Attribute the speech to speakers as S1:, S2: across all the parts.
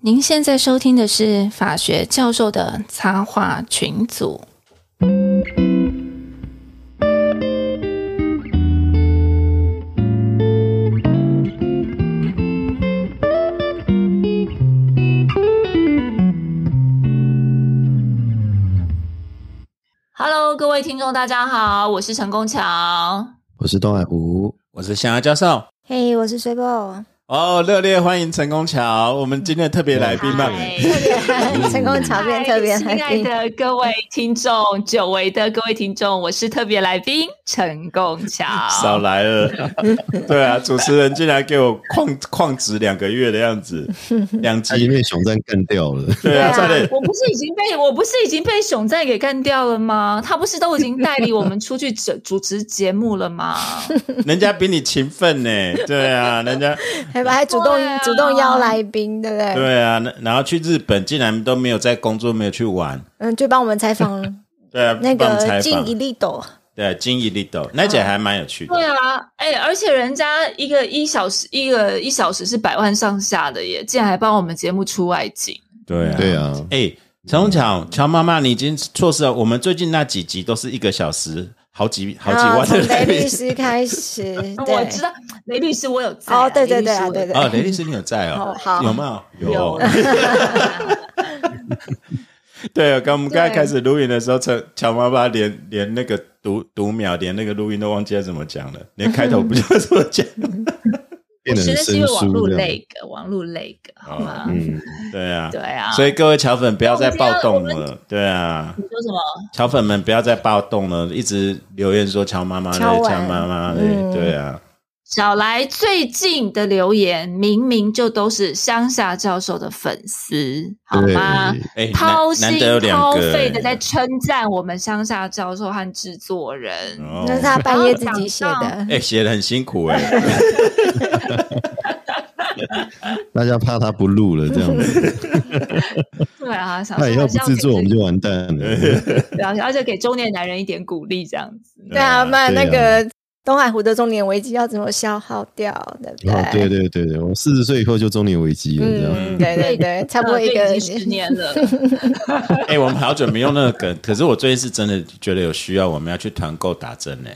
S1: 您现在收听的是法学教授的插画群组。Hello，各位听众，大家好，我是陈功强。
S2: 我是东海湖，
S3: 我是香鸭教授。
S4: 嘿我是水宝，
S3: 哦，热烈欢迎陈功桥，我们今天的特别来宾嘛，
S4: 嗯
S3: 嗯
S4: 成功 巧变特别
S1: 亲
S4: 来
S1: 爱
S4: 宾，
S1: 的各位听众，久违的各位听众，我是特别来宾陈功桥。
S3: 少来啊 了。对啊，主持人竟然给我旷旷职两个月的样 子，两
S2: 他已经
S3: 集。
S2: 被熊赞干掉了。
S3: 对啊，差点
S1: 我不是已经被我不是已经被熊仔给干掉了吗？他不是都已经带领我们出去主主持节目了 吗？
S3: 人家比你勤奋呢。对啊，人家
S4: 还把还主动
S1: 对啊
S4: 主动邀来宾，对不对？
S3: 对啊，那然后去日本竟然都没有在工作，没有去玩。
S4: 嗯，就帮我们采 访
S3: 对啊，
S4: 那
S3: 帮我们
S4: 个
S3: 采
S4: 进
S3: 访
S4: 一，粒斗，
S3: 对啊，金一力斗那姐还蛮有趣的
S1: 对。啊，哎、而且人家一个一小时一个一小时是百万上下的耶，竟然还帮我们节目出外景。
S3: 对啊，
S2: 对啊，
S3: 哎、陈红强，乔妈妈，你已经错失了我们最近那几集都是一个小时，好几好几
S4: 然后
S3: 万
S4: 啊从
S3: 的
S4: 雷
S3: 来宾
S4: 律。师 开始，
S1: 我知
S4: 对，
S1: 道雷律师我有在、
S4: 哦，对对对
S1: 啊
S4: 啊，对对，
S3: 哦，雷律师你有在哦
S4: 哦？好
S3: 有吗？
S1: 有。
S3: 对，啊刚我们刚才
S4: 对
S3: 开始录音的时候，陈乔妈妈连连那个读读秒，连那个录音都忘记要怎么讲了，连开头不知道怎么讲。
S2: 变
S1: 我
S2: 得
S1: 觉
S2: 很
S1: 得是因
S2: 生
S1: 为网
S2: 疏啊
S1: 络
S2: 这样。
S1: 累个，网络累个，好吗？
S2: 嗯，
S3: 哦对啊
S1: 对，啊，
S3: 所
S1: 以
S3: 以各位乔粉不要再暴动了。对啊，
S1: 你说什么？
S3: 乔粉们不要再暴动了，一直留言说乔妈妈嘞，
S4: 乔
S3: 乔
S4: 文
S3: 妈妈嘞，
S4: 嗯
S3: 对啊，
S1: 小来最近的留言明明就都是乡下教授的粉丝，好
S2: 对，
S1: 吗？
S3: 哎、
S1: 掏
S3: 难难
S1: 心
S3: 得有两
S1: 掏
S3: 个、哎
S1: 肺的在称赞我们乡下教授和制作人，
S3: 哦
S4: 那是他半夜自己写
S1: 哦
S4: 的，
S3: 哎、写的很辛苦哎、
S2: 大家怕他不录了 这样子，
S1: 对啊，想
S2: 他
S1: 说
S2: 以后
S1: 还
S2: 不
S1: 是要
S2: 制
S1: 给
S2: 作我们
S1: 自
S2: 就完蛋 了。
S1: 己对啊而且给中年男人一点鼓励，这样子。
S4: 对啊，不然
S2: 对啊
S4: 那个东海湖的中年危机要怎么消耗掉，对不
S2: 哦，对对
S4: 对？
S2: 对对，我四十岁以后就中年危机了这样。
S4: 嗯，对对对，差不多
S1: 呃
S4: 一
S1: 这
S4: 个
S1: 已经十年 了，
S3: 哎、我们好久没用那个梗，可是我最近是真的觉得有需要，我们要去团购打针呢、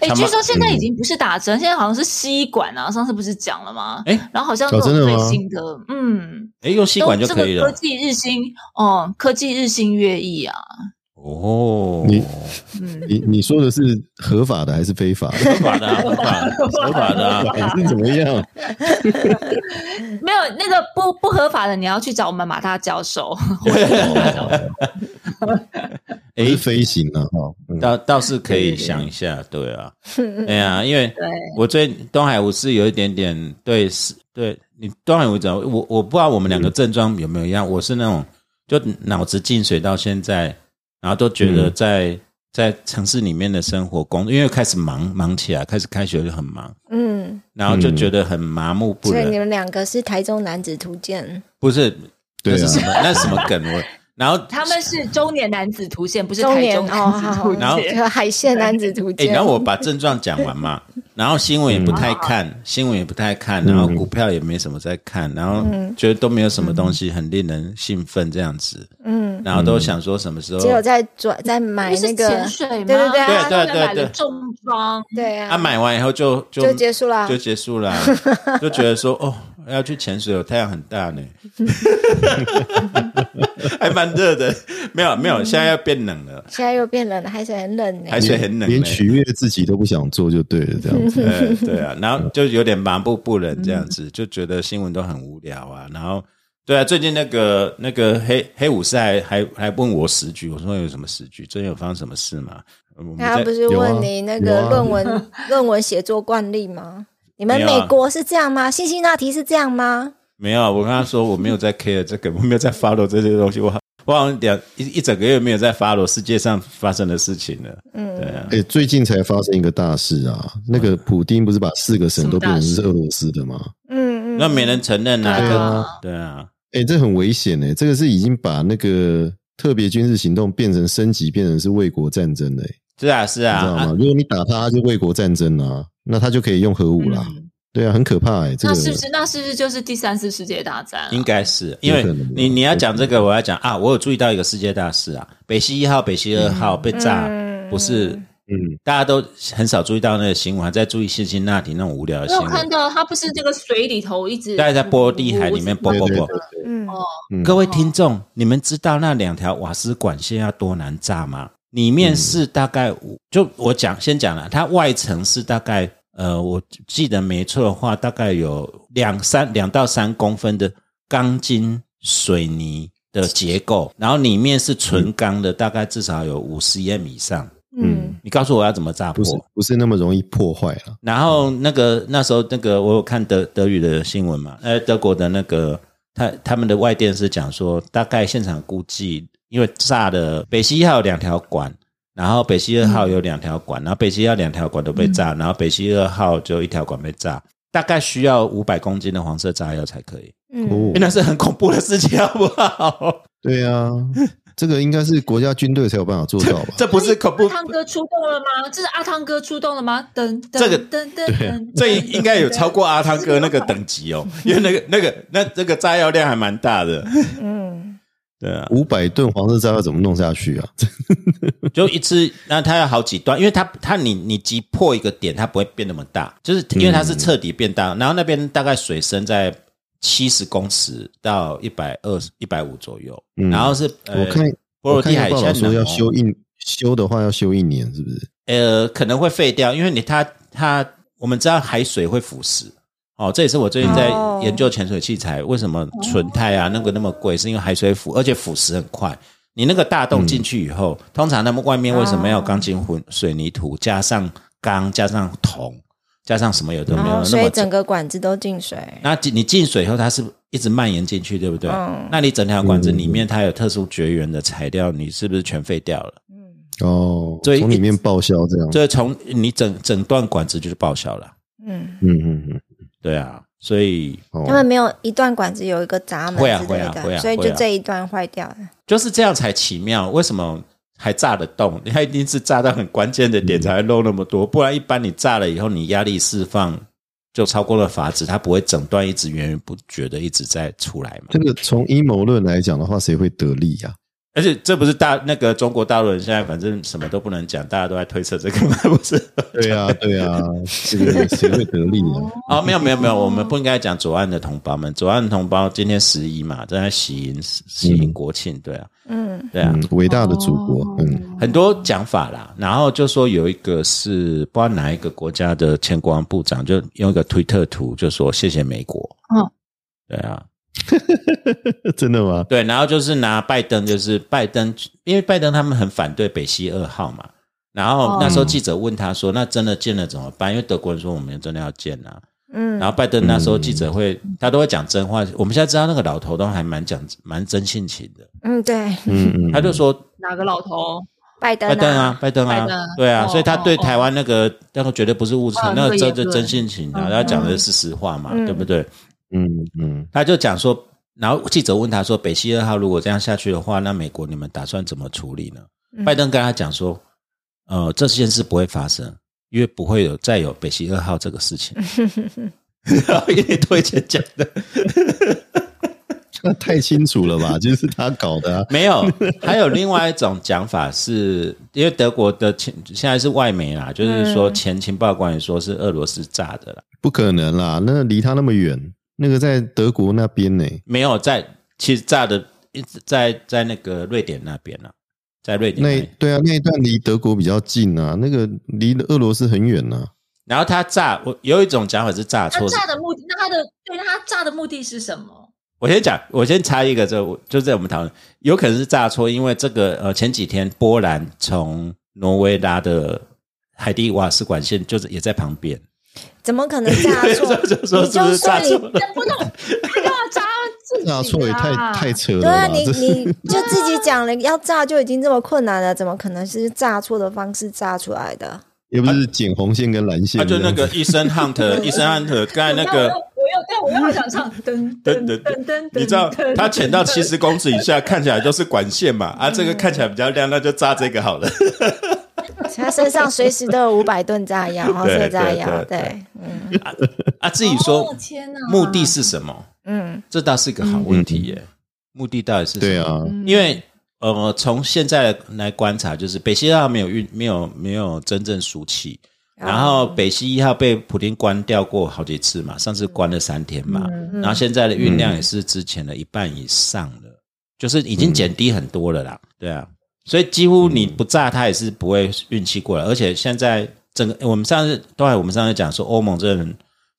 S1: 哎，
S3: 他
S1: 据
S3: 妈
S1: 说现在已经不是打针，现在好像是吸管啊，上次不是讲了吗？
S3: 哎
S1: 然后好像
S2: 哦
S1: 都有
S2: 真的
S1: 最
S2: 吗
S1: 新的，嗯，
S3: 哎、用吸管就可以
S1: 这个
S3: 了
S1: 科。技日新，哦，科技日新月异啊，
S3: 哦，
S2: 你
S1: 嗯，
S2: 你你说的是合法的还是非法的？
S3: 合法的、啊，合法的，合法的、啊。
S2: 还是怎么 样？
S1: 没有那个不不合法的，你要去找我们马大教授。
S2: 不
S3: 哎、
S2: 哦是飞行啊，哈，嗯
S3: 倒倒是可以想一下，对啊，哎呀、因为
S1: 对，
S3: 我对东海湖是有一点点对是，对你东海湖怎么？我我不知道我们两个症状有没有一样。我是那种就脑子进水到现在，然后都觉得
S2: 嗯
S3: 在、在城市里面的生活工作，因为开始忙忙起来，开始开学就很忙，
S4: 嗯，
S3: 然后就觉得很麻木不
S4: 所以
S3: 仁。
S4: 你们两个是台中男子图鉴，
S3: 不是，
S2: 对
S3: 那
S2: 啊
S3: 是什么？那是什么梗？ 我然后哎
S1: 他们是中年男子图线，不是
S4: 中
S1: 台
S4: 年
S1: 中
S4: 哦，
S1: 男
S4: 好
S1: 子
S4: 好
S1: 图
S3: 然后
S1: 线。
S4: 好，海线男子图
S3: 哎、
S4: 鉴，
S3: 然后我把症状讲完嘛，然后新闻也不太看，
S4: 嗯
S3: 新闻也不太看，然后
S2: 嗯
S3: 股票也没什么在看，然后
S4: 嗯
S3: 觉得都没有什么东西很令人兴奋这样子，
S4: 嗯。
S3: 然后都想说什么时候
S4: 只有在转在买
S1: 不是
S4: 那个，
S1: 潜水吗？
S4: 对对对啊
S3: 嗯对对对
S1: 买了
S3: 对
S1: 重装，
S4: 对啊，
S3: 啊买完以后就就
S4: 就结束啦
S3: 就结束 了，就觉得说哦要去潜水，哦，太阳很大呢， 还蛮热的，没有
S4: 嗯
S3: 没有，现在要变冷了，
S4: 现在又变冷了，还是很冷呢、
S3: 海水很冷、哎
S2: 连
S3: 呢。
S2: 取悦自己都不想做就对了，这样子。
S3: 对对啊，然后就有点麻木不仁这样子，就觉得新闻都很无聊啊。然后对啊，最近那个那个黑黑武士还还还问我时局，我说有什么时局？最近有发生什么事吗？我们
S4: 他
S3: 在
S4: 不是问你那
S2: 有啊
S4: 个
S2: 有啊
S4: 论文、 论文写作惯例吗？你们
S3: 没有啊
S4: 美国是这样吗？辛辛那提是这样吗？
S3: 没有，啊我跟他说我没有在 care 这个，我没有在 follow 这些东西，我好我好像两一一整个月没有在 follow 世界上发生的事情了。嗯，对啊，
S2: 哎、最近才发生一个大事啊！那个普丁不是把四个省都变成是俄罗斯的吗？
S4: 嗯嗯，
S3: 那没人承认
S2: 对
S3: 啊，
S2: 啊，
S3: 对啊，
S2: 哎、这很危险哎、这个是已经把那个特别军事行动变成升级，变成是卫国战争嘞、
S3: 是啊是
S2: 你知道吗？
S3: 啊，
S2: 如果你打他，他就卫国战争啊，那他就可以用核武啦。对啊，很可怕哎、这
S1: 嗯那
S2: 个
S1: 是不是那是不是就是第三次世界大战啊、
S3: 应该是因为
S2: 有可能
S3: 你你要讲这个，我要讲啊，我有注意到一个世界大事啊，北溪一号、北溪二号被炸，
S4: 嗯
S3: 不是
S2: 嗯，
S3: 大家都很少注意到那个新闻，还在注意辛辛那提那种无聊的
S1: 我
S3: 新
S1: 有
S3: 闻
S1: 看，到它不是这个水里头一直
S3: 大概在波地海里面波
S2: 对
S3: 波
S2: 对
S3: 波。
S4: 嗯，
S1: 哦
S2: 嗯
S3: 各位听众，你们知道那两条瓦斯管线要多难炸吗？里面是大概五，就我讲先讲了，它外层是大概呃，我记得没错的话，大概有两三两到三公分的钢筋水泥的结构，然后里面是纯钢的，大概至少有五十 m 以上。
S4: 嗯，
S3: 你告诉我要怎么炸
S2: 不是
S3: 破？
S2: 不是那么容易破坏啊。
S3: 然后那个那时候那个我有看德德语的新闻嘛，呃，德国的那个他他们的外电是讲说，大概现场估计，因为炸的北溪一号有两条管，然后北溪二号有两条管，然后北溪一号两条管都被炸，
S1: 嗯
S3: 然后北溪二号就一条管被炸，大概需要五百公斤的黄色炸药才可以，
S2: 哦
S4: 嗯，
S3: 哎因为那是很恐怖的事情，好不好？
S2: 对啊，这个应该是国家军队才有办法做到 吧？
S3: 这不是恐
S1: 阿
S3: 怖，
S1: 汤哥出动了吗？这是阿汤哥出动了吗？等等，
S3: 这个
S1: 等等等，
S3: 这应该有超过阿汤哥那个等级哦，因为那个那个那这个炸药量还蛮大的，
S4: 嗯，
S3: 对啊。
S2: 五百吨黄色炸药怎么弄下去啊？
S3: 就一次，那它有好几段，因为它它你你击破一个点，它不会变那么大，就是因为它是彻底变大。然后那边大概水深在七十公尺到一百二一百五左右，
S2: 嗯
S3: 然后是、呃、
S2: 我看我
S3: 波罗
S2: 看
S3: 的海
S2: 有报道
S3: 现在
S2: 说要
S3: 冷哦
S2: 修一修的话要修一年，是不是？
S3: 呃，可能会废掉，因为你它它我们知道海水会腐蚀哦，这也是我最近在
S4: 哦
S3: 研究潜水器材，为什么纯钛啊那个那么贵，是因为海水腐，而且腐蚀很快。你那个大洞进去以
S4: 嗯
S3: 后，通常他们外面为什么要有钢筋混水泥土，加上钢，加上铜，加上什么有的
S4: 然
S3: 没有
S4: 后
S3: 的，那
S4: 哦所以
S3: 么
S4: 整个管子都进水，
S3: 那进你进水以后，它是一直蔓延进去，对不对？
S4: 嗯
S3: 那你整条管子里面它有特殊绝缘的材料，你是不是全废掉了？
S2: 哦，
S3: 所以
S2: 从里面报销这样。
S3: 这从你整整段管子就是报销了，
S4: 嗯，
S2: 嗯嗯嗯，
S3: 对啊，所以
S4: 他们
S2: 哦，
S4: 没有一段管子有一个闸门
S3: 会啊
S4: 之类
S3: 会啊会啊
S4: 的，所以
S3: 会
S4: 就
S3: 啊
S4: 这一段坏掉了。
S3: 就是这样才奇妙。为什么还炸得动？ 它一定是炸到很关键的点才会漏那么多，不然一般你炸了以后，你压力释放就超过了阀值，它不会整段一直源源不绝的一直在出来嘛。
S2: 这个从阴谋论来讲的话，谁会得利呀、
S3: 而且这不是大那个中国大陆人现在反正什么都不能讲，大家都在推测这个嘛，不是？
S2: 对 啊，对啊，这 个谁会得利啊？
S3: 哦，没有没有没有，我们不应该讲左岸的同胞们，左岸的同胞今天十一嘛，正在喜迎喜迎国庆，对啊，
S4: 嗯，
S3: 对啊，
S2: 嗯，伟大的祖国，
S1: 哦
S2: 嗯，
S3: 很多讲法啦，然后就说有一个是不知道哪一个国家的前国防部长，就用一个推特图就说谢谢美国，
S1: 嗯，
S3: 对啊，
S2: 真的吗？
S3: 对，然后就是拿拜登，就是拜登，因为拜登他们很反对北溪二号嘛，然后那时候记者问他说，那真的建了怎么办？因为德国人说我们真的要建啊，
S4: 嗯，
S3: 然后拜登那时候记者会，他都会讲真话。我们现在知道那个老头都还蛮讲蛮真性情的，
S4: 嗯，对，
S2: 嗯 嗯，
S3: 他就说
S1: 哪个老头？
S4: 拜登
S3: 拜登啊，，拜登
S1: 拜
S3: 啊
S1: 登，
S3: 对啊，
S1: 哦
S3: 所以他对
S1: 哦
S3: 台湾那个那个绝对不是误
S1: 哦
S3: 传，那
S1: 那个
S3: 个真
S1: 言
S3: 的
S1: 论
S3: 真性情啊，
S1: 嗯
S3: 他讲的是实话嘛，
S4: 嗯
S3: 对不对？
S2: 嗯嗯
S3: 他就讲说，然后记者问他说，北溪二号如果这样下去的话，那美国你们打算怎么处理呢？
S4: 嗯
S3: 拜登跟他讲说，呃，这件事不会发生，因为不会有再有北溪二号这个事情。然后一年多以前讲的，
S2: 那太清楚了吧？就是他搞的、啊，
S3: 没有，还有另外一种讲法是，因为德国的情现在是外媒啦，就是说前情报官员说是俄罗斯炸的啦，
S2: 不可能啦！那离他那么远，那个在德国那边呢、
S3: 没有在，其实炸的在在那个瑞典那边啦，在瑞典那
S2: 那
S3: 边。
S2: 对啊，那一段离德国比较近啊，那个离俄罗斯很远啊。
S3: 然后他炸，我有一种讲法是炸
S1: 他
S3: 错，
S1: 炸的目的，那他的对那他炸的目的是什 么？
S3: 我先讲，我先插一个，这我就在我们讨论，有可能是炸错，因为这个呃前几天波兰从挪威拉的海地瓦斯管线就是也在旁边，
S4: 怎么可能炸错？
S3: 就说
S4: 你
S3: 是不
S4: 就是
S3: 炸
S4: 算
S3: 错
S4: 你
S3: 了？
S1: 不懂，不要炸自己
S2: 那
S1: 啊！
S2: 错也太太扯了
S4: 对啊，
S2: 吧？
S4: 你
S2: 这是
S4: 你就自己讲了，要炸就已经这么困难了，怎么可能是炸错的方式炸出来的？
S2: 又不是剪红线跟蓝线、
S3: 他就那个医生 Hunt，医生 Hunt，刚才那
S1: 我又
S3: 个，
S1: 我又对我又好想唱 噔噔噔
S3: 噔噔噔
S1: 噔噔，
S3: 你知道
S1: 噔
S3: 他潜到七，十公尺以下，看起来都是管线嘛，啊，这个看起来比较亮，那就炸这个好了。
S4: 他身上随时都有五百吨炸 药，黄色
S3: 对
S4: 炸
S3: 对对
S4: 药，对，嗯
S3: 啊，至于说、
S1: 哦天哪
S3: 目的是什么，
S4: 嗯，
S3: 这倒是一个好问题耶。目的到底是什么
S2: 对啊，
S3: 因为呃，从现在来观察，就是北溪一号没有运，没有没有真正输气。然后北溪一号被普丁关掉过好几次嘛，上次关了三天嘛，
S4: 嗯
S3: 然后现在的运量也是之前的一半以上了，就是已经减低很多了啦。对啊，所以几乎你不炸它也是不会运气过来，而且现在整个我们上次对，我们上次讲说欧盟这人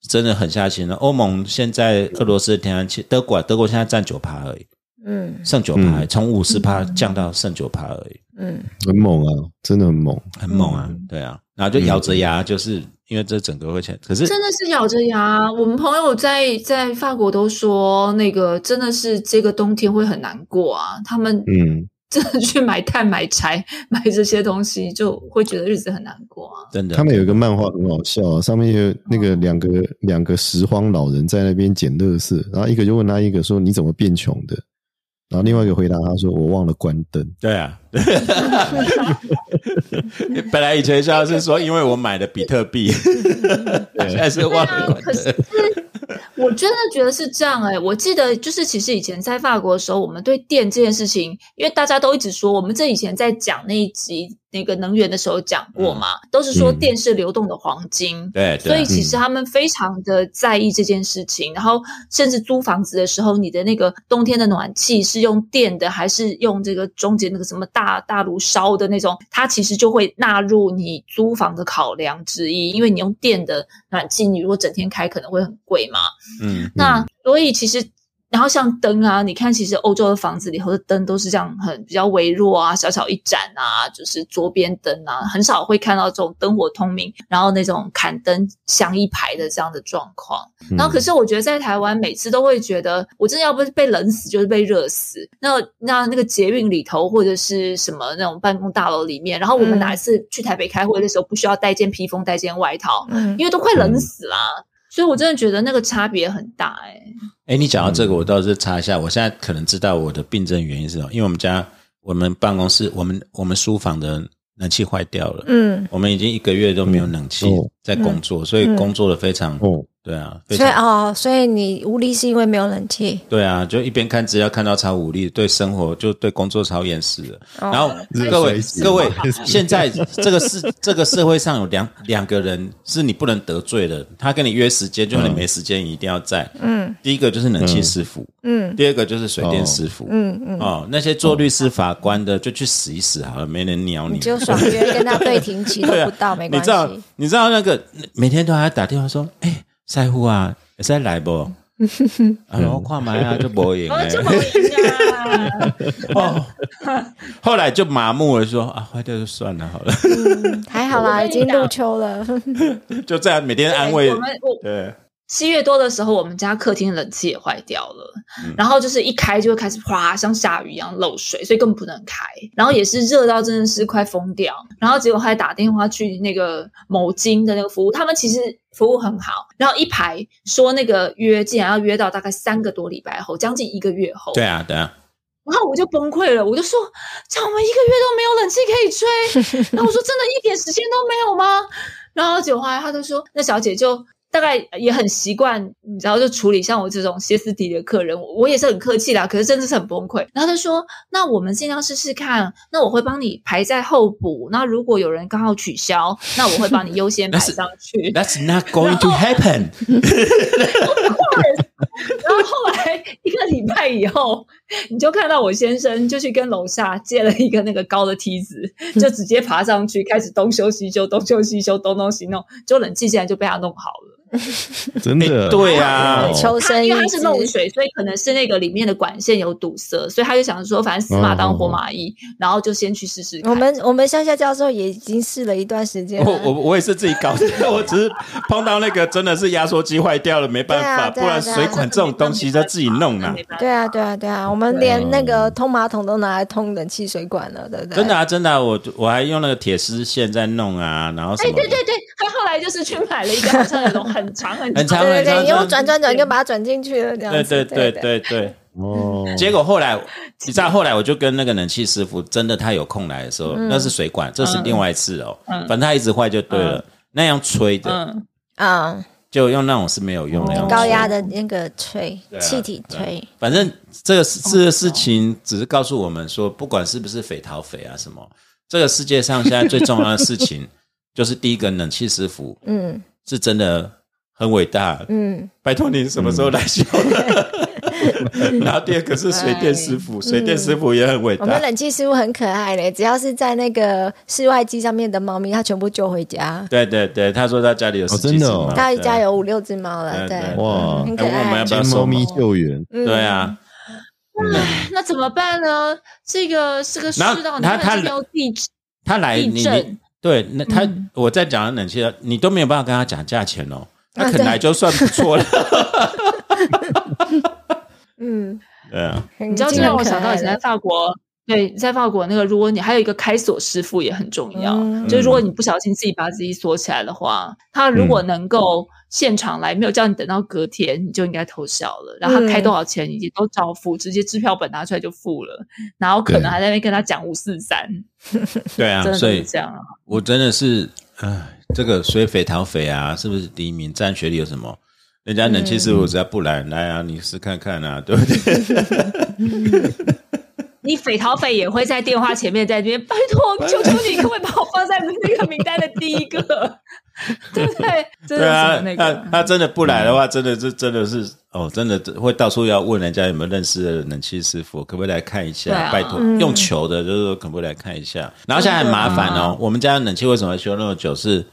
S3: 真的很下心了，欧盟现在俄罗斯的天然气，德国德国现在占九趴而已，
S4: 嗯
S3: 剩九趴，从五十趴降到剩九趴而已，
S4: 嗯
S2: 很猛啊，真的很猛。
S3: 很猛啊！对啊，然后就咬着牙，就是因为这整个会欠，可是
S1: 真的是咬着牙。我们朋友在在法国都说，那个真的是这个冬天会很难过啊。他们
S2: 嗯，
S1: 真的去买炭、买柴、买这些东西，就会觉得日子很难过啊。
S3: 真的
S2: 他们有一个漫画很好笑啊，上面有那个两个两个拾荒老人在那边捡垃圾，然后一个就问他一个说你怎么变穷的，然后另外一个回答他说我忘了关灯。
S3: 对啊， 本来以前笑是说，因为我买的比特币， 现在 是忘了
S2: 啊
S3: 管
S1: 啊可是我真的觉得是这样哎、我记得就是其实以前在法国的时候，我们对电这件事情，因为大家都一直说，我们这以前在讲那一集那个能源的时候讲过嘛，都是说
S2: 嗯
S1: 电是流动的黄金。
S3: 对啊
S1: 所以
S3: 对
S1: 其实他们非常的在意这件事情，然后甚至租房子的时候，你的那个冬天的暖气是用电的，还是用这个中间那个什么大大炉烧的那种，它其实就会纳入你租房的考量之一，因为你用电的暖气，你如果整天开可能会很贵嘛。
S3: 嗯，
S1: 那所以其实，然后像灯啊，你看，其实欧洲的房子里头的灯都是这样很比较微弱啊，小小一盏啊，就是桌边灯啊，很少会看到这种灯火通明，然后那种砍灯相一排的这样的状况。然
S2: 嗯
S1: 后可是我觉得在台湾每次都会觉得，我真的要不是被冷死，就是被热死。那那那个捷运里头或者是什么那种办公大楼里面，然后我们
S4: 嗯
S1: 哪一次去台北开会的时候，不需要带件披风、带件外套，
S4: 嗯
S1: 因为都快冷死啦。所以我真的觉得那个差别很大哎、
S3: 哎，你讲到这个，我倒是查一下，我现在可能知道我的病症原因是什么，因为我们家我们办公室我们我们书房的冷气坏掉了，
S4: 嗯，
S3: 我们已经一个月都没有冷气
S2: 嗯哦
S3: 在工作，所以工作的非常
S2: 哦，
S3: 对啊，非
S4: 所以
S3: 常
S4: 哦，所以你无力是因为没有冷气，
S3: 对啊，就一边看资料看到超无力，对生活就对工作超厌世了。
S4: 哦
S3: 然后
S2: 热
S3: 各
S2: 水
S3: 位
S2: 洗
S3: 各位，现在这个世这个社会上有两两个人是你不能得罪的，他跟你约时
S2: 嗯
S3: 间，就是你没时间，你一定要在。
S4: 嗯
S3: 第一个就是冷气师傅，
S4: 嗯
S3: 第二个就是水电师傅。
S4: 嗯嗯，
S3: 哦，那些做律师、法官的就去死一死好了，没人鸟你。
S4: 你就爽约跟他对庭期 都
S3: 对
S4: 不到，
S3: 啊，
S4: 没
S3: 你
S4: 关
S3: 知道
S4: 系，
S3: 你知道那个每天都还打电话说，哎、赛户啊，再来不？啊，然后跨埋啊，就不赢
S1: 哦，
S3: 哎。
S1: 这么赢啊！
S3: 哦，后来就麻木了说，啊，坏掉就算了好了，
S4: 还好
S1: 我
S4: 啦，
S1: 跟
S4: 已
S1: 你
S4: 经
S1: 讲
S4: 入秋了，
S3: 就这样每天 安慰
S1: 我。们我
S3: 对，
S1: 七月多的时候，我们家客厅冷气也坏掉了，
S3: 嗯
S1: 然后就是一开就会开始哗，像下雨一样漏水，所以根本不能开。然后也是热到真的是快疯掉，然后结果还打电话去那个某金的那个服务，他们其实服务很好，然后一排说那个约竟然要约到大概三个多礼拜后，将近一个月后。
S3: 对啊，对啊，
S1: 然后我就崩溃了，我就说：“这样我们一个月都没有冷气可以吹。”然后我说：“真的一点时间都没有吗？”然后结果后来他就说：“那小姐就大概也很习惯，你知道，就处理像我这种歇斯底里的客人，我我也是很客气啦，可是真的是很崩溃。”然后他说：“那我们尽量试试看，那我会帮你排在后补。那如果有人刚好取消，那我会帮你优先排
S3: 但是
S1: 上 去。”
S3: That's not going to happen。
S1: 然后后来一个礼拜以后，你就看到我先生就去跟楼下借了一个那个高的梯子，就
S4: 嗯
S1: 直接爬上去，开始东修西修，东修西修，东东西弄，就冷气竟然就被他弄好了。
S2: 真的，
S3: 对啊，
S4: 求
S1: 他
S4: 生意
S1: 因为他是漏
S4: 志，
S1: 水，所以可能是那个里面的管线有堵塞，所以他就想说，反正死马当活马医，然后就先去试试看。
S4: 哦我们我们乡下教授也已经试了一段时间
S3: 我
S4: 了，
S3: 我我也是自己搞的， 我只是碰到那个真的是压缩机坏掉了，没办法，不
S4: 对啊对啊
S3: 然
S4: 对啊
S3: 水管这种东西都自己弄
S1: 那
S3: 啊
S1: 没。办法
S4: 对啊，对啊，对啊，我们连那个通马桶都拿来通冷气水管了，对不对？
S3: 真的啊，真的啊，我我还用那个铁丝线在弄啊，然后什
S1: 哎，
S3: 么
S1: 对对对，他后来就是去买了一个好像那种很长很
S3: 很长
S4: 对
S3: 常
S4: 对对，
S3: 常
S4: 你用转转转就把它转进去了，这样
S3: 对
S4: 子。
S3: 对
S4: 哎对
S3: 对对对，
S2: 哦，
S3: 结果后来，你知道后来我就跟那个冷气师傅，真的他有空来的时候，那是水管，这是另外一次哦，
S1: 嗯
S3: 反正它一直坏就对了。那样吹的，
S1: 嗯，
S4: 啊，
S3: 就用那种是没有用的，那样
S4: 哦高压
S3: 吹。
S4: 的那个吹
S3: 对啊
S4: 气体
S3: 对啊
S4: 吹，
S3: 反正这个
S4: 哦
S3: 事这个事情只是告诉我们说，不管是不是匪逃匪啊什么，这个世界上现在最重要的事 情就是第一个冷气师傅
S4: 嗯
S3: 是真的很伟大，
S4: 嗯，
S3: 拜托你什么时候来修？ 然后第二个是水电师傅，水电师傅也很伟
S4: 嗯我们
S3: 大。
S4: 冷气师傅很可爱嘞，只要是在那个室外机上面的猫咪，它全部救回家。
S3: 对对对，他说他家里有十几
S2: 真
S3: 只
S2: 的
S3: 猫
S2: 哦，
S4: 他
S3: 啊对啊
S4: 家有五六只猫了，
S3: 对
S4: 对，
S3: 对
S2: 哇
S4: 很可
S3: 哎问我们
S4: 爱
S3: 要不。要
S2: 金
S3: 收
S2: 猫
S3: 猫
S2: 咪救援，
S4: 嗯
S3: 对，啊，
S1: 那怎么办呢？这个这个世
S3: 然后
S1: 道，你
S3: 他
S1: 看
S3: 他
S1: 这边有地址，
S3: 他来
S1: 地
S3: 你你
S1: 震
S3: 对，那他
S1: 嗯
S3: 我在讲的冷气，你都没有办法跟他讲价钱哦，他
S4: 啊
S3: 肯
S4: 对
S3: 来就算不错了。
S4: 嗯，
S3: 对啊，
S4: 你
S1: 你知道这让我想到以前在法国，对，在法国那个，如果你还有一个开锁师傅也很重要，
S4: 嗯
S1: 就是如果你不小心自己把自己锁起来的话，他如
S3: 嗯
S1: 果能够现场来，没有叫你等到隔天，你就应该偷笑了。然后他开多少钱已经都照付，直接支票本拿出来就付了，然后可
S2: 对
S1: 能还在那边跟他讲五四三，
S3: 对啊
S1: 真，的
S3: 所以
S1: 是这样啊。
S3: 我真的是，唉，这个所以匪逃匪啊，是不是黎明占学历有什么？人家冷气师傅只要不来，来啊，你试看看啊， 对不对？
S1: 你匪逃匪也会在电话前面在那边，拜托，求求你，可不可以把我放在那个名单的第一 个？对不对？真
S3: 对
S1: 的
S3: 啊
S1: 是那，
S3: 他
S1: 个。嗯
S3: 他真的不来的话，真的是真的是哦，真的会到处要问人家有没有认识的冷气师傅，可不可以来看一下？
S1: 对啊
S3: 拜托，
S4: 嗯
S3: 用求的，就是说可不可以来看一下？然后现在很麻烦哦，我们家的冷气为什么修那么久？是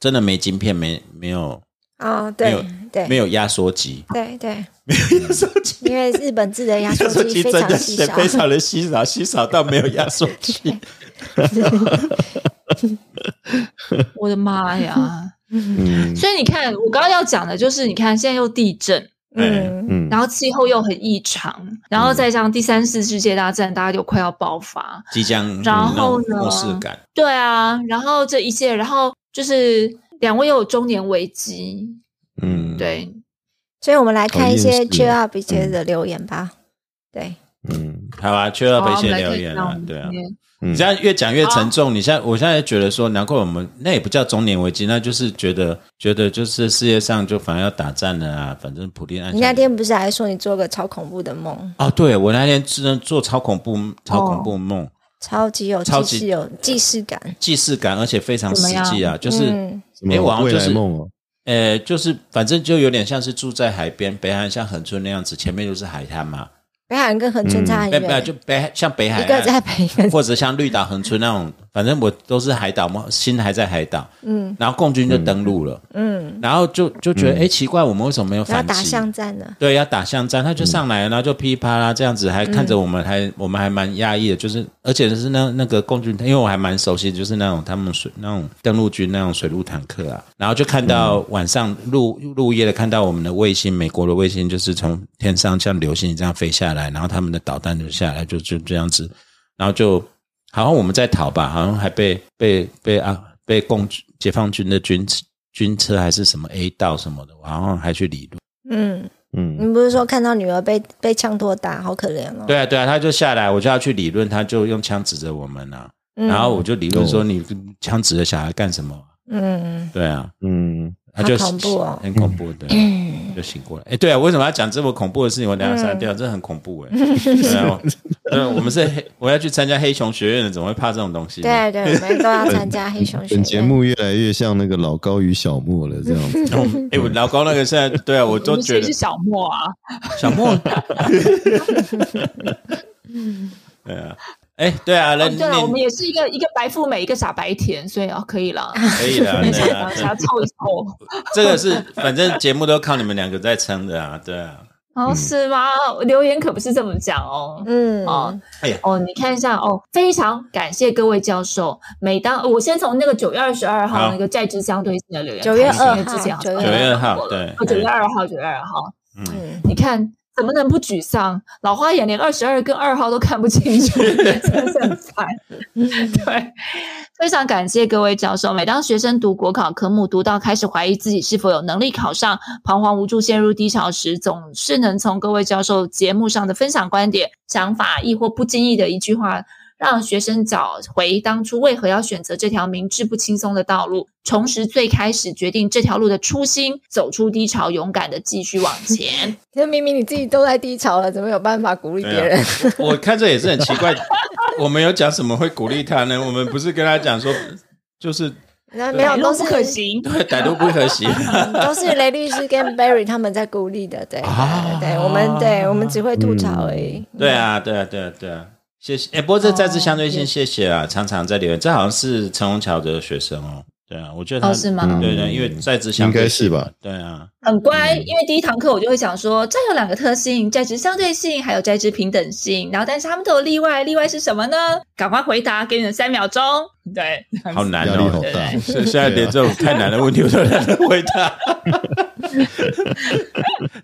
S3: 真的没晶片，没没有
S4: 啊，
S3: 没
S4: 对
S3: 有
S4: 对
S3: 没有压缩机，
S4: 对对，
S3: 压缩机
S4: 因为日本制的 压
S3: 压
S4: 缩
S3: 缩
S4: 机
S3: 机
S4: 非
S3: 真
S4: 常
S3: 的
S4: 细
S3: 是
S4: 小，
S3: 非常的稀少，稀少到没有压缩机。
S1: 我的妈呀！
S2: 嗯
S1: 所以你看，我刚刚要讲的就是，你看现在又地震，
S3: 哎
S4: 嗯，
S2: 嗯，
S1: 然后气候又很异常，然后再加上第三次世界大战，大家就快要爆发。
S3: 即将嗯
S1: 然后
S3: 那种
S1: 呢
S3: 末世感，
S1: 对啊，然后这一切，然后就是两位又有中年危机，
S2: 嗯，
S1: 对，
S4: 所以我们来看一
S2: 讨
S4: 些
S2: 厌死
S4: cheer up 一
S3: 嗯
S4: 些的留言吧。对，
S2: 嗯
S3: 好啊，缺了
S1: 好
S3: 一
S1: 我们
S3: 些
S1: 来
S3: 留
S1: 看一
S3: 言
S1: 下我
S3: 啊
S1: 们，
S3: 对啊
S1: 今。天
S2: 嗯
S3: 你现在越讲越沉重，你现在我现在觉得说，难怪我们那也不叫中年危机，那就是觉得觉得就是世界上就反正要打仗了啊，反正普丁暗
S4: 你那天不是还说你做个超恐怖的梦，
S3: 哦，对我那天真的做超恐怖超恐怖梦，
S4: 超级有
S3: 超
S4: 既
S3: 级
S4: 视有既视感，
S3: 既视感，而且非常
S1: 怎么
S3: 实
S1: 样
S3: 际啊，就是
S4: 嗯
S2: 什么
S3: 诶我好像
S2: 未
S3: 就
S2: 来
S3: 是
S2: 梦哦，
S3: 呃，就是反正就有点像是住在海边，北岸像恒春那样子，前面就是海滩嘛，
S4: 北海岸跟恒春差很
S3: 北北
S4: 远，
S3: 哎就哎北像北海
S4: 一个
S3: 岸
S4: 在北，一个
S3: 或者像绿岛、恒春那种，反正我都是海岛嘛，心还在海岛。嗯，然后共军就登陆了，
S4: 嗯，
S3: 然后就就觉得哎、诶奇怪，我们为什么没有
S4: 然
S3: 反
S4: 后
S3: 击？
S4: 打巷战了，
S3: 对，要打巷战，他就上来了，然后就噼里啪啦这样子，还看着我们，还我们还蛮压抑的，就是而且就是那那个共军，因为我还蛮熟悉，就是那种他们水那种登陆军那种水陆坦克啊，然后就看到晚上入入夜的看到我们的卫星，美国的卫星就是从天上像流星这样飞下来，然后他们的导弹就下来，就就这样子，然后就好像我们在逃吧，好像还被被被啊被共军解放军的军军车还是什么 A 道什么的，我好像还去理论。
S4: 嗯，
S2: 嗯
S4: 你不是说看到女儿被被枪托打，好可怜哦，
S3: 对啊，对啊，他就下来，我就要去理论，他就用枪指着我们啊，
S4: 嗯
S3: 然后我就理论说你枪指着小孩干什么？
S4: 嗯，
S3: 对啊，
S2: 嗯，
S3: 他就
S4: 好恐怖哦
S3: 很恐怖的，就醒过来。哎，对啊，为什么要讲这么恐怖的事情？我等一下删掉，这很恐怖哎。对啊，我对啊我们是黑，我要去参加黑熊学院的，怎么会怕这种东西呢？
S4: 对对，我们都要参加黑熊学
S2: 本节
S4: 院。
S2: 目越来越像那个老高与小莫了，这样子，
S3: 哎，我老高那个现在，对啊，我
S1: 我
S3: 都
S1: 们
S3: 觉
S1: 谁
S3: 得
S1: 是小莫啊？
S3: 小莫。 对啊，哎，对啊，那
S1: 哦对了，我们
S3: 你
S1: 也是一个一个白富美，一个傻白甜，所以啊，可以啦，
S3: 可以的， 对啊
S1: 想要凑一凑。
S3: 这个是反正节目都靠你们两个在撑的啊，对啊。
S1: 哦，是吗？留言可不是这么讲哦。
S4: 嗯，
S1: 哦
S3: 哎呀，
S1: 哦，你看一下哦，非常感谢各位教授。每当我先从那个九月二十二
S3: 好
S1: 号那个在职相对性的留言开始，
S4: 9月2
S1: 因为之前好像哦
S4: 号
S3: 九月二号，对，啊
S1: 九月二号，九月二号，
S3: 嗯
S4: 嗯
S1: 你看怎么能不沮丧？老花眼连二十二跟二号都看不清楚， 真是很烦。 对，非常感谢各位教授。每当学生读国考科目，读到开始怀疑自己是否有能力考上，彷徨无助、陷入低潮时，总是能从各位教授节目上的分享观点、想法，亦或不经意的一句话，让学生找回当初为何要选择这条明智不轻松的道路，重拾最开始决定这条路的初心，走出低潮，勇敢的继续往前。
S4: 那明明你自己都在低潮了，怎么有办法鼓励别人？
S3: 我我看这也是很奇怪，我们有讲什么会鼓励他呢？我们不是跟他讲说，就是
S4: 那没有，
S1: 百
S4: 都
S1: 弄
S4: 是
S1: 不可行。
S3: 对歹毒不可行
S4: 都是雷律 师跟 Barry 他们在鼓励的，对
S3: 啊
S4: 对，我们对我们只会吐槽而已。
S2: 嗯
S4: 嗯
S3: 对啊，对啊，对啊，对啊，谢谢。哎，不过这再次相对
S4: 哦
S3: 性，谢谢啊，常常在留言，这好像是陈虹桥的学生哦。对啊，我觉得他
S1: 哦是吗
S3: 对对，因为在职相
S2: 应
S3: 对
S2: 该
S3: 性
S2: 是吧？
S3: 对啊，
S1: 很乖，因为第一堂课我就会讲说，这有两个特性：在职相对性，还有在职平等性。然后，但是他们都有例外，例外是什么呢？赶快回答，给你们三秒钟。对，
S3: 好难
S2: 压力好
S3: 哦。
S2: 大
S1: 对。
S3: 所以现在连这种太难的问题我都懒得回答，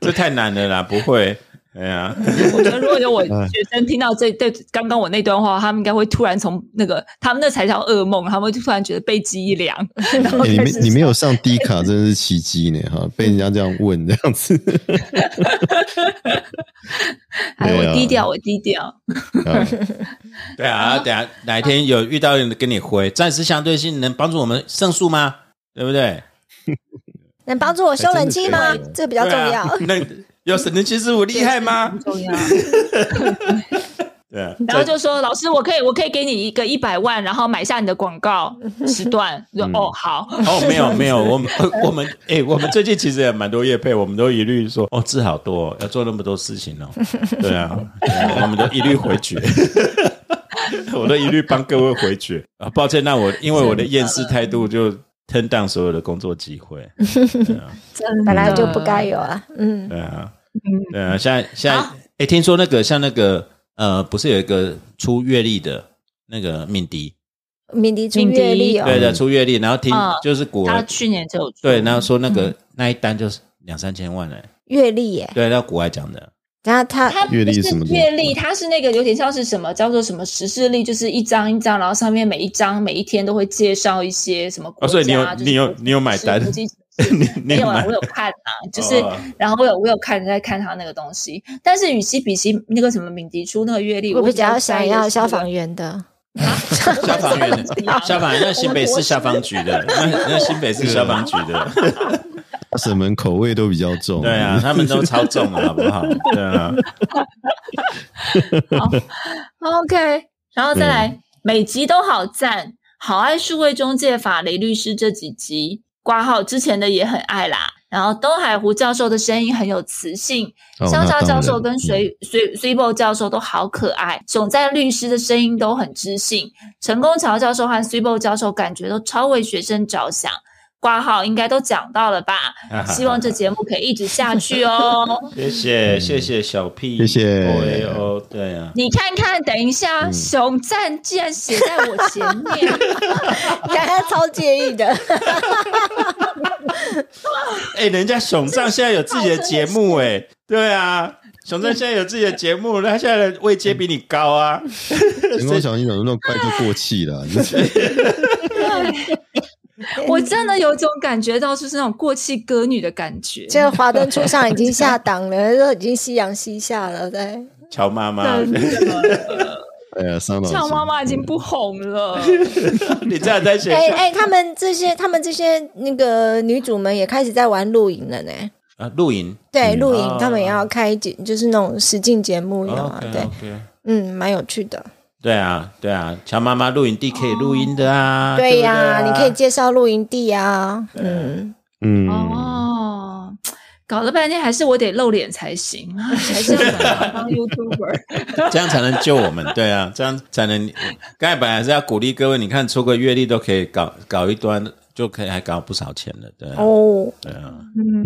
S3: 这太难了啦，不会。哎呀，
S1: 我觉得如果有我学生听到这对刚刚我那段话，他们应该会突然从那个他们那才叫噩梦，他们会突然觉得背脊一凉。然后
S2: 哎你
S1: 哦开
S2: 没
S1: 始
S2: 你没
S1: 想
S2: 有上低卡，真的是奇迹呢！哈，被人家这样问这样 子，
S1: 哎，
S2: 对啊
S1: 我低调，我低调。
S2: 啊
S3: 对啊，等下哪一天有遇到人跟你回，暂时相对性能帮助我们胜诉吗？对不对？
S4: 能帮助我修冷气吗
S2: 哎真的可以？
S4: 这个比较重要。
S3: 对啊那有神能其实我厉害吗？
S1: 重要。
S3: 对啊，
S1: 然后就说老师，我可以，我可以给你一个一百万，然后买下你的广告时段。就哦，好。
S3: 哦，没有没有，我们 呃我们哎、我们最近其实也蛮多业配，我们都一律说哦，字好多、哦，要做那么多事情哦。对啊，对啊我们都一律回绝， 我都一律帮各位回绝啊。抱歉，那我因为我的厌世态度就 turn down 所有的工作机会。
S4: 本来就不该有啊，嗯，
S3: 对啊，对啊，现在现在哎、听说那个像那个呃，不是有一个出阅历的那个敏迪，
S4: 敏迪出
S1: 敏迪
S4: 阅历哦，
S3: 对的，出阅历，然后听、
S1: 嗯
S3: 就是果
S1: 他去年就有出
S3: 对，然后说那个、那一单就是两三千万哎、
S4: 阅历耶，
S3: 对，那国外讲的，
S4: 然后他
S1: 它不
S2: 阅历
S1: 是
S2: 什么的
S1: 阅历，它是那个有点像是什么叫做什么时事历，就是一张一张，然后上面每一张每一天都会介绍一些什么国
S3: 哦
S1: 家，啊
S3: 所以你有
S1: 就是
S3: 你有
S1: 国际
S3: 你有买单
S1: 国际
S3: 你 你
S1: 没有啊
S3: 买，哦
S1: 我有看啊，就是， 然后我有我有看在看他那个东西，但是与其比起那个什么敏迪出那个阅历，
S4: 我
S1: 我
S4: 比较想要消
S1: 员。
S4: 防员的，
S3: 消防员
S1: 我啊不知道
S3: 的，消防员那新北市消防局的，
S1: 啊
S3: 那那新北市消防局的，
S2: 大婶们口味都比较重，
S3: 对啊，他们都超重了，好不好？对 啊，
S1: OK，然后再来，
S2: 嗯
S1: 每集都好赞，好爱数位中介法雷律师这几集，挂号之前的也很爱啦。然后东海湖教授的声音很有磁性，
S2: 哦
S1: 香
S2: 那
S1: 蕉
S2: 当
S1: 教
S2: 然嗯
S1: 授跟水水水波教授都好可爱，熊在律师的声音都很知性，成功桥教授和水波教授感觉都超为学生着想。挂号应该都讲到 了吧？希望这节目可以一直下去哦。
S3: 谢谢谢谢小屁，
S2: 谢谢
S3: O A O，对啊，
S1: 你看看，等一下，
S2: 嗯
S1: 熊赞竟然写在我前面，
S4: 大家超介意的，
S3: 哎，人家熊藏现在有自己的节目，哎，对啊。熊藏现在有自己的节目，他现在的位阶比你高啊！
S2: 成功小心怎么那么快就过气了？
S1: 我真的有种感觉到，就是那种过气歌女的感觉。
S4: 这个华灯初上已经下档了，都已经夕阳西下了，对，
S3: 乔妈妈，
S2: 哎呀，桑老
S3: 哦
S2: 师，
S1: 俏妈妈已
S3: 嗯
S1: 经不红了，
S3: 你这样在写
S4: 哎哎，他们这些他们这些那个女主们也开始在玩露营了呢。
S3: 啊？露营
S4: 对，露
S3: 哦
S4: 营他们也要开节，就是那种实境节目有啊，对，
S3: 对，
S4: 嗯，蛮有趣的。
S3: 对啊，对啊，乔妈妈露营地可以录音的啊，
S4: 对
S3: 不
S4: 呀、你可以
S3: 啊
S4: 介绍露营地啊，嗯，
S2: 嗯，
S1: 哦。搞了半天，还是我得露脸才行，啊 还是要转当 YouTuber。
S3: 这样才能救我们，对啊，这样才能。刚才本来是要鼓励各位，你看出个阅历都可以搞搞一端，就可以还搞不少钱了，对啊，
S4: 哦，
S3: 对啊，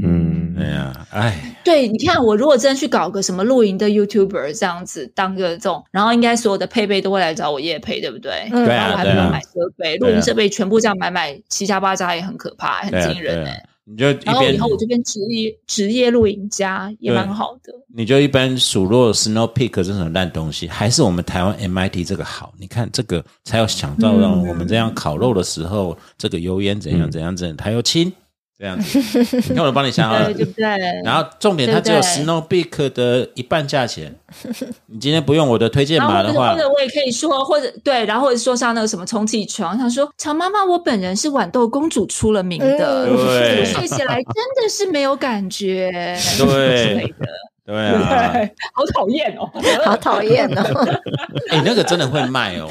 S2: 嗯，
S3: 对啊，哎，
S1: 对，你看我如果真去搞个什么露营的 YouTuber 这样子，当个这种，然后应该所有的配备都会来找我夜配，对不对？
S4: 嗯
S3: 对
S1: 然后我
S3: 啊，
S1: 还
S3: 对
S1: 不用
S3: 啊
S1: 买，设备，
S3: 对啊
S1: 录音设备全部这样买买七加八加也很可怕，很
S3: 对啊，
S1: 惊人
S3: 对
S1: 哎、
S3: 啊。你就一
S1: 然后
S3: 边
S1: 以后我这边职业职业露营家也蛮好的。
S3: 你就一般数落 Snow Peak 这种烂东西，还是我们台湾 MIT 这个好？你看这个才有想到让
S1: 嗯
S3: 我们这样烤肉的时候，这个油烟怎样
S2: 嗯
S3: 怎样怎样，它又轻这样子。你看我帮你想好 了
S1: 对，对不对？
S3: 然后重点它只
S1: 对
S3: 有
S1: 对
S3: Snow Peak 的一半 价钱。你今天不用我的推荐
S1: 然后
S3: 码
S1: 或
S3: 的
S1: 者
S3: 话
S1: 或，啊者我也可以说，或者对，然后或者说像那个什么充气床，他说乔妈妈，我本人是豌豆公主出了名的，
S4: 嗯
S3: 对
S1: 我睡起来真的是没有感觉，
S3: 对
S1: 之类的，
S3: 对啊，
S1: 好讨厌哦。
S4: 好讨厌哦！
S3: 哎、那个真的会卖哦，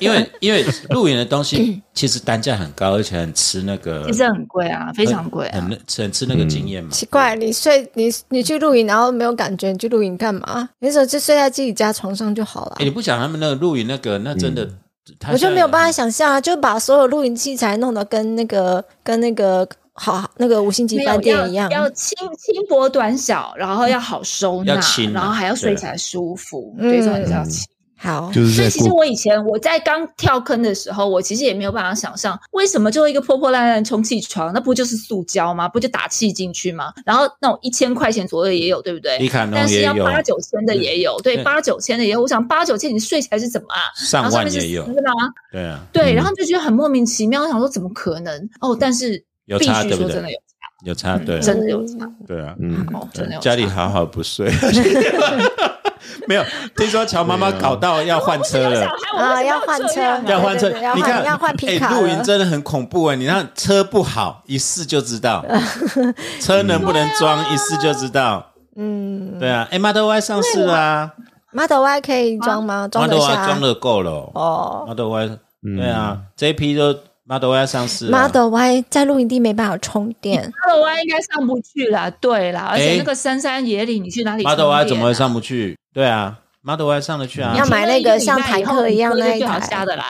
S3: 因为因为露营的东西其实单价很高，而且很吃那个，
S1: 其实很贵啊，非常贵啊。
S3: 很很吃那个经验嘛。
S4: 嗯奇怪，你睡你你去露营，然后没有感觉，你去露营干嘛？你那时候就睡在自己家床上就好了
S3: 哎、。你不讲他们那个露营那个，那真的，
S1: 嗯
S3: 他
S4: 我就
S3: 现在
S4: 没有办法想象啊，就把所有露营器材弄得跟那个跟那个好那个五星级
S1: 没有
S4: 饭
S1: 要
S4: 店一样，
S1: 要轻轻薄短小，然后要好收纳
S3: 要轻，啊
S1: 然后还要睡起来舒服，对，
S4: 嗯
S1: 这种比较轻。
S4: 好
S2: 就是
S1: 所以
S2: 在
S1: 其实
S2: 过
S1: 我以前我在刚跳坑的时候，我其实也没有办法想象，为什么就一个破破烂烂的充气床，那不就是塑胶吗？不就打气进去吗？然后那种一千块钱左右也有，对不
S3: 迪
S1: 对？
S3: 卡侬
S1: 但是
S3: 也
S1: 要
S3: 有，
S1: 八九千的也有，对，
S3: 对
S1: 八九千的也有。我想八九千你睡起来是怎么啊？然
S3: 上
S1: 后上
S3: 万
S1: 面是
S3: 也有
S1: 丝，吗？
S3: 对啊，
S1: 对，
S2: 嗯
S1: 然后就觉得很莫名其妙，我想说怎么可能？哦，但是
S3: 有
S1: 必
S3: 差
S1: 须
S3: 对不
S1: 说
S3: 对
S1: 真的有差，
S3: 有差，
S1: 嗯
S3: 对啊、
S1: 真的有差，
S3: 对啊，
S2: 嗯，
S1: 哦，真的有差。
S3: 家里好好不 睡，没有，听说乔妈妈搞到要换车
S1: 有小
S3: 了。
S1: 孩，我
S4: 啊，
S1: 为什么
S4: 要换
S1: 这
S4: 车，
S1: 样啊
S4: 对
S3: 要换车
S4: 对对要，
S3: 你看
S4: 换要换皮卡
S3: 哎露营
S4: 了。
S3: 真的很恐怖哎！你看车不好，一试就知 道；车能不能装，一试就知道。
S4: 啊嗯
S3: 对啊，哎，Model Y 上市了啊
S4: ，Model Y 可以装吗？装得
S3: ，Model
S4: 下
S3: Y 装
S4: 啊？
S3: 的够了哦
S4: 哦
S3: ，Model Y
S2: 嗯
S3: 对啊，这一批都 Model Y 上市啊了。
S4: ，Model Y 在露营地没办法充电，
S1: 二楼湾应该上不去啦，对啦，而且
S3: 诶
S1: 那个深山野岭，你去哪里、
S3: Model Y 怎么
S4: 啊
S3: 会？上不去？对啊，Model Y 上得去啊
S4: 要，买那个像坦克一样那一台
S1: 最好下得来。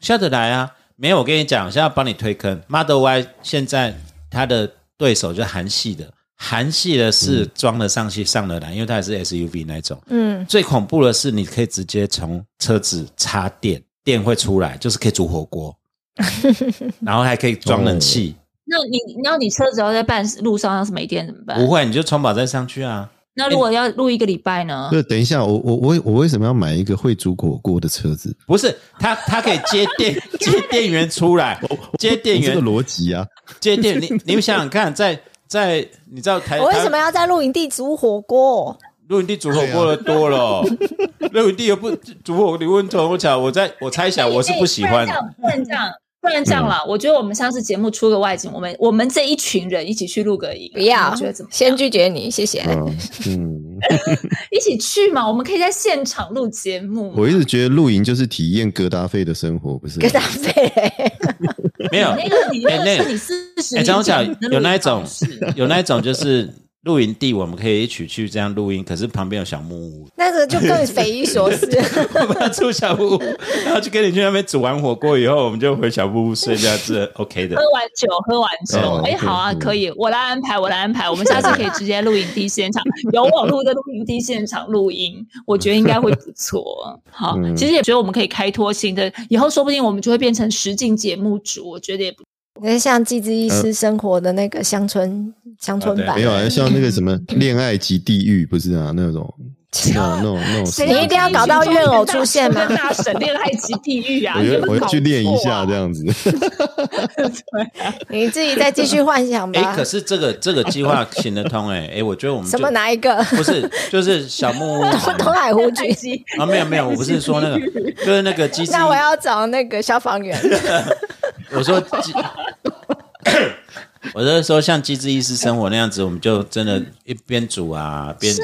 S3: 下得来啊。没有，我跟你讲，现在帮你推坑。Model Y 现在它的对手就是韩系的，韩系的是装得上去、上得来，因为它也是 SUV 那一种。
S4: 嗯，
S3: 最恐怖的是，你可以直接从车子插电，电会出来，就是可以煮火 锅，然后还可以装冷气。
S1: 那你，那你车子要在半路上要是没电怎
S4: 哦
S1: 么办？
S3: 不会，你就充饱再上去啊。
S1: 那如果要录一个礼拜呢？
S2: 对，等一下，我我我我为什么要买一个会煮火锅的车子？
S3: 不是，它它可以接 电接电源出来，接电
S2: 这个
S3: 源
S2: 逻辑啊，
S3: 接电。你你们想想看，在在你知道台
S4: 我为什么
S3: 台
S4: 要在露营地煮火锅？
S3: 露营地煮火锅的多了哦？露营地又不煮火锅，你问我讲，我在我猜想啊我是不喜欢
S1: 哎。哎不
S3: 嗯
S1: 然这样，不然这样。不然这样啦，我觉得我们下次节目出个外景，我们我们这一群人一起去录个影，
S4: 不要
S1: 你觉得怎，么样？
S4: 先拒绝你，谢谢。
S2: 嗯嗯，
S1: 一起去嘛，我们可以在现场录节目嘛。
S2: 我一直觉得露营就是体验戈达菲的生活，不是吗？
S4: 给他飞，
S3: 没有，
S1: 那个你
S3: 哎
S1: 那
S3: 那
S1: 个是你四十
S3: 哎，
S1: 年
S3: 张我讲
S1: 前的录
S3: 有那一
S1: 影
S3: 种
S1: 方式，
S3: 有那一种就是露营地，我们可以一起去这样露营，可是旁边有小木屋，
S4: 那个就更匪夷所思。
S3: 我们要住小木屋，然后就跟你去那边煮完火锅以后，我们就回小木屋睡觉，这 OK 的。
S1: 喝完酒，喝完酒，
S2: 哦
S1: 哎、
S2: OK，
S1: 好啊，
S2: 嗯
S1: 可以，我来安排，我来安排，我们下次可以直接录影地现场，有我录的录影地现场录音，我觉得应该会不 错。好，
S2: 嗯
S1: 其实也觉得我们可以开拓新的，以后说不定我们就会变成实境节目组，我觉得也不
S4: 那像寄之医师生活的那个乡村乡村
S3: 啊
S4: 版
S2: 没
S3: 对，
S2: 有啊，像那个什么恋爱及地狱，不是啊，那种那种那种那种，
S4: 你一 定要搞到怨偶出现吗
S1: 跟大神恋爱及地狱啊！
S2: 我
S1: 你有
S2: 要
S1: 没有
S2: 我要去
S1: 搞
S2: 练一
S1: 错
S2: 下
S1: 啊
S2: 这样子。
S4: 你自己再继续幻想
S3: 哎、
S4: 吧
S3: 可。是这个这个计划行得通哎、哎、我觉得我们就
S4: 什么哪一个？
S3: 不是就是小木 屋
S4: 东海湖 区。
S1: 及
S3: 啊？没有没有，我不是说那个，就是那个机制。
S4: 那我要找那个消防员。
S3: 我说机，我是说像《机智医师生活》那样子，我们就真的一边煮啊，边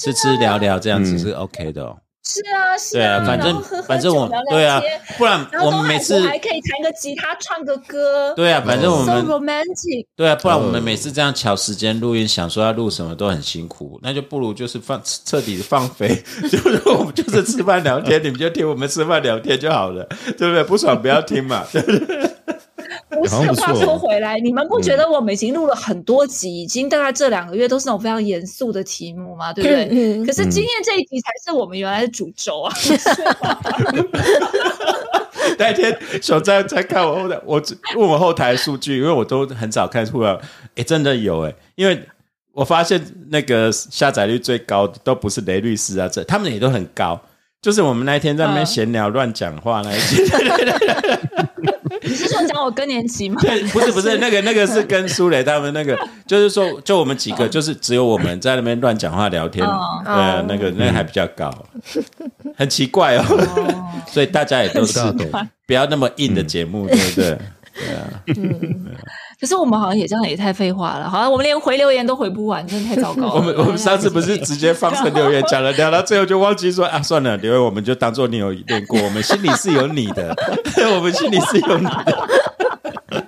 S3: 吃吃聊聊这样子
S2: 嗯
S3: 是 OK 的哦。
S1: 是啊，是
S3: 对啊，反
S1: 然
S3: 正
S1: 后喝喝
S3: 反正
S1: 酒
S3: 我
S1: 聊聊
S3: 对啊
S1: 天，
S3: 不然
S1: 然后东
S3: 我们
S1: 海
S3: 每
S1: 湖
S3: 次
S1: 还可以弹个吉他，唱个歌，
S3: 对啊，反正我
S1: s o
S3: 们
S1: romantic。
S3: 对啊，不然我们
S2: 嗯
S3: 每次这样巧时间录音，想说要录什么都很辛苦，那就不如就是放彻底放飞，就是我们就是吃饭聊天，你们就听我们吃饭聊天就好了，对不对？不爽不要听嘛，对不对？
S1: 不是
S2: 好像不错
S1: 话说回来，你们不觉得我们已经录了很多集，已经大概这两个月都是那种非常严肃的题目嘛，对不对？
S4: 嗯
S1: 可是今天这一集才是我们原来的主轴啊！
S3: 那天熊在在看我后台，我只问我后台数据，因为我都很少看出来。诶，真的有诶，因为我发现那个下载率最高的都不是雷律师啊，这他们也都很高。就是我们那一天在那边
S1: 嗯
S3: 闲聊、乱讲话那一天，
S1: 你是说讲我更年期吗？
S3: 对， 不是不是，那个那 个是跟苏雷他们那个，就是说，就我们几个，就是只有我们在那边乱讲话聊天，
S1: 哦
S3: 呃，那个那个还比较高，很奇怪哦。
S1: 哦，
S3: 所以大家也都是
S2: 大 懂
S3: 不要那么硬的节目，对不对？
S1: 可是我们好像也这样也太废话了，好像我们连回留言都回不完，真的太糟糕了。哎
S3: 我们我们上次不是直接放成留言讲了，聊到最后就忘记说啊，算了，留言我们就当做你有练过，我们心里是有你 的，我们心里是有你的。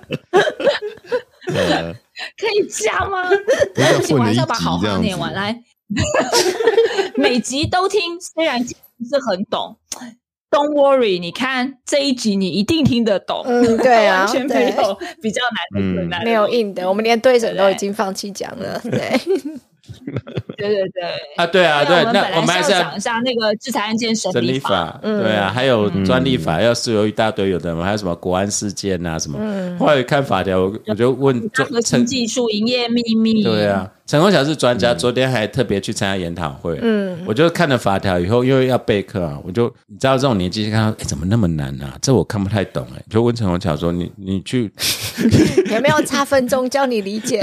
S2: 呃，
S1: 可以加吗？
S2: 不要
S1: 不行，我还
S2: 混了一
S1: 是要
S2: 集
S1: 把好
S2: 这
S1: 话
S2: 样
S1: 念完。
S2: 子。
S1: 来， 每集都听，虽然不是很懂。Don't worry，你看这一集你一定听得懂。
S4: 嗯，对啊，
S1: 完全没
S4: 对，
S1: 有比较难的困难，
S4: 没有硬的，我们连对手
S1: 对
S4: 都已经放弃讲了，对，
S1: 对对对。
S3: 啊，对啊，
S1: 因为
S3: 对，
S1: 我们
S3: 那我
S1: 本
S3: 们还
S1: 来
S3: 是
S1: 是要
S3: 要
S1: 讲一下那个制裁案件审
S3: 整
S1: 理
S3: 理
S1: 法，
S3: 法，
S4: 嗯
S3: 对啊，还有专利法，要是有一大堆有的嘛，还有什么国安事件啊什么。后来看法条，我我就问
S1: 它
S3: 专
S1: 核心
S3: 陈，
S1: 技术、营业秘密，
S3: 对，啊，陈功晓是专家，昨天还特别去参加研讨会。嗯，我就看了法条以后，因为要备课啊，我就你知道这种年纪看到，哎，怎么那么难啊？这我看不太懂哎、就问陈功晓说，你你去
S4: 有没有差分钟教你理解？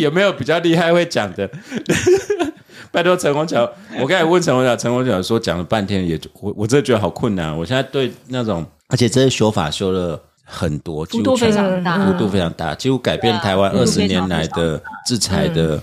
S3: 有没有比较厉害会讲的？ 拜托陈宏桥，我刚才问陈宏桥，陈宏桥说讲了半天也，我我真的觉得好困难。啊我现在对那种，而且这些修法修了很多，
S1: 幅度非常大，
S3: 幅度非常大，几乎改变台湾
S1: 对啊
S3: 二十年来的制裁的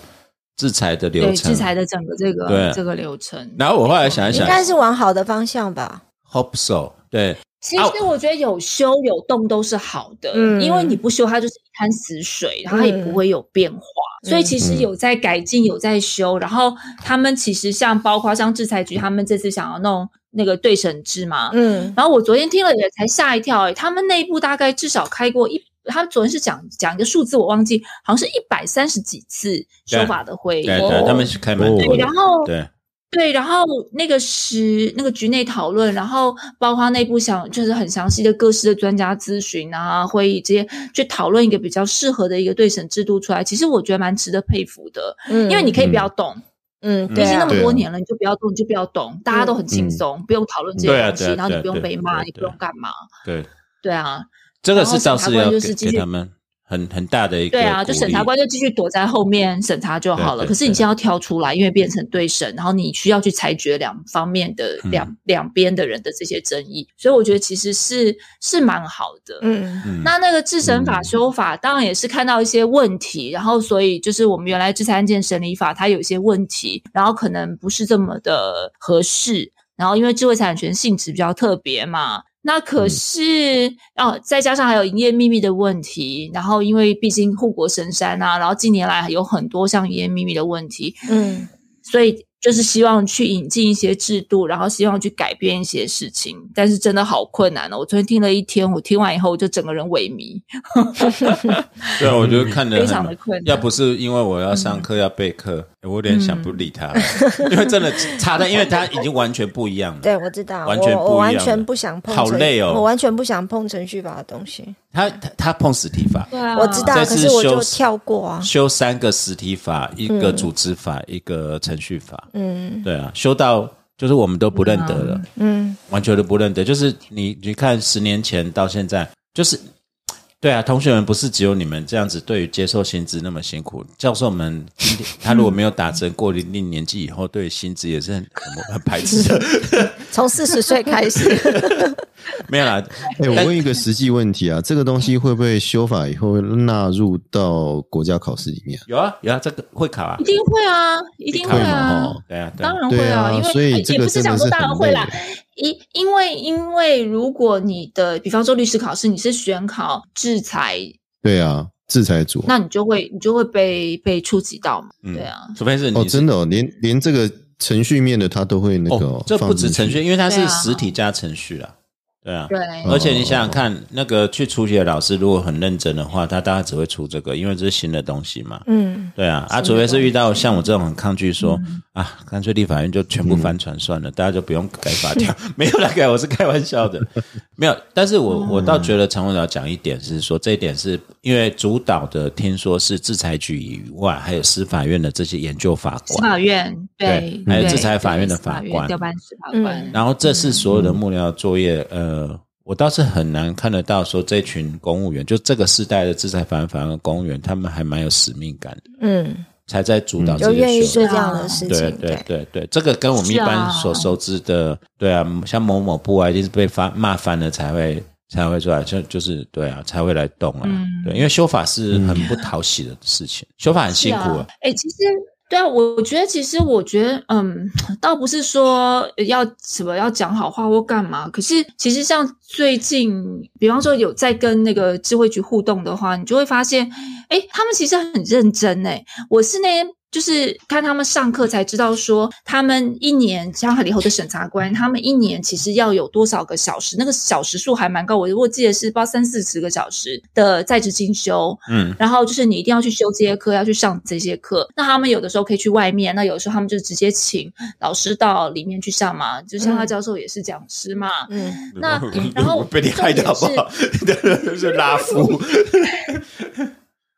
S3: 制裁的
S1: 嗯
S3: 流
S1: 对
S3: 程
S1: 制。裁的整个这个
S3: 对啊
S1: 这个流程。
S3: 然后我后来想一
S4: 应
S3: 想
S4: 该是往好的方向吧。
S3: ，hope so，对，
S1: 其实我觉得有修有动都是好的，
S4: 嗯
S1: 因为你不修它就是一滩死水，然后它也不会有变化。所以其
S3: 嗯
S1: 实有在改进，有在修。然后他们其实像包括像制裁局，他们这次想要弄那个对审制嘛，
S4: 嗯，
S1: 然后我昨天听了也才吓一跳、欸，他们内部大概至少开过一，他们昨天是讲讲一个数字，我忘记，好像是一百三十几次修法的会议。
S3: 对对，他们是开蛮
S1: 哦
S3: 多
S1: 对，
S3: 的
S1: 然，后
S3: 对，
S1: 对，然后那个时那个局内讨论，然后包括内部想就是很详细的各式的专家咨询啊、会议这些，去讨论一个比较适合的一个对审制度出来。其实我觉得蛮值得佩服的，
S4: 因
S1: 因为你
S3: 嗯
S1: 可以不要动，
S4: 嗯，
S1: 毕
S4: 对
S1: 竟那
S4: 啊，
S1: 么多年了，你就不要动，你就不要动，大家都很轻松，不用讨论这
S3: 嗯对
S1: 些
S3: 啊
S1: 东西，
S3: 对啊
S1: 然后
S3: 对
S1: 你
S3: 啊
S1: 不用
S3: 对
S1: 被
S3: 对
S1: 骂，
S3: 对
S1: 你不用干嘛，
S3: 对，
S1: 对啊，
S3: 这个是倒
S1: 然后审
S3: 是
S1: 查
S3: 要
S1: 官就
S3: 给
S1: 是继
S3: 给
S1: 续
S3: 他们很很大的一个
S1: 对啊，就
S3: 鼓
S1: 审查
S3: 励
S1: 官就继续躲在后面审查就好了。
S3: 对对
S1: 可是你
S3: 对
S1: 现在要挑出来，因为变成对审，然后你需要去裁决两方面的、
S3: 嗯
S1: 两两边的人的这些争议，所以我觉得其实是是蛮好的。
S4: 嗯
S3: 嗯
S1: 那那个制审法修法，当然也是看到一些问题，然后所以就是我们原来制裁案件审理法它有一些问题，然后可能不是这么的合适，然后因为智慧财产权性质比较特别嘛。那可是、哦，再加上还有营业秘密的问题，然后因为毕竟护国神山啊，然后近年来有很多像营业秘密的问题，
S4: 嗯
S1: 所以就是希望去引进一些制度，然后希望去改变一些事情，但是真的好困难哦！我昨天听了一天，我听完以后我就整个人萎靡，
S3: 对，啊我觉得看得
S1: 非常
S3: 很
S1: 的嗯困难
S3: 要不是因为我要上课要备课，我
S1: 嗯
S3: 有点想不理他， 因为真的差的，因为他已经完全不一样了。
S4: 对，我知道，
S3: 完全
S4: 我
S3: 不
S4: 我
S3: 一
S4: 完
S3: 样
S4: 全
S3: 的
S4: 不想碰，
S3: 好累哦
S4: 我完全不想碰程序法的东西。
S3: 他他他碰实体法，
S1: 对啊
S4: 我知道，
S3: 这
S4: 可
S3: 次
S4: 是我就
S3: 修
S4: 跳过啊。
S3: 修三个实体法，一个
S1: 嗯
S3: 组织法，一个程序法。
S4: 嗯
S3: 对啊，修到就是我们都不认得了，
S4: 嗯
S3: 完全都不认得。就是你你看十年前到现在，就是。对啊，同学们不是只有你们这样子，对于接受薪资那么辛苦。教授们今天他如果没有打针，过了一定年纪以后，对于薪资也是很很很排斥 的。
S4: 从四十岁开始，
S3: 没有啦，
S2: 哎、我问一个实际问题啊，这个东西会不会修法以后会纳入到国家考试里面？
S3: 有啊有啊，这个会考啊
S1: 一，定会啊，一定会
S2: 嘛
S1: 啊，
S2: 哈，
S3: 对啊对啊
S1: 当然会
S2: 对啊，
S1: 因为
S2: 所以这
S1: 也
S2: 个
S1: 不是
S2: 真
S1: 讲
S2: 的
S1: 说
S2: 是
S1: 当然
S2: 很
S1: 会
S2: 累
S1: 啦，因因为因为如果你的，比方说律师考试，你是选考制裁，
S2: 对啊，制裁组
S1: 那你就会你就会被被触及到嘛，
S3: 嗯
S1: 对啊，
S3: 除非是你
S2: 哦，
S3: 是
S2: 真的哦，连连哦这个程序面的他都会那个、
S3: 哦哦，这不止程序，，因为它
S1: 对
S3: 是
S1: 啊
S3: 实体加程序啦，对啊，
S1: 对，
S4: 哦
S3: 而且你想想看，那个去出血的老师如果很认真的话，他大概只会出这个，因为这是新的东西嘛。
S4: 嗯，
S3: 对啊，啊，
S4: 新的嗯
S3: 除非是遇到像我这种很抗拒说、啊，干脆立法院就全部翻船算了，大家就不用改法条。
S4: 嗯
S3: 没有啦，改我是开玩笑 的，没有。但是我我倒觉得陈文导讲一点是说，这一点是因为主导的，听说是制裁局以外，还有司法院的这些研究法
S1: 司
S3: 官，
S1: 法院对，
S3: 还有
S1: 对
S3: 制裁法院的
S1: 对司
S3: 法官
S1: 院调办司法官
S4: 嗯，
S3: 然后这是所有的幕僚作业，呃，我倒是很难看得到说这群公务员，就这个世代的制裁法案法案的公务员，他们还蛮有使命感的，
S4: 嗯，
S3: 才在主导
S4: 就
S3: 这
S4: 愿意
S3: 些
S4: 做
S3: 事。
S4: 这样的事
S3: 对
S4: 情，
S3: 对对对，这个跟我们一
S1: 是啊
S3: 般所熟知的，对啊，像某某部啊，一定是被发骂翻了才会才会出来，就就是对啊，才会来动啊，
S1: 嗯
S3: 对，因为修法是很不讨喜的事情，修法很辛苦
S1: 是啊。哎、其实对啊，我我觉得其实我觉得，嗯，倒不是说要什么要讲好话或干嘛，可是其实像最近，比方说有在跟那个智慧局互动的话，你就会发现，哎、他们其实很认真哎、我是那天就是看他们上课才知道说，他们一年像以后的审查官，他们一年其实要有多少个小时，那个小时数还蛮高，我我记得是不知道三四十个小时的在职进修，
S3: 嗯
S1: 然后就是你一定要去修这些课，要去上这些课。那他们有的时候可以去外面，那有的时候他们就直接请老师到里面去上嘛。就像他教授也是讲师嘛，
S4: 嗯，
S1: 那然后
S3: 被你害的好不好？ 就是拉夫，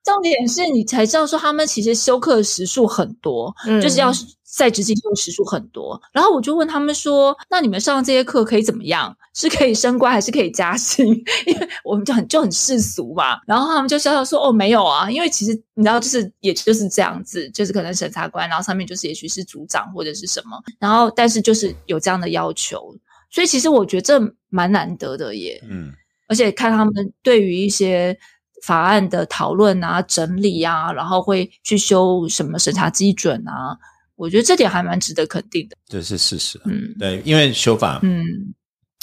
S1: 重点是你才知道说他们其实修课时数很多，
S4: 嗯
S1: 就是要在职进修时数很多。然后我就问他们说：“那你们上这些课可以怎么样？是可以升官还是可以加薪？” 因为我们就很就很世俗嘛。然后他们就笑笑说：“哦，没有啊，因为其实你知道，就是也就是这样子，就是可能审查官，然后上面就是也许是组长或者是什么，然后但是就是有这样的要求。”所以其实我觉得这蛮难得的耶，
S3: 嗯。
S1: 而且看他们对于一些法案的讨论啊、整理啊，然后会去修什么审查基准啊，我觉得这点还蛮值得肯定的。
S3: 这是事实啊、
S1: 嗯
S3: 对，因为修法，
S1: 嗯，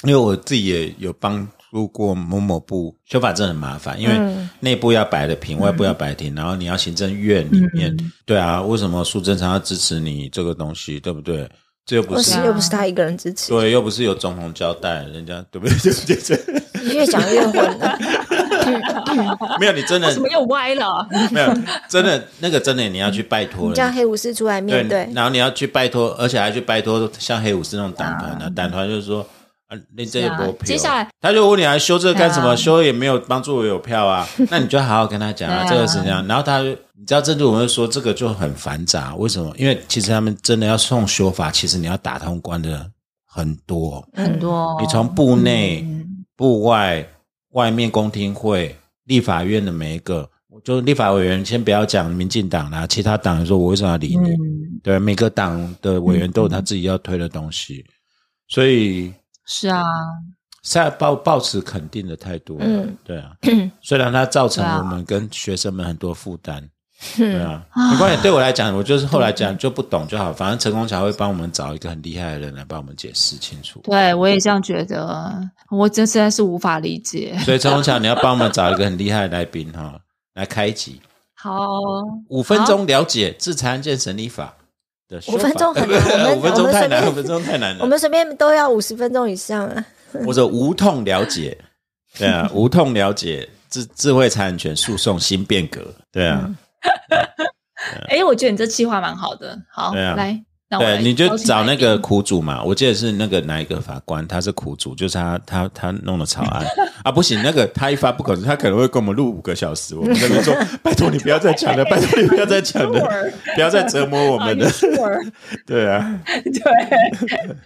S3: 因为我自己也有帮助过某某部修法，真的很麻烦，因为
S4: 嗯
S3: 内部要摆的平，外部要摆平，然后你要行政院里面，对啊，为什么苏贞昌要支持你这个东西，对不对？这又不
S4: 不
S3: 是
S4: 是
S1: 啊
S4: 又不是他一个人支持，
S3: 对，又不是有总统交代，人家 对不对？对不对？
S4: 越讲 越混了，
S3: 没有，你真
S1: 为什
S3: 的
S1: 么又歪了？
S3: 没有，真的那个真的你要去拜托人
S4: 叫黑武士出来面对，嗯
S3: 然后你要去拜托，而且还去拜托像黑武士那种党团的、党团就是说，啊，你这也不
S1: 是
S3: 票、
S1: 啊接下来
S3: 他就问你啊，修这个干什么？
S1: 对啊
S3: 修也没有帮助我有票 啊，那你就好好跟他讲啊，
S1: 对啊
S3: 这个是这样。然后他就，你知道政治我们说这个就很繁杂，为什么？因为其实他们真的要送修法，其实你要打通关的很多，
S1: 很多，
S3: 你从部内、
S1: 哦嗯
S3: 部外、外面公听会、立法院的每一个。就是立法委员，先不要讲民进党啦，其他党说我为什么要理你？
S1: 嗯，
S3: 对，每个党的委员都有他自己要推的东西，所以
S1: 是啊，
S3: 是要抱抱持肯定的态度。嗯
S4: 嗯，
S3: 对啊， 虽然它造成
S1: 对啊
S3: 我们跟学生们很多负担，对
S4: 嗯
S3: 啊，没关系。对我来讲，我就是后来讲就不懂就好，反正陈功桥会帮我们找一个很厉害的人来帮我们解释清楚。
S1: 对我也这样觉得，我这实在是无法理解。
S3: 所以陈功桥，你要帮我们找一个很厉害的来宾哈、 来开一集
S1: 好，
S3: 五分钟了解制裁案件审理法的修法。
S4: 五分钟很 难
S3: 不是
S4: 我们
S3: 五分钟
S4: 我们
S3: 太
S4: 随
S3: 难，
S4: 便
S3: 五分钟太难了。
S4: 我们随便都要五十分钟以上啊，
S3: 或者无痛了解，对啊，无痛了解智智慧财产权诉讼新变革，对啊，
S1: 哎，我觉得你这计划蛮好的。好，
S3: 对啊
S1: 来，那我
S3: 对，
S1: 来
S3: 你就
S1: 邀请
S3: 找那
S1: 来
S3: 个
S1: 宾
S3: 苦主嘛，我记得是那个哪一个法官，他是苦主，就是他他他弄的草 案啊，不行，那个他一发不可能，他可能会跟我们录五个小时，我们在那边说，拜托你不要再讲了，拜托你不要再讲 了，不要再折磨我
S1: 啊
S3: 们了，对啊，
S1: 对，
S3: 对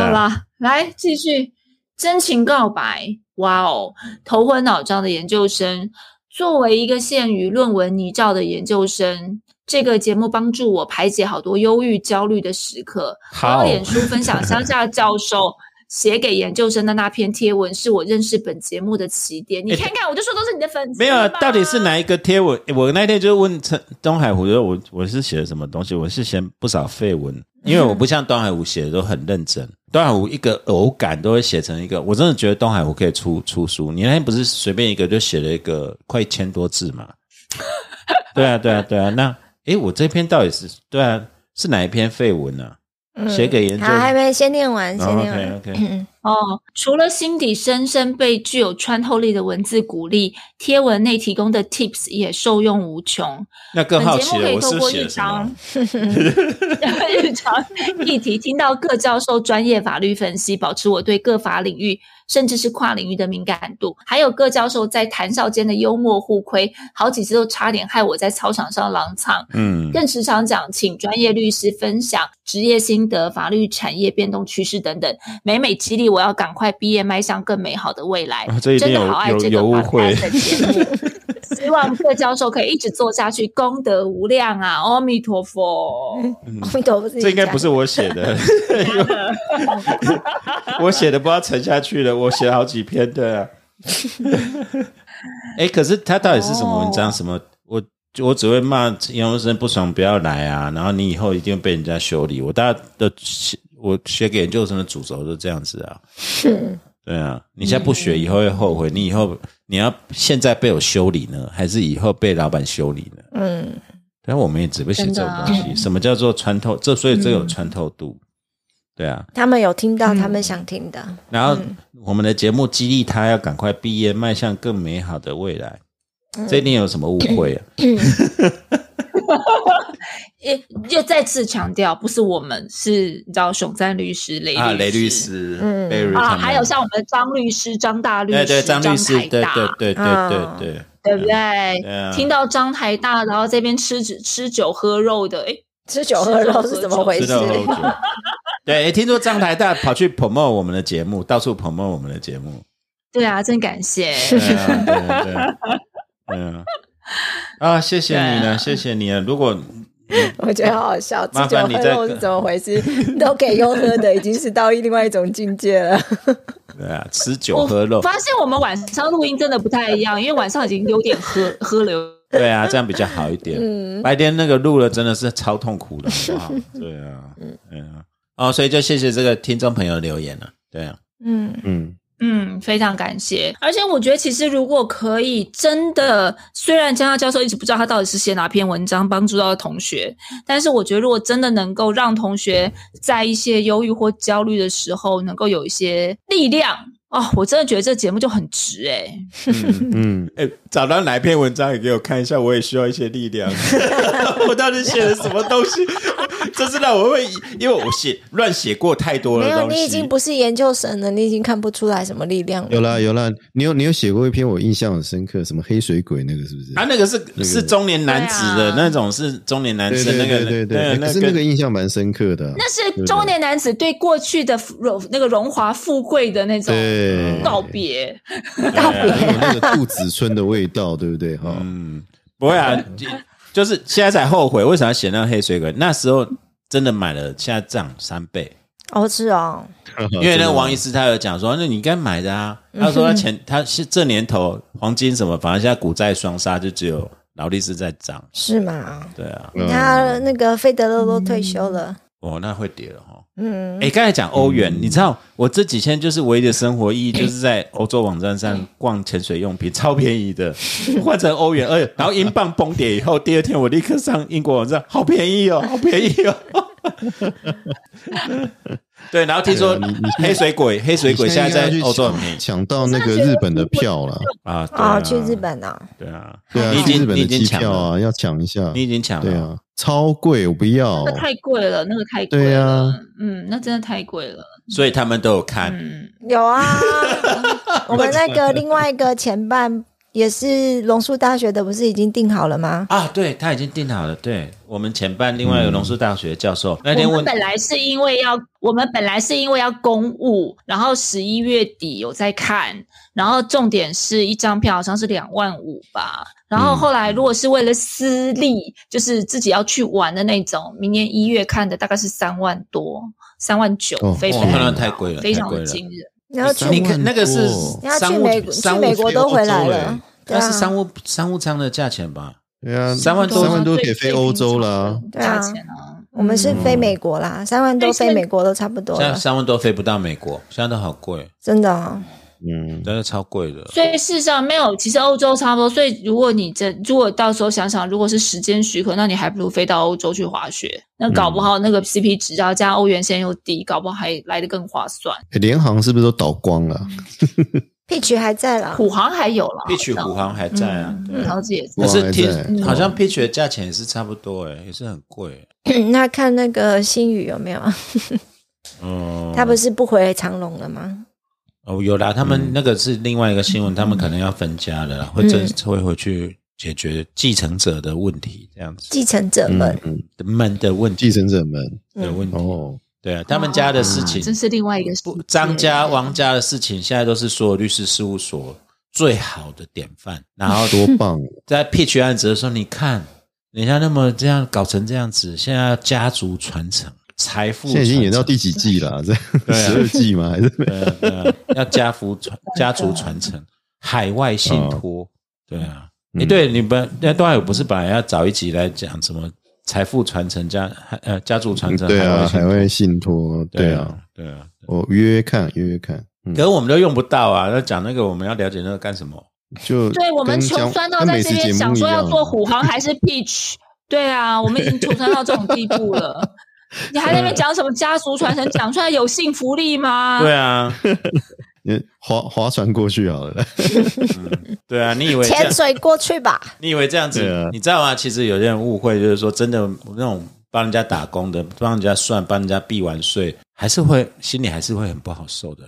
S1: 好
S3: 啊
S1: 啦，来继续真情告白。哇哦，头昏脑胀的研究生，作为一个陷于论文泥沼的研究生，这个节目帮助我排解好多忧郁、焦虑的时刻。
S3: 好
S1: 我脸书分享乡下教授写给研究生的那篇贴文，是我认识本节目的起点。你看看，我就说都是你的粉丝。
S3: 哎没有，啊，到底是？哪一个贴我？我那天就问陈东海湖，我我是写了什么东西？我是写不少绯闻，
S1: 嗯
S3: 因为我不像东海湖写的都很认真。东海湖一个偶感都会写成一个，我真的觉得东海湖可以出出书。你那天不是随便一个就写了一个快一千多 字嘛？对啊，对啊，对啊。那诶，我这篇到底是对啊？是哪一篇绯闻呢、啊？写给研究
S4: 好，还没先念完，
S3: 然
S4: 先
S3: 后
S4: 念
S3: OK
S4: 完，嗯
S3: OK，
S1: 哦，除了心底深深被具有穿透力的文字鼓励，贴文内提供的 tips 也受用无穷。
S3: 那更好奇了，
S1: 本
S3: 我
S1: 节
S3: 是
S1: 目
S3: 不
S1: 可
S3: 是
S1: 以
S3: 写
S1: 透
S3: 了
S1: 过日
S3: 什么
S1: 常？ 日常议题，听到各教授专业法律分析，保持我对各法领域甚至是跨领域的敏感度，还有各教授在谈笑间的幽默互亏，好几次都差点害我在操场上狼藏。
S3: 嗯，
S1: 更时常讲，请专业律师分享职业心得、法律产业变动趋势等等，每每激励我要赶快毕业，迈向更美好的未来。
S3: 啊这一定
S1: 真的
S3: 有
S1: 好爱
S3: 有
S1: 这个
S3: 有误
S1: podcast
S3: 会
S1: 的节目，希望各教授可以一直做下去，功德无量啊！阿弥陀佛。
S4: 阿弥陀佛，
S3: 嗯这应该不是我写的， 我写的不知道沉下去了，我写了好几篇的、啊。哎、可是他到底是什么文章？
S1: 哦
S3: 什么？我我只会骂研究生不爽不要来啊，然后你以后一定被人家修理。我大家的我写给研究生的主轴都这样子啊。 对啊，你现在不学，以后会后悔。你以后你要现在被我修理呢，还是以后被老板修理呢？
S4: 嗯，
S3: 但我们也只会写这
S1: 啊
S3: 种东
S1: 嗯
S3: 西。什么叫做穿透？这所以这有穿透度，对啊。
S4: 他们有听到他们想听的，
S3: 然后
S1: 嗯
S3: 我们的节目激励他要赶快毕业，迈向更美好的未来。
S1: 嗯
S3: 这一定有什么误会 啊？
S1: 也又再次强调，不是我们，是你知道熊赞律师、雷
S3: 啊，雷律
S1: 律
S3: 师，
S4: 嗯
S3: 贝瑞他
S1: 啊，
S3: 们
S1: 还有像我们张律师、张大律师、
S3: 对对张律师，
S1: 台
S3: 对
S1: 大，
S3: 对对对对
S1: 嗯
S4: 啊
S3: 对，
S1: 对不对？
S3: 对啊
S1: 听到张台大，然后这边吃吃吃酒喝肉的，哎，
S4: 吃酒喝肉是怎么回
S3: 知
S4: 事？
S3: 道后 久。 对，诶听说张台大跑去 promote 我们的节目，到处 promote 我们的节 目。
S1: 对啊，真感谢。
S3: 对啊，对啊对啊，对啊。啊，谢谢你
S1: 对
S3: 呢，
S1: 啊
S3: 谢谢你啊！如果
S4: 我觉得好好笑，吃
S3: 麻
S4: 酒
S3: 烦你
S4: 喝
S3: 再
S4: 肉是怎么回事？ 都给用喝的，已经是到另外一种境界 了。
S3: 对啊，吃
S1: 我
S3: 酒喝肉，
S1: 发现我们晚上录音真的不太一样，因为晚上已经有点喝喝流。
S3: 对啊，这样比较好一
S4: 嗯
S3: 点。白天那个录了真的是超痛苦的，好不 好？对啊，
S4: 嗯
S3: 对啊，哦，所以就谢谢这个听众朋友留言了、对啊，
S4: 嗯，
S2: 嗯，
S1: 嗯，非常感谢。而且我觉得，其实如果可以，真的，虽然江大教授一直不知道他到底是写哪篇文章帮助到同学，但是我觉得，如果真的能够让同学在一些忧郁或焦虑的时候，能够有一些力量哦，我真的觉得这节目就很值诶、
S3: 嗯，
S2: 嗯，
S3: 哎、找到哪一篇文章也给我看一下，我也需要一些力量。 我到底写了什么东西？ 这是让我会，因为我写乱写过太多
S4: 没
S3: 的
S4: 有，
S3: 东西。
S4: 你已经不是研究生了，你已经看不出来什么力量了。
S2: 有啦有啦，你有你有写过一篇我印象很深刻，什么黑水鬼那个是不是？
S3: 他那个是啊是中年男子
S1: 对
S3: 的、
S1: 啊
S3: 那种，是中年男
S2: 对
S3: 生
S2: 对
S3: 那个，
S2: 对对对，可
S3: 那
S2: 是那个印象蛮深刻的啊。
S1: 那是中年男子对过去的荣那个荣华富贵的那种
S2: 对
S1: 告别。
S3: 大
S2: 有那个杜子春的味道，对不对？哈，
S3: 嗯，不会啊， 就就是现在才后悔，为什么要写那个黑水鬼？那时候真的买了，现在涨三倍。
S4: 哦，是哦，
S2: 因
S3: 因为那个王医师他有讲说，那你应该买的啊。他说他前他是这年头黄金什么，反正现在股债双杀，就只有劳力士在涨。
S4: 是吗？
S3: 对啊，
S2: 嗯
S4: 他那个费德勒都退休了，
S3: 哦，那会跌了哈。
S4: 嗯，
S3: 哎，刚才讲欧元，你知道我这几天就是唯一的生活意义，就是在欧洲网站上逛潜水用品，超便宜的， 换成欧元，而且然后英镑崩跌以后，第二天我立刻上英国网站，好便宜哦，好便宜哦。对，然后听说
S2: 对啊你你
S3: 黑水鬼，黑水鬼现在在欧洲很便宜
S2: 抢到那个日本的票了，
S3: 啊，对
S4: 哦，
S3: 啊
S4: 去日本啊，
S3: 对啊，
S2: 对啊，
S3: 你已
S2: 去日
S3: 经
S2: 本的
S3: 你已经
S2: 机
S3: 抢
S2: 票
S3: 了，
S2: 啊，要抢一下
S3: 你。已经抢了，
S2: 对啊，超贵，我不要
S1: 那。太贵了，那个太贵了。
S2: 哦对啊
S1: 嗯，那真的太贵了。
S3: 所以他们都有看。
S1: 嗯，
S4: 有 啊。我们那个另外一个前半也是龙树大学的，不是已经定好了吗？
S3: 啊，对，他已经定好了。对我们前办另外一个龙树大学教
S4: 嗯
S3: 授、那天
S1: 我们，
S3: 问
S2: 嗯
S1: 本来是因为要，我们本来是因为要公务，然后十一月底有在看，然后重点是一张票好像是两万五吧，然
S2: 嗯
S1: 后后来如果是为了私立，就是自己要去玩的那种，明年一月看的大概是三万多，三万九
S2: 哦，
S1: 非
S3: 哇
S1: 常
S2: 哦
S3: 那太贵了
S1: 非常
S3: 太贵
S1: 的
S3: 了
S1: 惊人。
S4: 然后
S2: 三
S4: 去
S3: 你看
S2: 万
S3: 那个是
S2: 多
S4: 你要去
S3: 商务
S4: 美国
S3: 商务
S4: 去美国都回来
S3: 欧洲
S4: 了
S3: 欸
S4: 对
S3: 那
S4: 啊
S3: 是商务商务舱的价钱吧？
S2: 对啊，
S3: 三万多
S2: 三万多可以飞欧洲了啊。
S1: 对啊，价钱啊，
S4: 我们
S3: 嗯
S4: 是飞美国啦，三万多
S1: 但是
S4: 飞美国都差不多
S3: 现在
S4: 了，
S3: 三万多飞不到美国，现在都好贵。
S4: 真的啊。
S2: 嗯，
S3: 真的超贵的。
S1: 所以事实上没有，其实欧洲差不多。所以如果你这如果到时候想想，如果是时间许可，那你还不如飞到欧洲去滑雪。那搞
S3: 嗯
S1: 不好那个 CP 值，然后加欧元线又低，搞不好还来得更划算。
S2: 诶哎联航是不是都倒光了？
S4: Peach 还在啦，
S1: 虎航还有啦
S3: Peach 虎航还在啊，
S4: 嗯
S3: 对
S1: 然后自己也
S3: 可
S2: 虎航
S3: 是
S2: 还
S3: 听
S2: 在
S3: 好像 Peach 的价钱也是差不多哎，也是很贵。
S4: 那看那个新宇有没
S3: 哦
S4: 有啊？
S2: 哦
S3: 嗯，
S4: 他不是不回长隆了吗？
S3: 哦有啦，他们那个是另外一个新闻，他们可能要分家了啦，会正会回去解决继承者的问题，这样子
S4: 继承者
S2: 嗯
S3: 嗯
S4: 们，
S3: 们的问题
S2: 继承者们
S3: 的问题。
S2: 哦，
S3: 对啊，他们家的事情
S1: 真嗯是另外一个世
S3: 不
S1: 界
S3: 张家、王家的事情，现在都是所有律师事务所最好的典范。然后
S2: 多棒！啊
S3: 在 pitch 案子的时候，你看人家那么这样搞成这样子，现在要家族传承、财富
S2: 现
S3: 传承，
S2: 在已经演到第几季了啊？这
S3: 对啊
S2: 十二季吗？还是
S3: 对啊对啊要家福传、家族传承、海外信托，
S2: 哦
S3: 对
S2: 嗯
S3: 啊。哎、对你本那段友不是本来要找一集来讲什么财富传承、家呃家族传承、
S2: 对啊，
S3: 海
S2: 海
S3: 外信托
S2: 外信托，对
S3: 对
S2: 啊，
S3: 啊，对啊。
S2: 我约约看，约约看，嗯
S3: 可，是我们都用不到啊！那讲那个，我们要了解那个干什么？
S2: 就
S1: 对我们
S2: 跟
S1: 穷
S2: 江
S1: 酸到
S2: 跟
S1: 在
S2: 每
S1: 这
S2: 次节
S1: 边
S2: 目
S1: 想
S2: 一
S1: 说要
S2: 样啊
S1: 做虎航还是 Peach，对啊，我们已经穷酸到这种地步了。你还在那边讲什么家族传承？讲出来有信服力吗？
S3: 对啊，
S2: 嗯划划船过去好了。
S3: 对啊，你以 为这样
S4: 潜？水过去吧。
S3: 你以为这样子？
S2: 对啊
S3: 你知道吗？其实有些人误会，就是说真的那种帮人家打工的，帮人家算，帮人家避完税，还是会心里还是会很不好受的。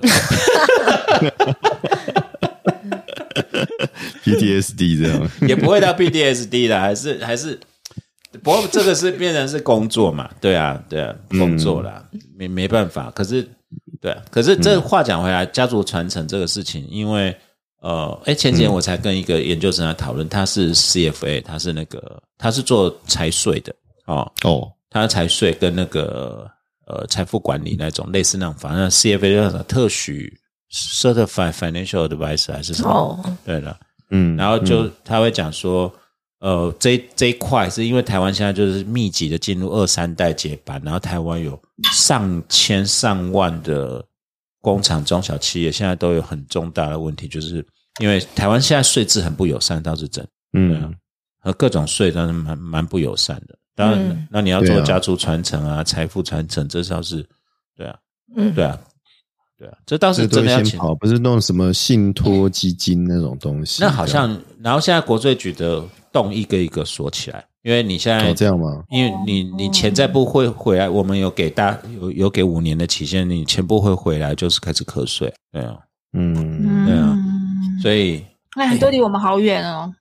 S2: PTSD 这样，
S3: 也不会到 BDSD 啦，还是还是，不过这个是变成是工作嘛，对啊，对啊，工作啦，没没办法。可是，对、啊，可是这话讲回来，家族传承这个事情，因为呃，哎，前几天我才跟一个研究生来讨论，他是 CFA，他是那个他是做财税的 哦，
S2: 哦，
S3: 他财税跟那个呃财富管理那种类似那种，反正 CFA 叫什么特许 Certified Financial Advisor 还是什么，
S4: 哦，
S3: 对了。
S2: 嗯，
S3: 然后就他会讲说，呃，这这一块是因为台湾现在就是密集的进入二三代接班，然后台湾有上千上万的工厂中小企业现在都有很重大的问题，就是因为台湾现在税制很不友善，倒是真的。啊
S2: 嗯，
S3: 和各种税当然蛮蛮不友善的。当然，
S4: 嗯
S3: 那你要做
S2: 对啊
S3: 家族传承啊、财富传承，这倒是对啊，
S4: 嗯
S3: 对啊，对啊，这倒
S2: 这
S3: 是
S2: 都会
S3: 真的要
S2: 先
S3: 请。
S2: 跑，不是弄什么信托基金那种东西。
S3: 那好像，然后现在国税局的洞一个一个锁起来，因为你现
S2: 这样
S3: 在
S2: 哦这样吗？
S3: 因为你你钱再不会回来，我们有给大有有给五年的期限，你钱不会回来就是开始课税，对啊，
S2: 嗯，
S3: 对啊
S1: 嗯，
S3: 所以
S1: 哎，都离我们好远哦。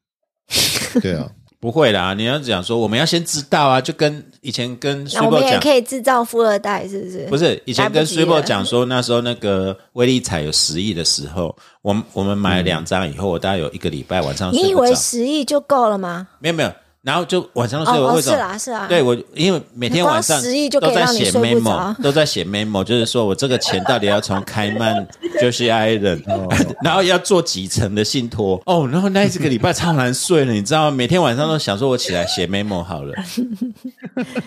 S2: 对啊，
S3: 不会啦。你要讲说我们要先知道啊，就跟以前跟
S4: 那
S3: 苏
S4: 我
S3: 博
S4: 们也
S3: 讲，
S4: 可以制造富二代，是不是？
S3: 不是以前
S4: 来
S3: 跟
S4: 不及了
S3: s u p e 讲说，那时候那个威力彩有十亿的时候，我们我们买了两张以后，我大概有一个礼拜晚上
S4: 你
S3: 睡
S4: 以
S3: 不
S4: 为
S3: 着，
S4: 十亿就够了吗？
S3: 没有没有，然后就晚上都睡不
S4: 哦，
S3: 着。
S4: 哦
S3: 为什
S4: 是
S3: 么？
S4: 啦，是啦，
S3: 对，我，因为每天晚上
S4: 光十亿就可
S3: 都
S4: 以
S3: 在
S4: 让你
S3: 写
S4: 睡不着
S3: memo，都在写 memo，就是说我这个钱到底要从开曼 就是爱人， 然后要做几层的信托哦，然后那一个礼拜超难睡了，你知道吗？每天晚上都想说我起来写 memo 好了。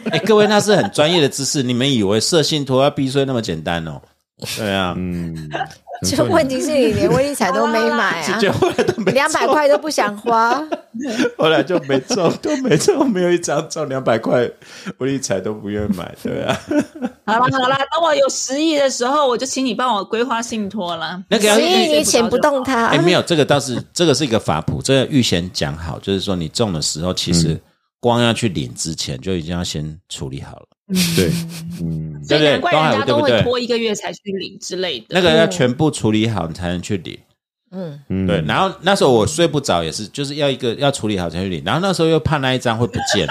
S3: 哎，各位，那是很专业的知识，你们以为设信托要避税那么简单哦？对啊，
S2: 嗯，
S4: 就问题是你连威力彩都没 买啊，
S3: 就后来都没
S4: 两百块都不 想花，
S3: 后来就没中，都没中，没有一张中两百块，我理财都不愿意买，对啊。
S1: 好啦好啦，等我有十亿的时候，我就请你帮我规划信托啦。
S3: 那个要
S4: 十
S3: 所以
S4: 亿你请不动它
S3: 哎、，没有，这个倒是这个是一个法谱，这个预先讲好，就是说你中的时候，其实光要去领之前就已经要先处理好了，
S2: 对，嗯，
S1: 所以难怪
S3: 对不对
S1: 人家
S3: 东
S1: 都会
S3: 海有对不对
S1: 拖一个月才去领之类的。
S3: 那个要全部处理好你才能去领。
S4: 嗯，
S2: 嗯
S3: 对，然后那时候我睡不着，也是就是要一个要处理好才去领，然后那时候又怕那一张会不见，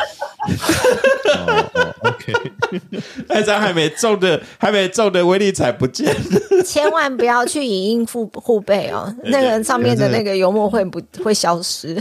S2: 哦哦，OK，
S3: 那一张还没中的还没中的威力彩不见 了，
S4: 千万不要去影印付护背哦，那个上面的那个油墨会不会消失？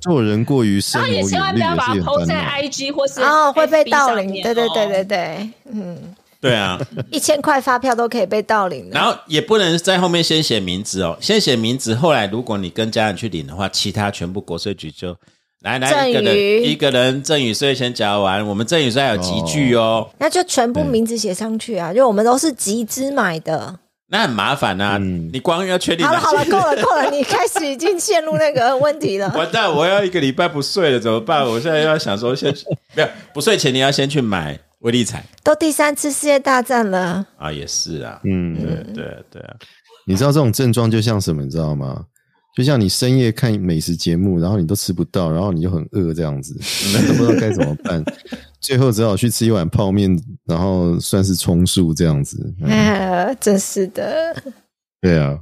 S2: 做人过于深
S1: 然后
S2: 谋
S1: 也
S2: 远虑也是
S1: 千万不要把它
S2: 很
S1: PO
S2: 烦
S1: 在
S2: 恼。
S1: IG 或是
S4: 哦，会被
S1: FB
S4: 盗
S1: 上
S4: 领，
S1: 面
S4: 对对对
S1: 哦
S4: 对对，嗯，
S3: 对啊，
S4: 一千块发票都可以被盗领的
S3: 然。后也不能在后面先写名字哦，先写名字，后来如果你跟家人去领的话，其他全部国税局就来来
S4: 赠
S3: 一个人
S4: 与
S3: 一个人赠与税先缴完，我们赠与
S4: 嗯
S3: 税还有集聚哦。
S4: 那就全部名字写上去啊，就我们都是集资买的，
S3: 那很麻烦呐、
S2: 嗯
S3: 你光要确定
S4: 好了
S3: 哪
S4: 好
S3: 些
S4: 了，够了够了，你开始已经陷入那个问题了。
S3: 完蛋，我要一个礼拜不睡了，怎么办？我现在要想说先去，没有不睡前你要先去买威力彩
S4: 都第三次世界大战了，
S3: 啊，也是啊，
S2: 嗯，
S3: 对对对啊，
S2: 你知道这种症状就像什么，你知道吗？就像你深夜看美食节目，然后你都吃不到，然后你就很饿这样子，你都不知道该怎么办，最后只好去吃一碗泡面，然后算是充数这样子。嗯
S4: 哎，真是的。
S2: 对啊，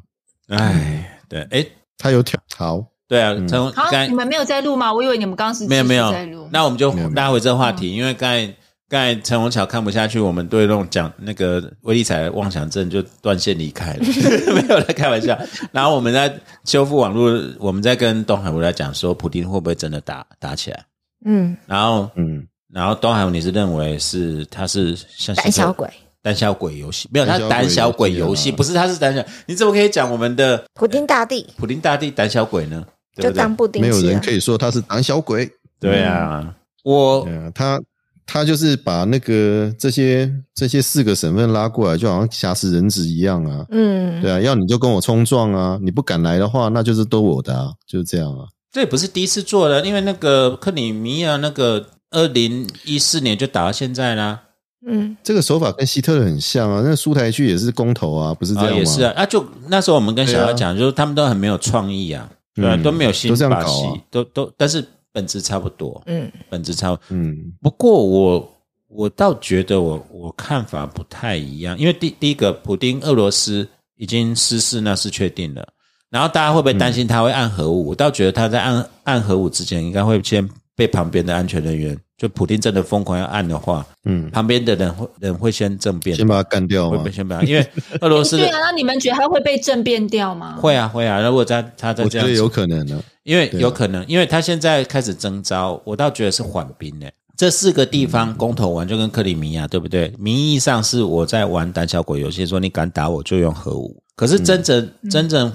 S3: 哎，对，哎，
S2: 他有挑好，
S3: 对啊，从
S1: 好
S3: 刚，才
S1: 你们没有在录吗？我以为你们刚刚是
S3: 没有
S1: 继续
S3: 没有
S1: 在录，。
S3: 那我们就
S2: 没有没
S3: 拉回这话
S4: 嗯
S3: 题，因为刚才刚才陈宏桥看不下去，我们对那种讲那个威力彩的妄想症就断线离开了， 没有在开玩笑。然后我们在修复网络，我们在跟东海吴来讲说，普丁会不会真的打打起来？
S4: 嗯，
S3: 然后
S2: 嗯，
S3: 然后东海吴你是认为是他是像
S4: 胆小鬼，
S3: 胆小鬼游戏，没有
S2: 胆
S3: 他
S2: 小鬼
S3: 胆小鬼游
S2: 游戏
S3: 戏，
S2: 啊
S3: 不是他是胆小，你怎么可以讲我们的
S4: 普丁大帝
S3: 普林大帝胆小鬼呢？对
S4: 就
S3: 不对？
S4: 当布丁
S2: 没有
S4: 吃啊
S2: 人
S4: 了。
S2: 可以说他是胆小鬼。
S3: 对啊，我
S2: 对啊，他他就是把那个这些这些四个省份拉过来，就好像挟持人质一样啊。
S4: 嗯，
S2: 对啊，要你就跟我冲撞啊！你不敢来的话，那就是都我的啊，就是这样啊。
S3: 这也不是第一次做了，因为那个克里米亚那个二零一四年就打到现在啦，
S4: 嗯，
S2: 这个手法跟希特勒很像啊，那苏台区也是公投啊，不是这
S3: 啊
S2: 样吗？
S3: 也是啊，啊就那时候我们跟小
S2: 对
S3: 姚
S2: 啊
S3: 讲，就是他们都很没有创意啊，对啊，
S2: 嗯
S3: 都没有新
S2: 都这样
S3: 把
S2: 搞
S3: 戏
S2: 啊，
S3: 都都，但是本质差不多，
S4: 嗯，
S3: 本质差不多。
S2: 嗯
S3: 不过我我倒觉得我我看法不太一样，因为第第一个，普丁俄罗斯已经失势，那是确定的。然后大家会不会担心他会按核武？我倒觉得他在按按核武之前，应该会先被旁边的安全人员，就普丁真的疯狂要按的话，
S2: 嗯，
S3: 旁边的人会人会先政变，
S2: 先把啊他干掉
S3: 会
S2: 嘛
S3: 被。先把，因为俄罗斯
S1: 对
S3: 的
S1: 啊，那你们觉得他会被政变掉吗？
S3: 会啊会啊，如果他他在
S2: 我觉
S3: 这样
S2: 得
S3: 子
S2: 有可能啊。
S3: 因为
S2: 对啊
S3: 有可能，因为他现在开始征召，我倒觉得是缓兵呢。这四个地
S2: 嗯
S3: 方公投完就跟克里米亚，对不对？名义上是我在玩胆小鬼游戏，说你敢打我就用核武。可
S2: 嗯
S3: 是真正、真正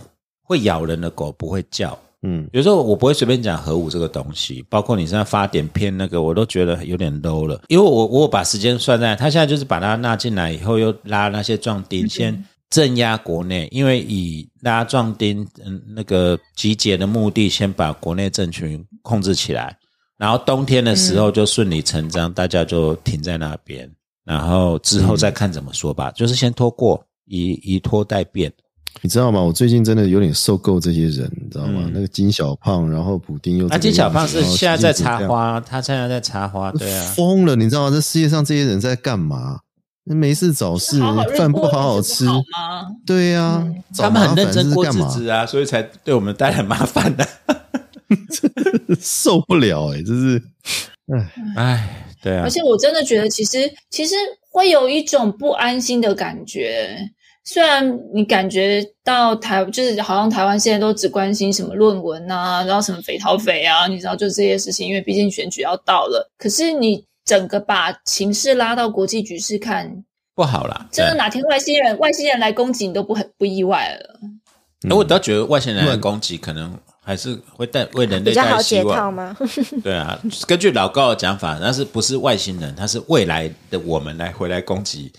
S3: 会咬人的狗不会叫，
S2: 嗯，
S3: 有时候我不会随便讲核武这个东西，包括你现在发点片那个，我都觉得有点 low 了。因为我我有把时间算在，他现在就是把它纳进来以后，又拉那些壮丁，先镇压国内，因为以拉壮丁嗯那个集结的目的，先把国内政群控制起来，然后冬天的时候就顺理成章，大家就停在那边，然后之后再看怎么说吧，就是先拖过，以以拖代变。
S2: 你知道吗？我最近真的有点受够这些人，你知道吗？
S3: 嗯
S2: 那个金小胖，然后普丁又这
S3: 那
S2: 个
S3: 金小胖
S2: 样子
S3: 是现在在插，
S2: 然后
S3: 花，他现在在插花，
S2: 习近平
S3: 对
S2: 这
S3: 啊
S2: 样，疯了，你知道吗？这世界上这些人在干嘛？没事找事
S1: 好好日，子
S2: 饭不
S1: 过
S2: 好好
S1: 日
S2: 吃
S1: 子，好吗？
S2: 对呀、啊，
S3: 嗯他
S2: 找
S3: 们
S2: 麻
S3: 很
S2: 烦
S3: 认真
S2: 是
S3: 过
S2: 干
S3: 日
S2: 嘛？
S3: 子啊，所以才对我们带来麻烦 的、
S2: 受不了哎、欸，就是
S3: 哎，对啊
S1: 而，且我真的觉得，其实其实会有一种不安心的感觉。虽然你感觉到台就是好像台湾现在都只关心什么论文啊，然后什么肥桃肥啊，你知道就这些事情，因为毕竟选举要到了。可是你整个把情势拉到国际局势看，
S3: 不好啦。
S1: 真的
S3: 对啊
S1: 哪天外星人外星人来攻击你都不很不意外了。
S2: 嗯
S3: 哎我倒觉得外星人来
S2: 乱
S3: 攻击可能还是会带为人类
S4: 比较
S3: 带
S4: 好
S3: 来希
S4: 解套
S3: 望。
S4: 吗？
S3: 对啊，根据老高的讲法，那是不是外星人？他是未来的我们来回来攻击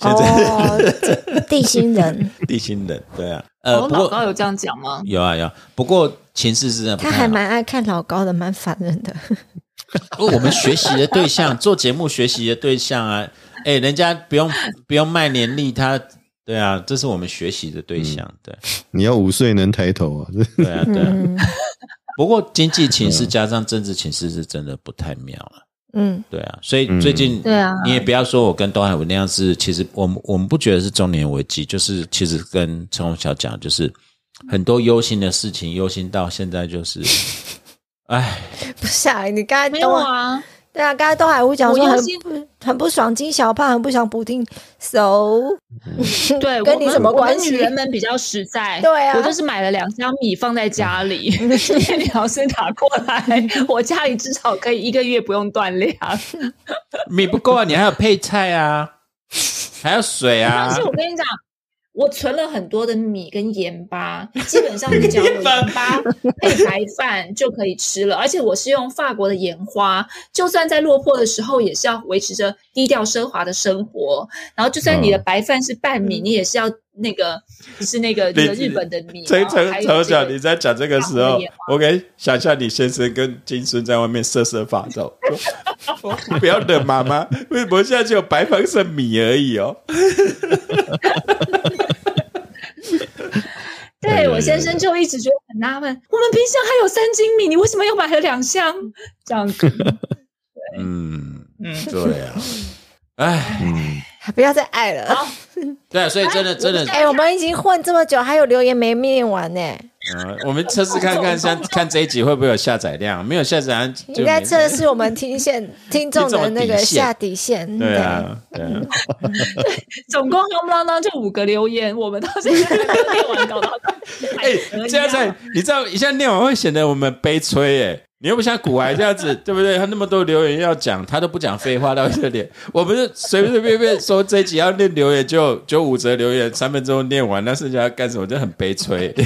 S3: 现在
S4: 哦，地 心人，
S3: 地心人。对啊，呃，
S4: 哦
S1: 我
S3: 不
S1: 老
S3: 过
S1: 高有这样讲吗？
S3: 有啊有啊，不过情势是真的不
S4: 他
S3: 太
S4: 还
S3: 好。
S4: 蛮爱看老高的，蛮烦人的。
S3: 因为我们学习的对象，做节目学习的对象啊，哎、人家不用不用卖年历，他对啊，这是我们学习的对
S2: 嗯
S3: 象，
S2: 你要午睡能抬头啊，这
S3: 对对啊对啊。
S4: 嗯
S3: 不过经济情势加上政治情势是真的不太妙了，
S4: 嗯，
S3: 对啊，所以最近、
S1: 对啊
S3: 你也不要说我跟东海文那样是，其实我们我们不觉得是中年危机，就是其实跟陈宏桥讲，就是很多忧心的事情，忧心到现在 就是，哎，
S4: 不是啊，你刚才
S1: 没
S4: 都
S1: 有啊，
S4: 对啊，刚才东海屋讲说
S1: 我
S4: 很
S1: 忧心
S4: 不很不爽金小胖，很不想补丁手，
S1: 对，
S4: 跟
S1: 我
S4: 你
S1: 们
S4: 什么
S1: 我们
S4: 关系
S1: 女人们比较实 在，
S4: 对啊
S1: 我就是买了两箱米放在家 里，今天你要是打过来，我家里至少可以一个月不用断 粮。
S3: 米不够啊，你还有配菜啊，还有水 啊
S1: 但，是我跟你讲。我存了很多的米跟盐巴，基本上你只要有盐巴配白饭就可以吃了。而且我是用法国的盐花，就算在落魄的时候，也是要维持着低调奢华的生活。然后，就算你的
S2: 嗯
S1: 白饭是半米，
S4: 嗯
S1: 你也是要那个是那个那个日本的米，
S3: 陈
S1: 然后还有
S3: 陈陈
S1: 这个
S3: 小，你在讲这个时
S1: 大
S3: 候
S1: 红眼，
S3: 我可以想象你先生跟金孙在外面瑟瑟发抖，说 不要惹妈妈，为什么现在只有白饭剩米而已哦？
S1: 对我先生就一直觉得很纳闷，我们冰箱还有三斤米，你为什么又买了两箱？这样子，
S3: 嗯，
S1: 嗯，
S3: 对啊，哎，
S2: 嗯，
S4: 不要再爱了。
S3: 对啊，所以真的真的，
S4: 哎、我们已经混这么久，还有留言没念完呢、
S3: 呃我们测试看看，像看这一集会不会有下载量？没有下载量就
S4: 应该
S3: 没
S4: 测试我们 听线听众的那个下底线。
S3: 对啊，对啊，
S1: 总共夯不啷当就五个留言，我们到现在还没有念完，搞到
S3: 哎、
S1: 啊
S4: 啊
S3: 这样子，你知道一下念完会显得我们悲催哎、你又不像古玩这 样子，对不对？他那么多留言要讲，他都不讲废话到这里。我们是随随便便说这一集要念留言就，就五则留言，三分钟念完，那剩下要干什么？真的很悲催。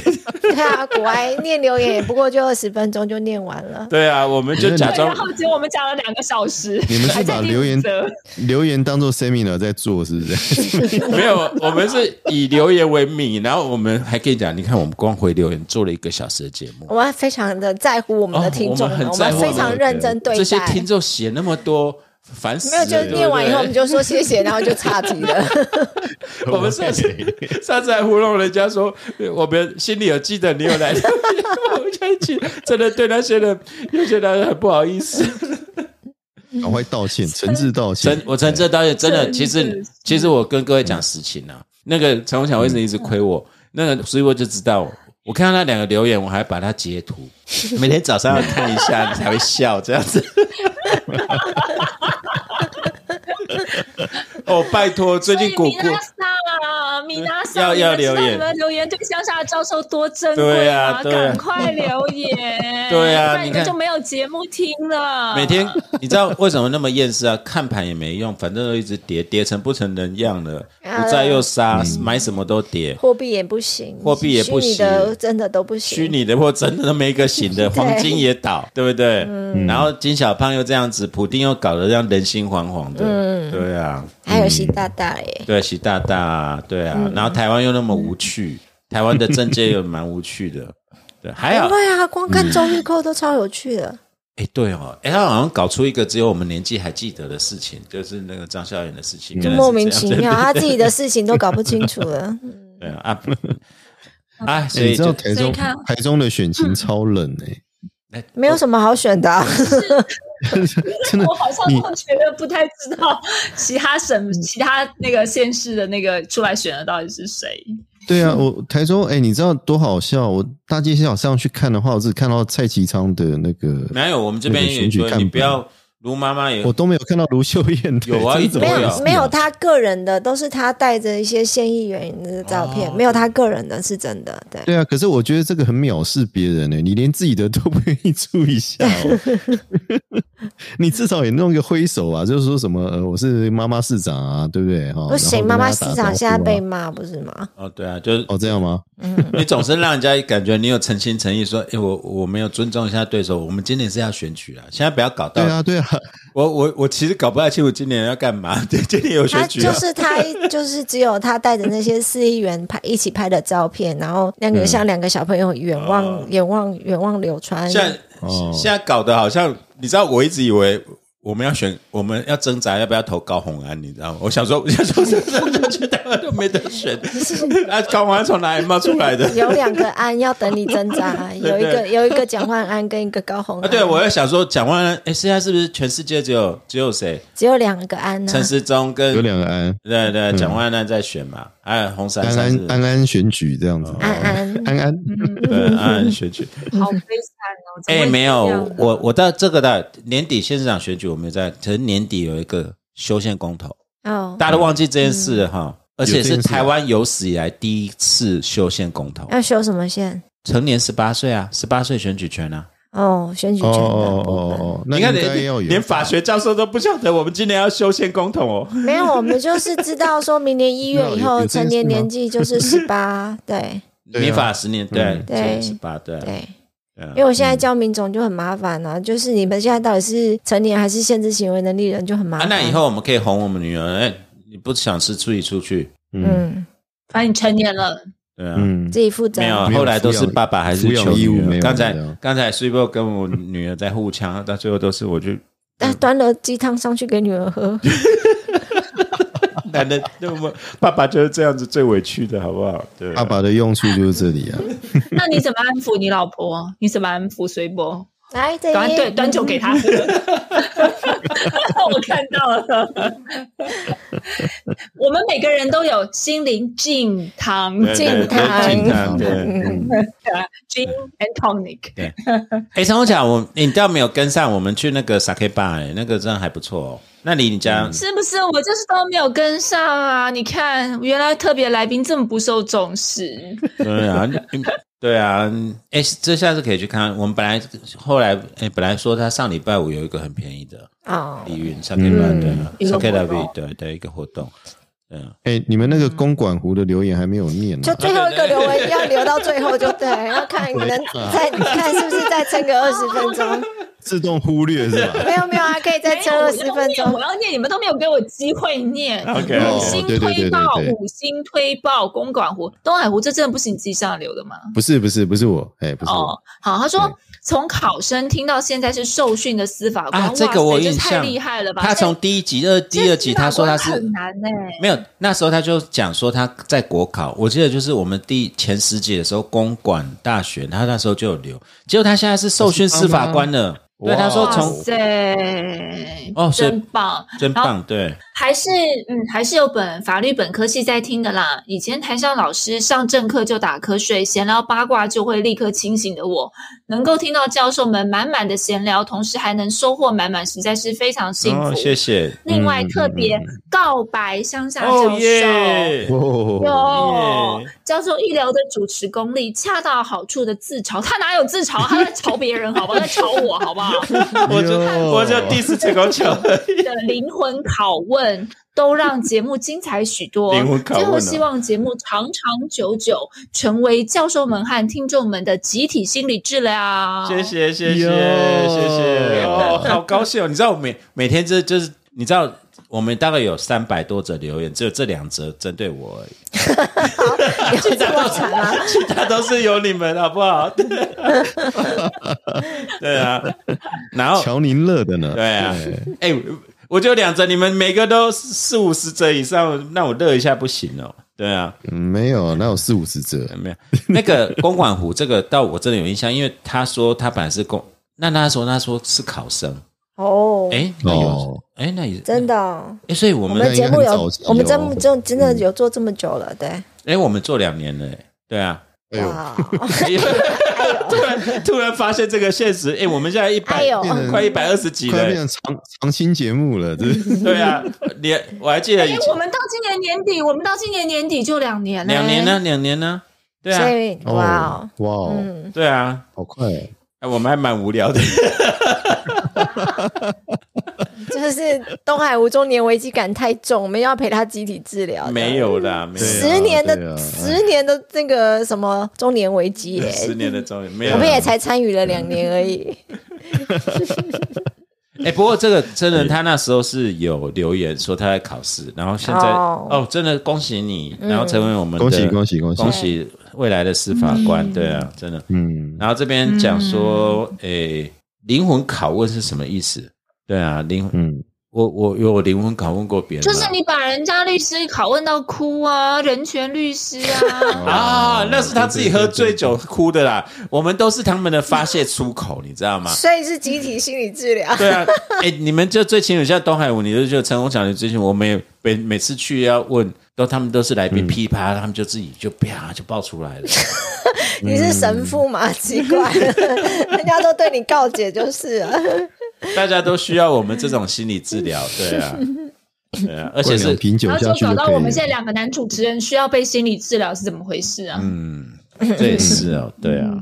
S4: 对啊，古埃念留言也不过就二十分钟就念完了。
S3: 对啊，我们就假
S1: 对， 然
S3: 装
S1: 后结果我们讲了两个小时，
S2: 你们是
S1: 还在
S2: 把
S1: 第五
S2: 留言
S1: 则
S2: 留言当做 seminar 在做，是不是？
S4: 啊
S3: 没有，我们是以留言为名，然后我们还可以讲，你看我们光回留言做了一个小时的节目，
S4: 我们非常的在乎我们的听众、
S3: 哦
S4: 啊
S3: 我们很
S4: 我
S3: 在乎
S4: 们非常认真对
S3: 这些
S4: 待。
S3: 听众写那么多，烦死
S4: 没
S3: 了。
S4: 有，就
S3: 对不
S4: 念完以后
S3: 对
S4: 我们就说谢谢，然后就岔题了。
S3: 我 们上次 上次还糊弄人家说，呃我们心里有记得你有来， 我们就一起真的对那些人有些人很不好意思。
S2: 赶快道歉，诚挚道歉
S3: 真，。我真这道歉，真的，其
S1: 真
S3: 实
S1: 的
S3: 其实我跟各位讲实情啊，那个陈宏强为什么一直亏我？那个所以我就知道，我看到那两个留言，我还把它截图， 每天早上要看一下，你才会笑这样子。 哦，拜托，最近
S1: 所
S3: 果
S1: 以米
S3: 果
S1: 娜莎啦，米娜莎，
S3: 要
S1: 你
S3: 要
S1: 们知道
S3: 留言
S1: 你们留言对乡下的招收多珍
S3: 对
S1: 贵
S3: 啊对啊，
S1: 赶快留言
S3: 对啊
S1: 不然你
S3: 你看
S1: 们就没有节目听了。
S3: 每天你知道为什么那么厌世啊？看盘也没用，反正都一直跌，跌成不成人样了，
S4: 啊
S3: 股债又杀，买什么都跌，
S4: 货币也不行，
S3: 货币也不行
S4: 虚拟的真的都不行。
S3: 虚拟的或真的都没一个行的，黄金也 倒，对不对？
S4: 嗯
S3: 然后金小胖又这样子，普丁又搞得让人心惶惶的，
S4: 嗯
S3: 对啊，
S4: 还有习大大耶，
S3: 对习大大啊，对
S4: 嗯
S3: 啊，然后台湾又那么无趣，台湾的政界又蛮无趣的，对，还好
S4: 不。会啊，光看周玉蔻都超有趣的。
S3: 哎，对哦，哎，他好像搞出一个只有我们年纪还记得的事情，就是那个张孝炎的事情，原来是
S4: 嗯莫名
S3: 这样
S4: 其
S3: 对
S4: 妙，他自己的事情都搞不清楚 了。
S3: 对啊，啊啊，所
S2: 哎你
S3: 以
S2: 知
S3: 就
S2: 道台
S1: 所以
S2: 中
S1: 看
S2: 台中的选情超冷
S4: 嗯
S2: 哎、
S4: 没有什么好选的、啊，
S2: 真的
S1: 我好像都觉得不太知 道其他省、
S2: 嗯
S1: 其他那个县市的那个出来选的到底是谁。
S2: 对啊，我台中哎、你知道多好笑？我大街小巷去看的话，我只看到蔡其昌的那个，
S3: 没有我们这边
S2: 那个选
S3: 也
S2: 举
S3: 说
S2: 看
S3: 你
S2: 板
S3: 不要卢妈妈也
S2: 我都没有看到卢秀燕的。
S3: 有 啊
S2: 这是怎么
S4: 没
S2: 回
S3: 一定会
S2: 事
S4: 有
S2: 啊
S4: 没有他个人的，都是他带着一些县议员的照片，
S3: 哦
S4: 没有他个人的是真的。对，
S2: 对啊，可是我觉得这个很藐视别人呢、你连自己的都不愿意注意一下、哦， 你至少也弄一个挥手啊，就是说什么呃，我是妈妈市长啊，对不对？哈、
S4: 不行，
S2: 然后跟
S4: 妈妈市
S2: 大家打招呼啊
S4: 长现在被骂不是吗？
S3: 哦，对啊，就是
S2: 哦这样吗？
S3: 你总是让人家感觉你有诚心诚意说，哎，我我没有尊重一下对手，我们今年是要选举啊，现在不要搞
S2: 对
S3: 到
S2: 啊，对啊，
S3: 我我我其实搞不太清楚今年要干嘛，对，今年有
S4: 他
S3: 选举
S4: 就
S3: 啊，
S4: 是他， 就是只有他带着那些市议员拍一起拍的照片，然后那
S2: 嗯
S4: 个像两个小朋友远望远望远望流川，
S3: 现在
S2: 哦
S3: 现在搞得好像你知道，我一直以为。我们要选，我们要挣扎要不要投高红安，你知道吗？我想说，我想说，我觉得我都没得选，啊，高红安从哪里冒出来的？
S4: 有两个安要等你挣 扎，有一个有一个蒋万安跟一个高红
S3: 啊，
S4: 安，
S3: 对，我在想说，蒋万安，哎，现在是不是全世界只有只有谁？
S4: 只有两个安呢、啊
S3: 陈时中跟
S2: 有两个安
S3: 对对，蒋万安在选嘛，还有红珊
S2: 安
S3: 珊是不
S2: 安
S3: 是
S2: 安安选举这样子，
S4: 安安
S2: 安安，
S3: 对安安选举。
S2: 嗯
S1: 好悲惨哦！怎么
S3: 哎，
S1: 会
S3: 没
S1: 这样
S3: 有
S1: 呢，
S3: 我我到这个的年底县市长选举我没有在，可是年底有一个修宪公投，
S2: 嗯
S4: 哦，
S3: 大家都忘记这件事了哈。而且
S2: 有这件事
S3: 是
S2: 啊
S3: 台湾有史以来第一次修宪公投，
S4: 要修什么线？
S3: 成年十八岁啊，十八岁选举权啊。
S4: 哦，选举
S2: 哦
S4: 权
S2: 哦
S4: 的
S2: 哦
S4: 部分。
S2: 哦，那
S3: 你
S2: 应
S3: 看，
S2: 该要
S3: 连
S2: 有
S3: 连。法学教授都不晓得我们今年要修宪公投哦。
S4: 没有，我们就是知道说明年一月以
S2: 有有有
S4: 后
S2: 这件
S4: 成年
S2: 事吗
S4: 年纪就是十 八，对
S2: 对啊
S3: 民法十年，对
S2: 嗯，
S4: 对
S3: 十八，对啊，
S4: 对。
S3: 对啊
S4: 因为我现在教民总就很麻烦了、就是你们现在到底是成年还是限制行为能力人就很麻
S3: 啊，
S4: 烦。
S3: 那以后我们可以哄我们女儿，哎，你不想吃自己出去，
S4: 嗯，
S1: 反正你成年了，
S3: 对啊。
S2: 嗯
S4: 自，己负责
S3: 没。有，
S2: 没有
S3: 后来都
S2: 抚
S3: 是
S2: 养
S3: 爸爸还是
S2: 抚养
S3: 求
S2: 义务
S3: 女
S2: 没
S3: 儿。
S2: 有
S3: 刚才
S2: 没有
S3: 刚才 s u p e 跟我女儿在互呛，到最后都是我就
S4: 但端了鸡汤上去给女儿喝，
S3: 男的，那么爸爸就是这样子最委屈的，好不好？对啊，
S2: 爸爸的用处就是这里啊。
S1: 那你怎么安抚你老婆？你怎么安抚随波？
S4: 来这
S1: 端
S4: 边
S2: 哎
S1: 对端酒给他喝，
S2: 嗯
S1: 我看到了。我们每个人都有心灵净汤
S3: 对
S1: 净
S3: 对对
S4: 汤
S3: 敬汤对。
S2: 嗯，
S1: gin and tonic，
S3: 哎，陈红讲，我你倒没有跟上，我们去那个 Sake Bar，哎那个真的还不错哦。那离你家
S2: 嗯
S1: 是不是？我就是都没有跟上啊！你看，原来特别来宾这么不受重 视。
S3: 对啊， 你对啊，哎，这下次可以去看。我们本来后来哎，本来说他上礼拜五有一个很便宜的
S4: 哦，
S3: 礼云 Sake
S1: 嗯
S3: Bar，对啊
S1: 一个
S3: ，Sake
S1: 活
S3: Bar
S1: 动
S3: 对的一个活动，嗯。
S2: 哎，你们那个公馆湖的留言还没有念啊呢
S4: 就。最后一个留文要留到最后就对，要看能再看是不是再撑个二十分钟。
S2: 自动忽略是吧？
S4: 没有没有啊，可以再撑
S1: 没有
S4: 二十分
S1: 我
S4: 钟。
S1: 要念我要念，你们都没有给我机会念。
S3: OK
S1: 五星
S2: 哦对对对
S1: 推
S2: 对
S1: 爆，
S2: 对
S1: 五星推爆，公馆湖、东海湖，这真的不是你自己上流的吗？
S2: 不是不是不是我，哎，不是我
S1: 哦，好，他说
S2: 对
S1: 从考生听到现在是受训的司法官，
S3: 啊
S1: 哇，
S3: 这个我有
S1: 塞
S3: 印
S1: 这太
S3: 象，
S1: 厉害了吧？
S3: 他从第一集、二
S1: 这
S3: 第二集，
S1: 这
S3: 他说他是
S1: 很难欸呢、
S3: 没有，那时候他就讲说他在国考，我记得就是我们第前十集的时候，公馆大学，他那时候就有留，结果他现在是受训司法官了。
S2: 哦是
S3: 对，
S2: 他吗
S3: 他说
S1: 哇
S3: 从
S1: 塞，
S3: 哦所以
S1: 真棒！
S3: 真
S1: 然
S3: 棒，对，
S1: 还是嗯，还是有本法律本科系在听的啦。以前台上老师上正课就打瞌睡，闲聊八卦就会立刻清醒的我，能够听到教授们满满的闲聊，同时还能收获满满，实在是非常幸福。
S3: 哦，谢谢，
S1: 另外
S2: 嗯
S1: 特别
S2: 嗯嗯
S1: 告白乡下教授。
S3: 哦耶，
S2: 哦，
S1: 有
S3: 耶
S1: 教授一流的主持功力，恰到好处的自嘲，他哪有自嘲？他在嘲别人，好不好？在嘲我，好不好？
S3: 我就
S2: 哟
S3: 我就 diss 这个球，
S1: 的灵魂拷问，都让节目精彩许多。
S3: 灵魂拷问啊
S1: 最后，希望节目长长久久，成为教授们和听众们的集体心理治疗。
S3: 谢。谢谢谢
S2: 哟
S3: 谢谢，哦，好高兴哦！你知道我每每天这就是你知道。我们大概有三百多则留言，只有这两则针对我而已，
S4: 有这么惨啊吗？
S3: 其他都是有你们，好不好？对啊，然后
S2: 乔宁哦乐的呢？
S3: 对啊，哎、我就两折，你们每个都四五十折以上，那我乐一下不行哦。对啊，
S2: 嗯没有，哪有四五十折？
S3: 没有那个公馆湖这个，到我真的有印象，因为他说他本来是公，那那时候他说是考生，
S4: 哦，
S3: 哎、那有，哎、
S2: 哦，
S3: 那也
S4: 真，的哦，
S3: 哎、所以我
S4: 我
S3: 们
S4: 们
S3: 哎、
S4: 节目
S2: 那应该很
S4: 有
S2: 早期，哦
S4: 我们节目真真的有做这么久了，对。
S3: 我们做两年了、哎对 啊。
S2: 哎呦，
S4: 哇，
S3: 突然突然发现这个现实，哎、我们现在一百、
S4: 哎呦
S3: 快一百二十集了、
S2: 快要变成长长新节目了，这
S3: 对啊，你我还记得以
S1: 哎
S3: 前，
S1: 我们到今年年底，我们到今年年底就两年了。
S3: 两年呢，两年呢，对
S4: 所
S3: 啊，
S4: 以
S2: 哦
S4: 哇哦，
S2: 哇哦，
S4: 嗯，
S3: 对啊，
S2: 好快哦！
S3: 哎，我们还蛮无聊的。
S4: 就是东海无中年危机感太重，我们要陪他集体治疗。
S3: 没，有啦，没有
S2: 对啊
S4: 十年
S2: 对啊
S4: 的十年的那个什么中年危机耶，
S3: 十年的中年没有
S4: 我
S3: 啦。
S4: 们也才参与了两年而已。
S3: 哎，不过这个真人他那时候是有留言说他在考试，然后现在
S4: 哦嗯
S3: 哦，真的恭喜你，然后成为我们的
S2: 恭喜恭喜恭喜
S3: 恭喜未来的司法官，对啊，真的。
S2: 嗯，
S3: 然后这边讲说，
S1: 嗯
S3: 哎，灵魂拷问是什么意思？对啊，灵
S2: 嗯，，
S3: 我我有灵魂拷问过别人
S1: 就
S3: 吗，
S1: 是你把人家律师拷问到哭啊，人权律师啊
S3: 啊，那是他自己喝醉酒哭的啦，我们都是他们的发泄出口，你知道 吗？
S4: 所以是集体心理治疗。
S3: 对啊，哎、你们就最清楚，像东海文，你就觉得陈宏强的最清楚。我们也每每次去要问，都他们都是来宾噼啪，他们就自己就啪就爆出来了。
S4: 你是神父吗？奇怪，人家都对你告解就是 了。
S3: 大家都需要我们这种心理治疗，对啊，对啊，而且
S2: 灌两
S3: 是
S2: 瓶酒
S1: 然后
S2: 下
S1: 就
S2: 去
S1: 搞
S2: 就
S1: 到
S2: 可
S1: 我
S2: 以
S1: 们现在
S2: 了。
S1: 两个男主持人需要被心理治疗是怎么回事啊？
S3: 嗯，这也是哦，对啊，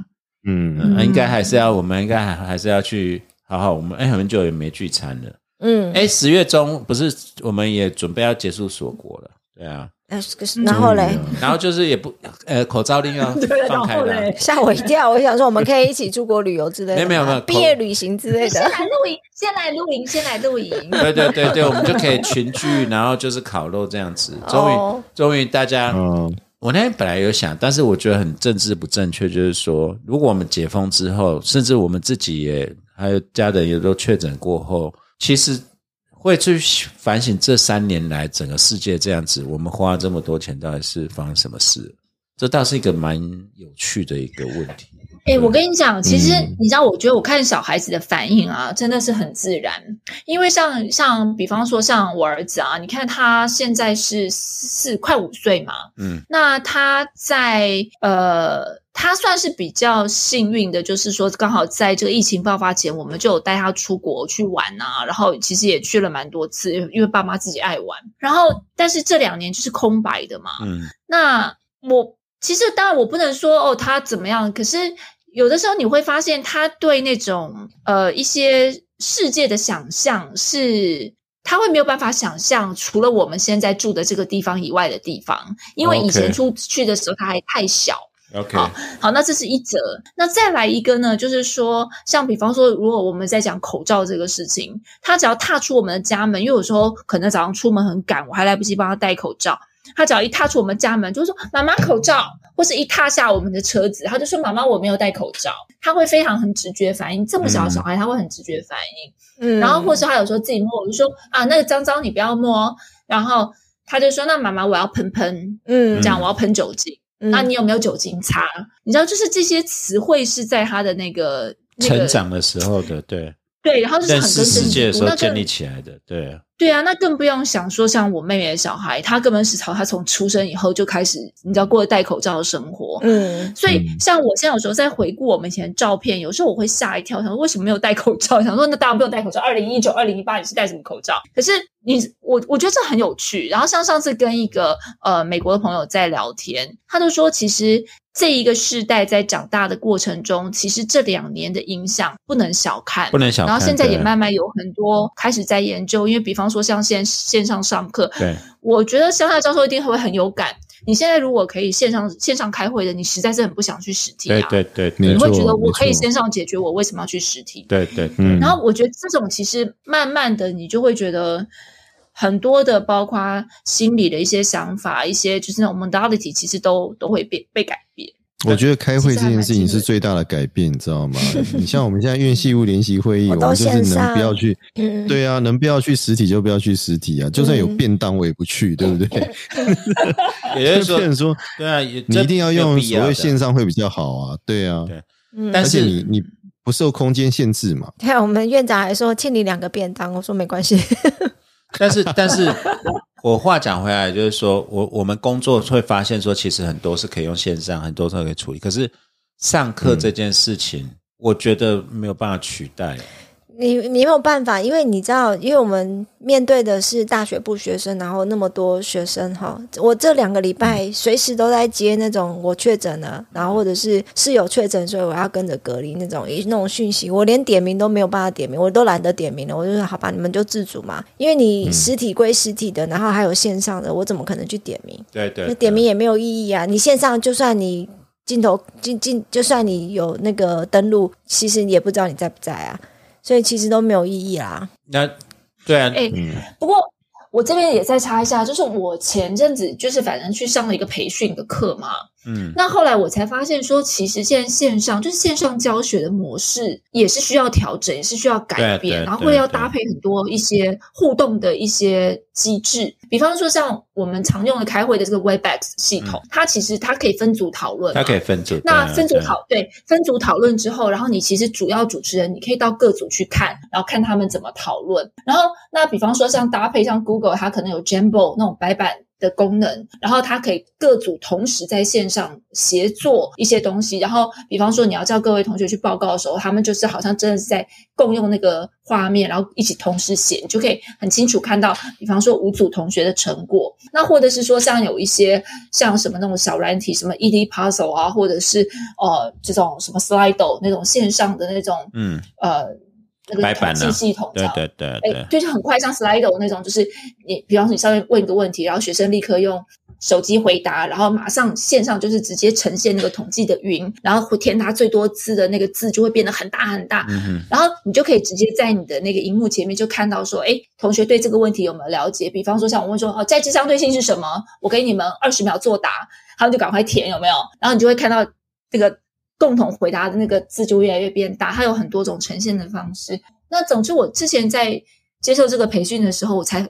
S2: 嗯，
S3: 嗯，应该还是要，我们应该还还是要去好好，我们哎、很久也没聚餐了，
S4: 嗯，
S3: 哎、十月中不是我们也准备要结束锁国了，对啊，
S1: 哎
S4: 然后嘞，
S3: 然后就是也不呃口罩令要
S1: 对然
S3: 放
S1: 后
S3: 开了啊。
S1: 嘞
S4: 吓我一跳，我想说我们可以一起出国旅游之类的吗，
S3: 没有没有没有
S4: 毕业旅行之类
S1: 先
S4: 的。
S1: 来露营，先来露营，先来露营。
S3: 对对对对，我们就可以群聚，然后就是烤肉这样子。终于，
S4: 哦
S3: 终于大家
S2: 哦，
S3: 我那天本来有想，但是我觉得很政治不正确，就是说，如果我们解封之后，甚至我们自己也还有家人也都确诊过后，其实会去反省这三年来整个世界这样子，我们花这么多钱到底是发生什么事？这倒是一个蛮有趣的一个问题。
S1: 哎、我跟你讲，其实你知道，我觉得我看小孩子的反应啊，真的是很自然。因为像像比方说像我儿子啊，你看他现在是四快五岁嘛，
S3: 嗯，
S1: 那他在呃，他算是比较幸运的，就是说刚好在这个疫情爆发前，我们就有带他出国去玩啊，然后其实也去了蛮多次，因为爸妈自己爱玩。然后但是这两年就是空白的嘛，
S3: 嗯，
S1: 那我其实当然我不能说哦他怎么样，可是有的时候你会发现他对那种呃一些世界的想象是。他会没有办法想象，除了我们现在住的这个地方以外的地方，因为以前
S3: OK
S1: 出去的时候他还太小。
S3: OK，
S1: 嗯好好，那这是一则。那再来一个呢，就是说，像比方说，如果我们在讲口罩这个事情，他只要踏出我们的家门，因为有时候可能早上出门很赶，我还来不及帮他戴口罩。他只要一踏出我们家门，就说“妈妈口罩”，或是一踏下我们的车子，他就说“妈妈我没有戴口罩”，他会非常很直觉反应。这么小的小孩，他会很直觉反应。
S4: 嗯
S1: 然后或是他有时候自己摸，我就说啊，那个脏脏你不要摸哦。然后他就说，那妈妈我要喷喷，
S4: 嗯
S1: 这样我要喷酒精。
S4: 嗯
S1: 那你有没有酒精擦？你知道，就是这些词汇是在他的那个那个
S3: 成长的时候的对，
S1: 对，然后就是
S3: 认
S1: 很
S3: 识
S1: 根
S3: 世
S1: 深
S3: 界
S1: 蒂
S3: 的时
S1: 固。
S3: 候
S1: 那
S3: 建
S1: 更
S3: 立起来的，对，
S1: 对啊，那更不用想说像我妹妹的小孩，她根本是从她从出生以后就开始，你知道过了戴口罩的生活。
S4: 嗯
S1: 所以
S3: 嗯，
S1: 像我现在有时候在回顾我们以前的照片，有时候我会吓一跳，想说为什么没有戴口罩？想说那当然不用戴口罩。二零一九、二零一八你是戴什么口罩？可是你我我觉得这很有趣。然后像上次跟一个呃美国的朋友在聊天，他就说其实。这一个世代在长大的过程中，其实这两年的影响不能小看，
S3: 不能小看。
S1: 然后现在也
S3: 对
S1: 慢慢有很多开始在研究，因为比方说像线线上上课，
S3: 对，
S1: 我觉得乡下教授一定会很有感。你现在如果可以线上线上开会的，你实在是很不想去实体
S3: 对
S1: 啊，
S3: 对对
S2: 没
S1: 你
S3: 对
S1: 会
S2: 错
S1: 觉得我
S2: 没
S1: 可以
S2: 错
S1: 线上解决，我为什么要去实体？
S3: 对对，
S2: 嗯
S1: 然后我觉得这种其实慢慢的，你就会觉得很多的，包括心理的一些想法，一些就是那种 modality，其实都都会被被改变。
S2: 我觉得开会这件事情是最大的改变，你知道吗？你像我们现在院系务联席会议，我
S4: 我都
S2: 们就是
S4: 线上
S2: 能不要去，
S4: 嗯，
S2: 对啊，能不要去实体就不要去实体啊，就算有便当我也不去，对不对？
S3: 也就是
S2: 就变
S3: 说
S2: 成，说
S3: 对啊，也
S2: 你
S3: 嗯这
S2: 一定要
S3: 没有
S2: 用
S3: 必要
S2: 所谓
S3: 的
S2: 线上会比较好啊，对啊，
S3: 对
S4: 嗯
S3: 但
S2: 而且
S3: 是
S2: 你你不受空间限制嘛，
S4: 还有我们院长还说欠你两个便当，我说没关系。
S3: 但是，但是我话讲回来，就是说我我们工作会发现说，其实很多是可以用线上，很多是可以处理。可是上
S2: 嗯
S3: 课这件事情，我觉得没有办法取代。
S4: 你你没有办法，因为你知道，因为我们面对的是大学部学生，然后那么多学生哈，我这两个礼拜随时都在接那种我确诊了，然后或者是室友确诊，所以我要跟着隔离那种一那种讯息，我连点名都没有办法点名，我都懒得点名了，我就说好吧，你们就自主嘛，因为你实体归实体的，然后还有线上的，我怎么可能去点名？
S3: 对对
S4: 那点名也没有意义啊！你线上就算你镜头进进，就算你有那个登录，其实你也不知道你在不在啊，所以其实都没有意义啊啦。
S3: 那对啊，
S1: 哎、不过我这边也再插一下，就是我前阵子就是反正去上了一个培训的课嘛，
S3: 嗯，
S1: 那后来我才发现说，其实现在线上就是线上教学的模式也是需要调整，也是需要改
S3: 对
S1: 变，
S3: 对
S1: 然后会要
S3: 对
S1: 搭配很多一些互动的一些机制，比方说像我们常用的开会的这个 Webex 系统，它其实它可以分组讨论嘛，
S3: 嗯他可以分组。
S1: 那
S3: 对啊
S1: 分组
S3: 对啊
S1: 讨对分组讨论之后，然后你其实主要主持人，你可以到各组去看，然后看他们怎么讨论。然后那比方说像搭配像 Google，它可能有 Jambo 那种白板的功能，然后它可以各组同时在线上协作一些东西。然后比方说你要叫各位同学去报告的时候，他们就是好像真的是在共用那个画面，然后一起同时写，你就可以很清楚看到，比方说五组同学的成果，那或者是说像有一些像什么那种小软体，什么 ED Puzzle 啊，或者是呃这种什么 Slido 那种线上的那种
S3: 嗯，
S1: 呃那个
S3: 白板
S1: 统
S3: 啊
S1: 计系统这
S3: 对
S1: 样。
S3: 对对
S1: 哎就
S3: 对，，
S1: 是很快，像 Slido 那种，就是你，比方说你上面问一个问题，然后学生立刻用手机回答，然后马上线上就是直接呈现那个统计的云，然后填答最多字的那个字就会变得很大很大，
S3: 嗯哼，
S1: 然后你就可以直接在你的那个荧幕前面就看到说，哎，同学对这个问题有没有了解？比方说像我问说，哦，在职相对性是什么？我给你们二十秒作答。他们就赶快填有没有？然后你就会看到那个共同回答的那个字就越来越变大，它有很多种呈现的方式。那总之，我之前在接受这个培训的时候，我才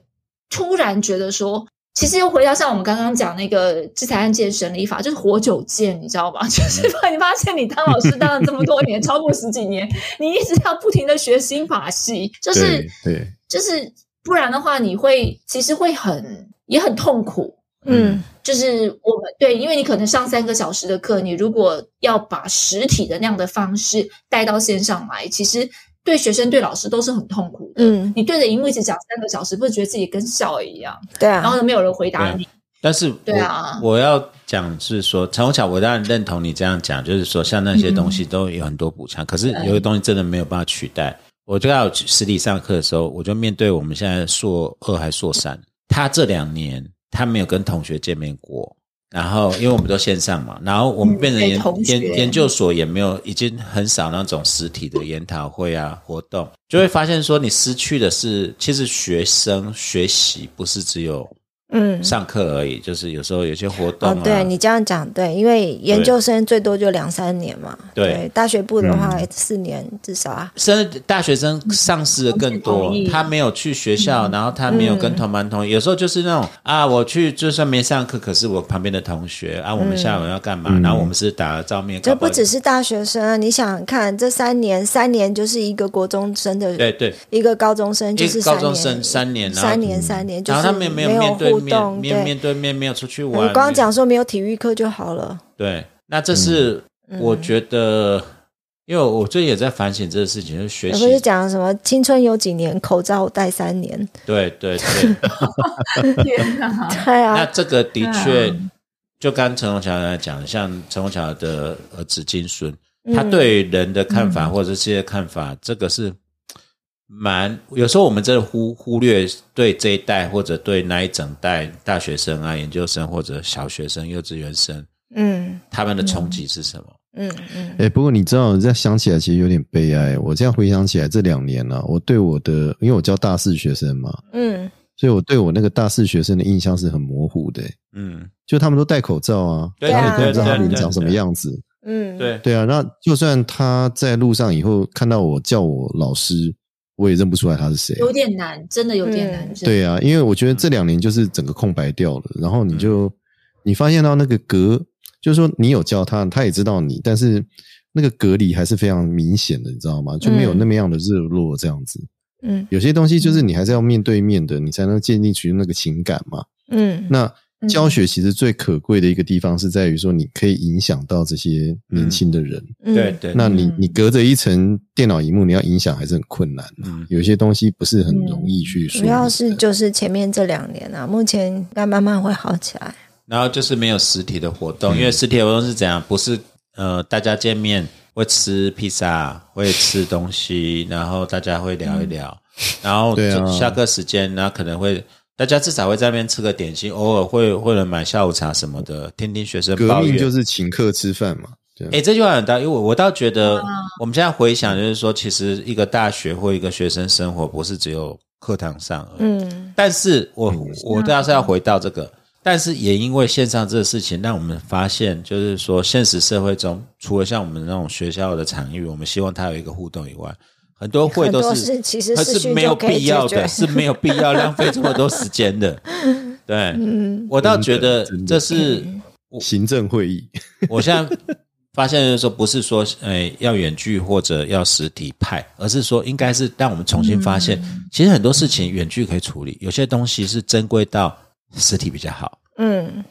S1: 突然觉得说，其实又回到像我们刚刚讲那个制裁案件审理法，就是活久见，你知道吗？ 就是发你发现你当老师当了这么多年，超过十几年， 你一直要不停的学新法系，就是嗯
S2: 对对，
S1: 就是不然的话，你会其实会很也很痛苦。
S4: 嗯
S1: 就是我们对，因为你可能上三个小时的课，你如果要把实体的那样的方式带到线上来，其实对学生对老师都是很痛苦的。
S4: 嗯，
S1: 你对着荧幕一直讲三个小时，不是觉得自己跟笑一样，
S4: 对
S1: 然
S4: 啊，
S1: 后都没有人回答你。
S3: 但是我，
S1: 对啊
S3: 我要讲是说，陈红巧，我当然认同你这样讲，就是说，像那些东西都有很多补
S1: 嗯
S3: 偿，可是有些东西真的没有办法取代。我就要去实体上课的时候，我就面对我们现在硕二还硕三，他这两年他没有跟同学见面过，然后因为我们都线上嘛，然后我们
S1: 嗯
S3: 变成
S1: 对
S3: 研
S1: 同学
S3: 研研究所也没有，已经很少那种实体的研讨会啊活动，就会发现说你失去的是，其实学生学习不是只有
S4: 嗯，
S3: 上课而已，就是有时候有些活动、啊
S4: 哦，对你这样讲对，因为研究生最多就两三年嘛，
S3: 对嗯
S4: 大学部的话四年至少啊，
S3: 甚至大学生丧失的更
S1: 我
S3: 多
S1: 同意，
S3: 他没有去学
S4: 嗯
S3: 校，然后他没有跟同班同学，有时候就是那种啊，我去就算没上课，可是我旁边的同学啊，我们下午要干嘛？然后我们是打了照面，
S4: 嗯这
S3: 搞好
S4: 不只是大学生啊，你想想看，这三年三年就是一个国中生的
S3: 对对，
S4: 一个高中生就
S3: 一
S4: 是
S3: 个
S4: 三
S3: 高
S4: 年
S3: 中生三年，然后
S4: 三年三年，就
S3: 然
S4: 是
S3: 后他们也
S4: 没
S3: 没有面对
S4: 互
S3: 面
S4: 动，
S3: 面面
S4: 对。
S3: 对面没有出去
S4: 我
S3: 玩，
S4: 刚刚讲说没有体育课就好了，
S3: 对，那这是
S4: 嗯
S3: 我觉得，因为我最近也在反省这个事情，就是学
S4: 也
S3: 习
S4: 不是讲什么青春有几年，口罩戴三年，
S3: 对对对，
S1: 天哪！
S4: 对
S3: 那
S4: 啊，
S3: 这个的
S1: 对
S3: 确，就刚陈宏桥来讲，像陈宏桥的儿子金孙，他对人的看法或者是这些看法，这个是蛮有时候我们真的忽忽略对这一代或者对那一整代大学生啊、研究生或者小学生、幼稚园生
S4: 嗯
S3: 他们的冲击是什么？
S4: 嗯嗯
S2: 哎、不过你知道，这样想起来其实有点悲哀。我这样回想起来，这两年呢、啊，我对我的，因为我教大四学生嘛，
S4: 嗯，
S2: 所以我对我那个大四学生的印象是很模糊的、欸
S3: 嗯，
S2: 就他们都戴口罩啊，
S3: 对
S2: 然后你根本不知道
S4: 对
S2: 他脸
S4: 对
S2: 长什么
S3: 对
S2: 样子。
S4: 嗯，
S3: 对，
S2: 对啊，那就算他在路上以后看到我叫我老师，我也认不出来他是谁。
S1: 有点难，真的有点难。
S4: 嗯
S1: 真的
S2: 对啊，因为我觉得这两年就是整个空白掉了，然后你就、
S4: 嗯
S2: 你发现到那个隔，就是说你有教他，他也知道你，但是那个隔离还是非常明显的，你知道吗？就没有
S1: 嗯
S2: 那么样的热络这样子。
S4: 嗯
S2: 有些东西就是你还是要面对面的，你才能建立起那个情感嘛。
S4: 嗯
S2: 那教学其实最可贵的一个地方是在于说，你可以影响到这些年轻的人。
S4: 嗯，
S3: 对对，
S2: 那你
S1: 嗯
S2: 你隔着一层电脑荧幕，你要影响还是很困难的、
S3: 嗯
S2: 有些东西不是很容易去说、
S4: 嗯主要是就是前面这两年啊，目前应该慢慢会好起来。
S3: 然后就是没有实体的活
S2: 嗯
S3: 动，因为实体的活动是怎样？不是呃，大家见面会吃披萨，会吃东西，然后大家会聊一聊，然后
S2: 对啊
S3: 就下课时间，然后可能会大家至少会在那边吃个点心，偶尔会会有人买下午茶什么的，听听学生
S2: 革
S3: 抱
S2: 命
S3: 怨。
S2: 就是请客吃饭嘛。对啊
S3: 哎、这句话很大，因为我我倒觉得，我们现在回想，就是说，其实一个大学或一个学生生活，不是只有课堂上而已。
S4: 嗯
S3: 但是我
S4: 啊
S3: 我倒是要回到这个，但是也因为线上这个事情，让我们发现，就是说现实社会中，除了像我们那种学校的场域，我们希望它有一个互动以外，很多会
S4: 很
S3: 都
S4: 多
S3: 是
S4: 事其实
S3: 它
S4: 视
S3: 是
S4: 讯
S3: 没
S4: 就
S3: 有
S4: 可以
S3: 必要
S4: 解决
S3: 的，。是没有必要浪费这么多时间 的。对，
S4: 嗯
S3: 我倒觉得
S2: 真的
S3: 这是
S2: 行政会议，
S3: 我现在发现就是说，不是说诶、呃要远距或者要实体派，而是说应该是让我们重新发现，
S1: 嗯
S3: 其实很多事情远距可以处理，有些东西是珍贵到实体比较好，
S4: 嗯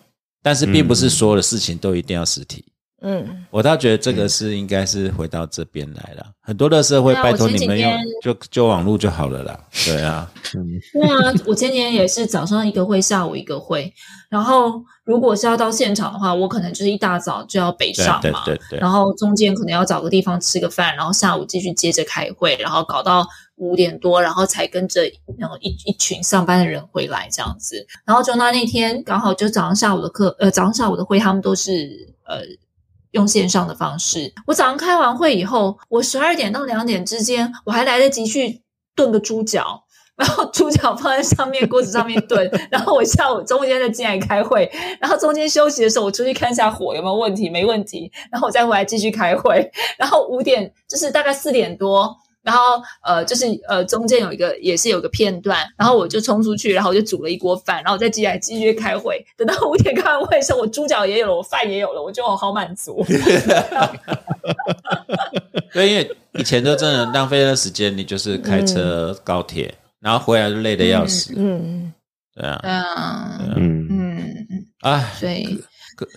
S3: 但是并不是所有的事情都一定要实体。
S4: 嗯，
S3: 我倒觉得这个是应该是回到这边来了，很多的社会
S1: 对啊
S3: 拜托
S1: 我前
S3: 你
S1: 几
S3: 们用
S1: 天
S3: 就就网络就好 了啦。对啊，
S1: 对啊，我今年也是早上一个会，下午一个会。然后如果是要到现场的话，我可能就是一大早就要北
S3: 对
S1: 上嘛，嗯
S3: 对对对
S1: 然后中间可能要找个地方吃个饭，然后下午继续接着开会，然后搞到五点多，然后才跟着那种一一群上班的人回来这样子。然后就那那天刚好就早上下午的课，呃，早上下午的会他们都是呃用线上的方式。我早上开完会以后，我十二点到两点之间，我还来得及去炖个猪脚。然后猪脚放在上面锅子上面炖，然后我下午中间再进来开会，然后中间休息的时候我出去看一下火有没有问题，没问题，然后我再回来继续开会，然后五点就是大概四点多。然后呃，就是呃，中间有一个也是有个片段，然后我就冲出去，然后我就煮了一锅饭，然后我再进来继续开会。等到五点开完会的时候，我猪脚也有了，我饭也有了，我就好满 足。
S3: 对，因为以前都真的浪费了时间，你就是开车、
S1: 嗯
S3: 高铁，然后回来就累得要死。
S4: 嗯，
S3: 对啊，
S1: 嗯
S2: 嗯，
S1: 嗯，
S3: 哎，
S1: 所以。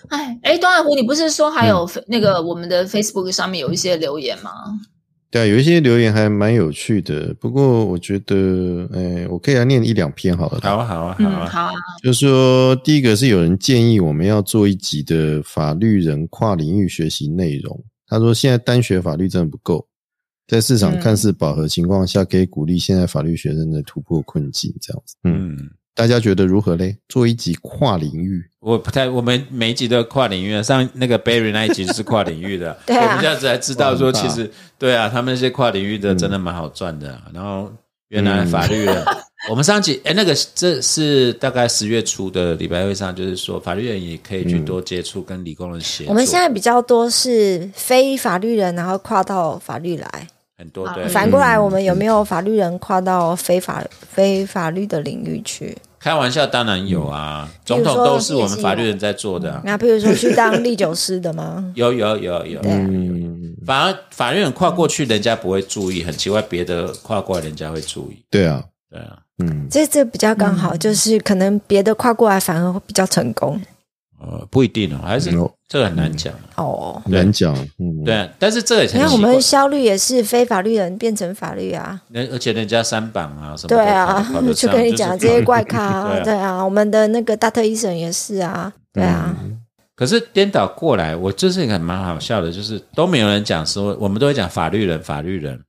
S1: 哎哎，端海湖，你不是说还有
S2: 嗯
S1: 那个我们的 Facebook 上面有一些留言吗？
S2: 对啊，有一些留言还蛮有趣的。不过我觉得，哎，我可以来念一两篇好了。
S3: 好啊，好啊，好
S1: 嗯，
S3: 啊，
S1: 好 啊，
S2: 就是说，第一个是有人建议我们要做一集的法律人跨领域学习内容。他说，现在单学法律真的不够，在市场
S1: 嗯
S2: 看似饱和情况下，可以鼓励现在法律学生的突破困境。这样子，嗯，
S3: 嗯。
S2: 大家觉得如何嘞？做一集跨领域，
S3: 我不太，我们每一集都跨领域的，上那个 Barry 那一集是跨领域的，
S4: 对啊
S3: 我们这样子才知道说，
S2: 哇很
S3: 其
S2: 大
S3: 实对啊，他们那些跨领域的真的蛮好赚的。啊
S4: 嗯
S3: 然后原来法律的， 我们上集哎，那个这是大概十月初的礼拜会上，就是说法律人也可以去多接触跟理工人协作，
S4: 嗯我们现在比较多是非法律人，然后跨到法律来。
S3: 很多对，
S4: 反过来，我们有没有法律人跨到非法非法律的领域去？
S3: 开玩笑当然有啊，
S4: 嗯
S3: 总统都是我们法律人在做的啊、？
S4: 那比如说去当历久师的吗
S3: 有有有有，
S4: 对啊
S2: 嗯，
S3: 反而法律人跨过去，人家不会注意，很奇怪，别的跨过来人家会注意，
S2: 对啊，
S3: 对啊。
S2: 嗯，
S4: 这这比较刚好，就是可能别的跨过来反而会比较成功
S3: 呃，不一定哦，还是、
S2: 嗯
S3: 这个很难讲、啊
S4: 哦。
S2: 很难讲，嗯，
S3: 对，啊但是这个也很
S4: 你看，我
S3: 奇怪
S4: 们效率也是非法律人变成法律啊，
S3: 人而且人家三榜啊什么都
S4: 对
S3: 考
S4: 啊
S3: 得，考得
S4: 就
S3: 上，
S4: 跟你讲
S3: 是
S4: 这些怪咖啊，
S3: 对嗯
S4: 对啊，我们的那个大特医生也是啊，对啊，
S2: 嗯
S3: 可是颠倒过来，我这是一个蛮好笑的，就是都没有人讲说，我们都会讲法律人，法律人，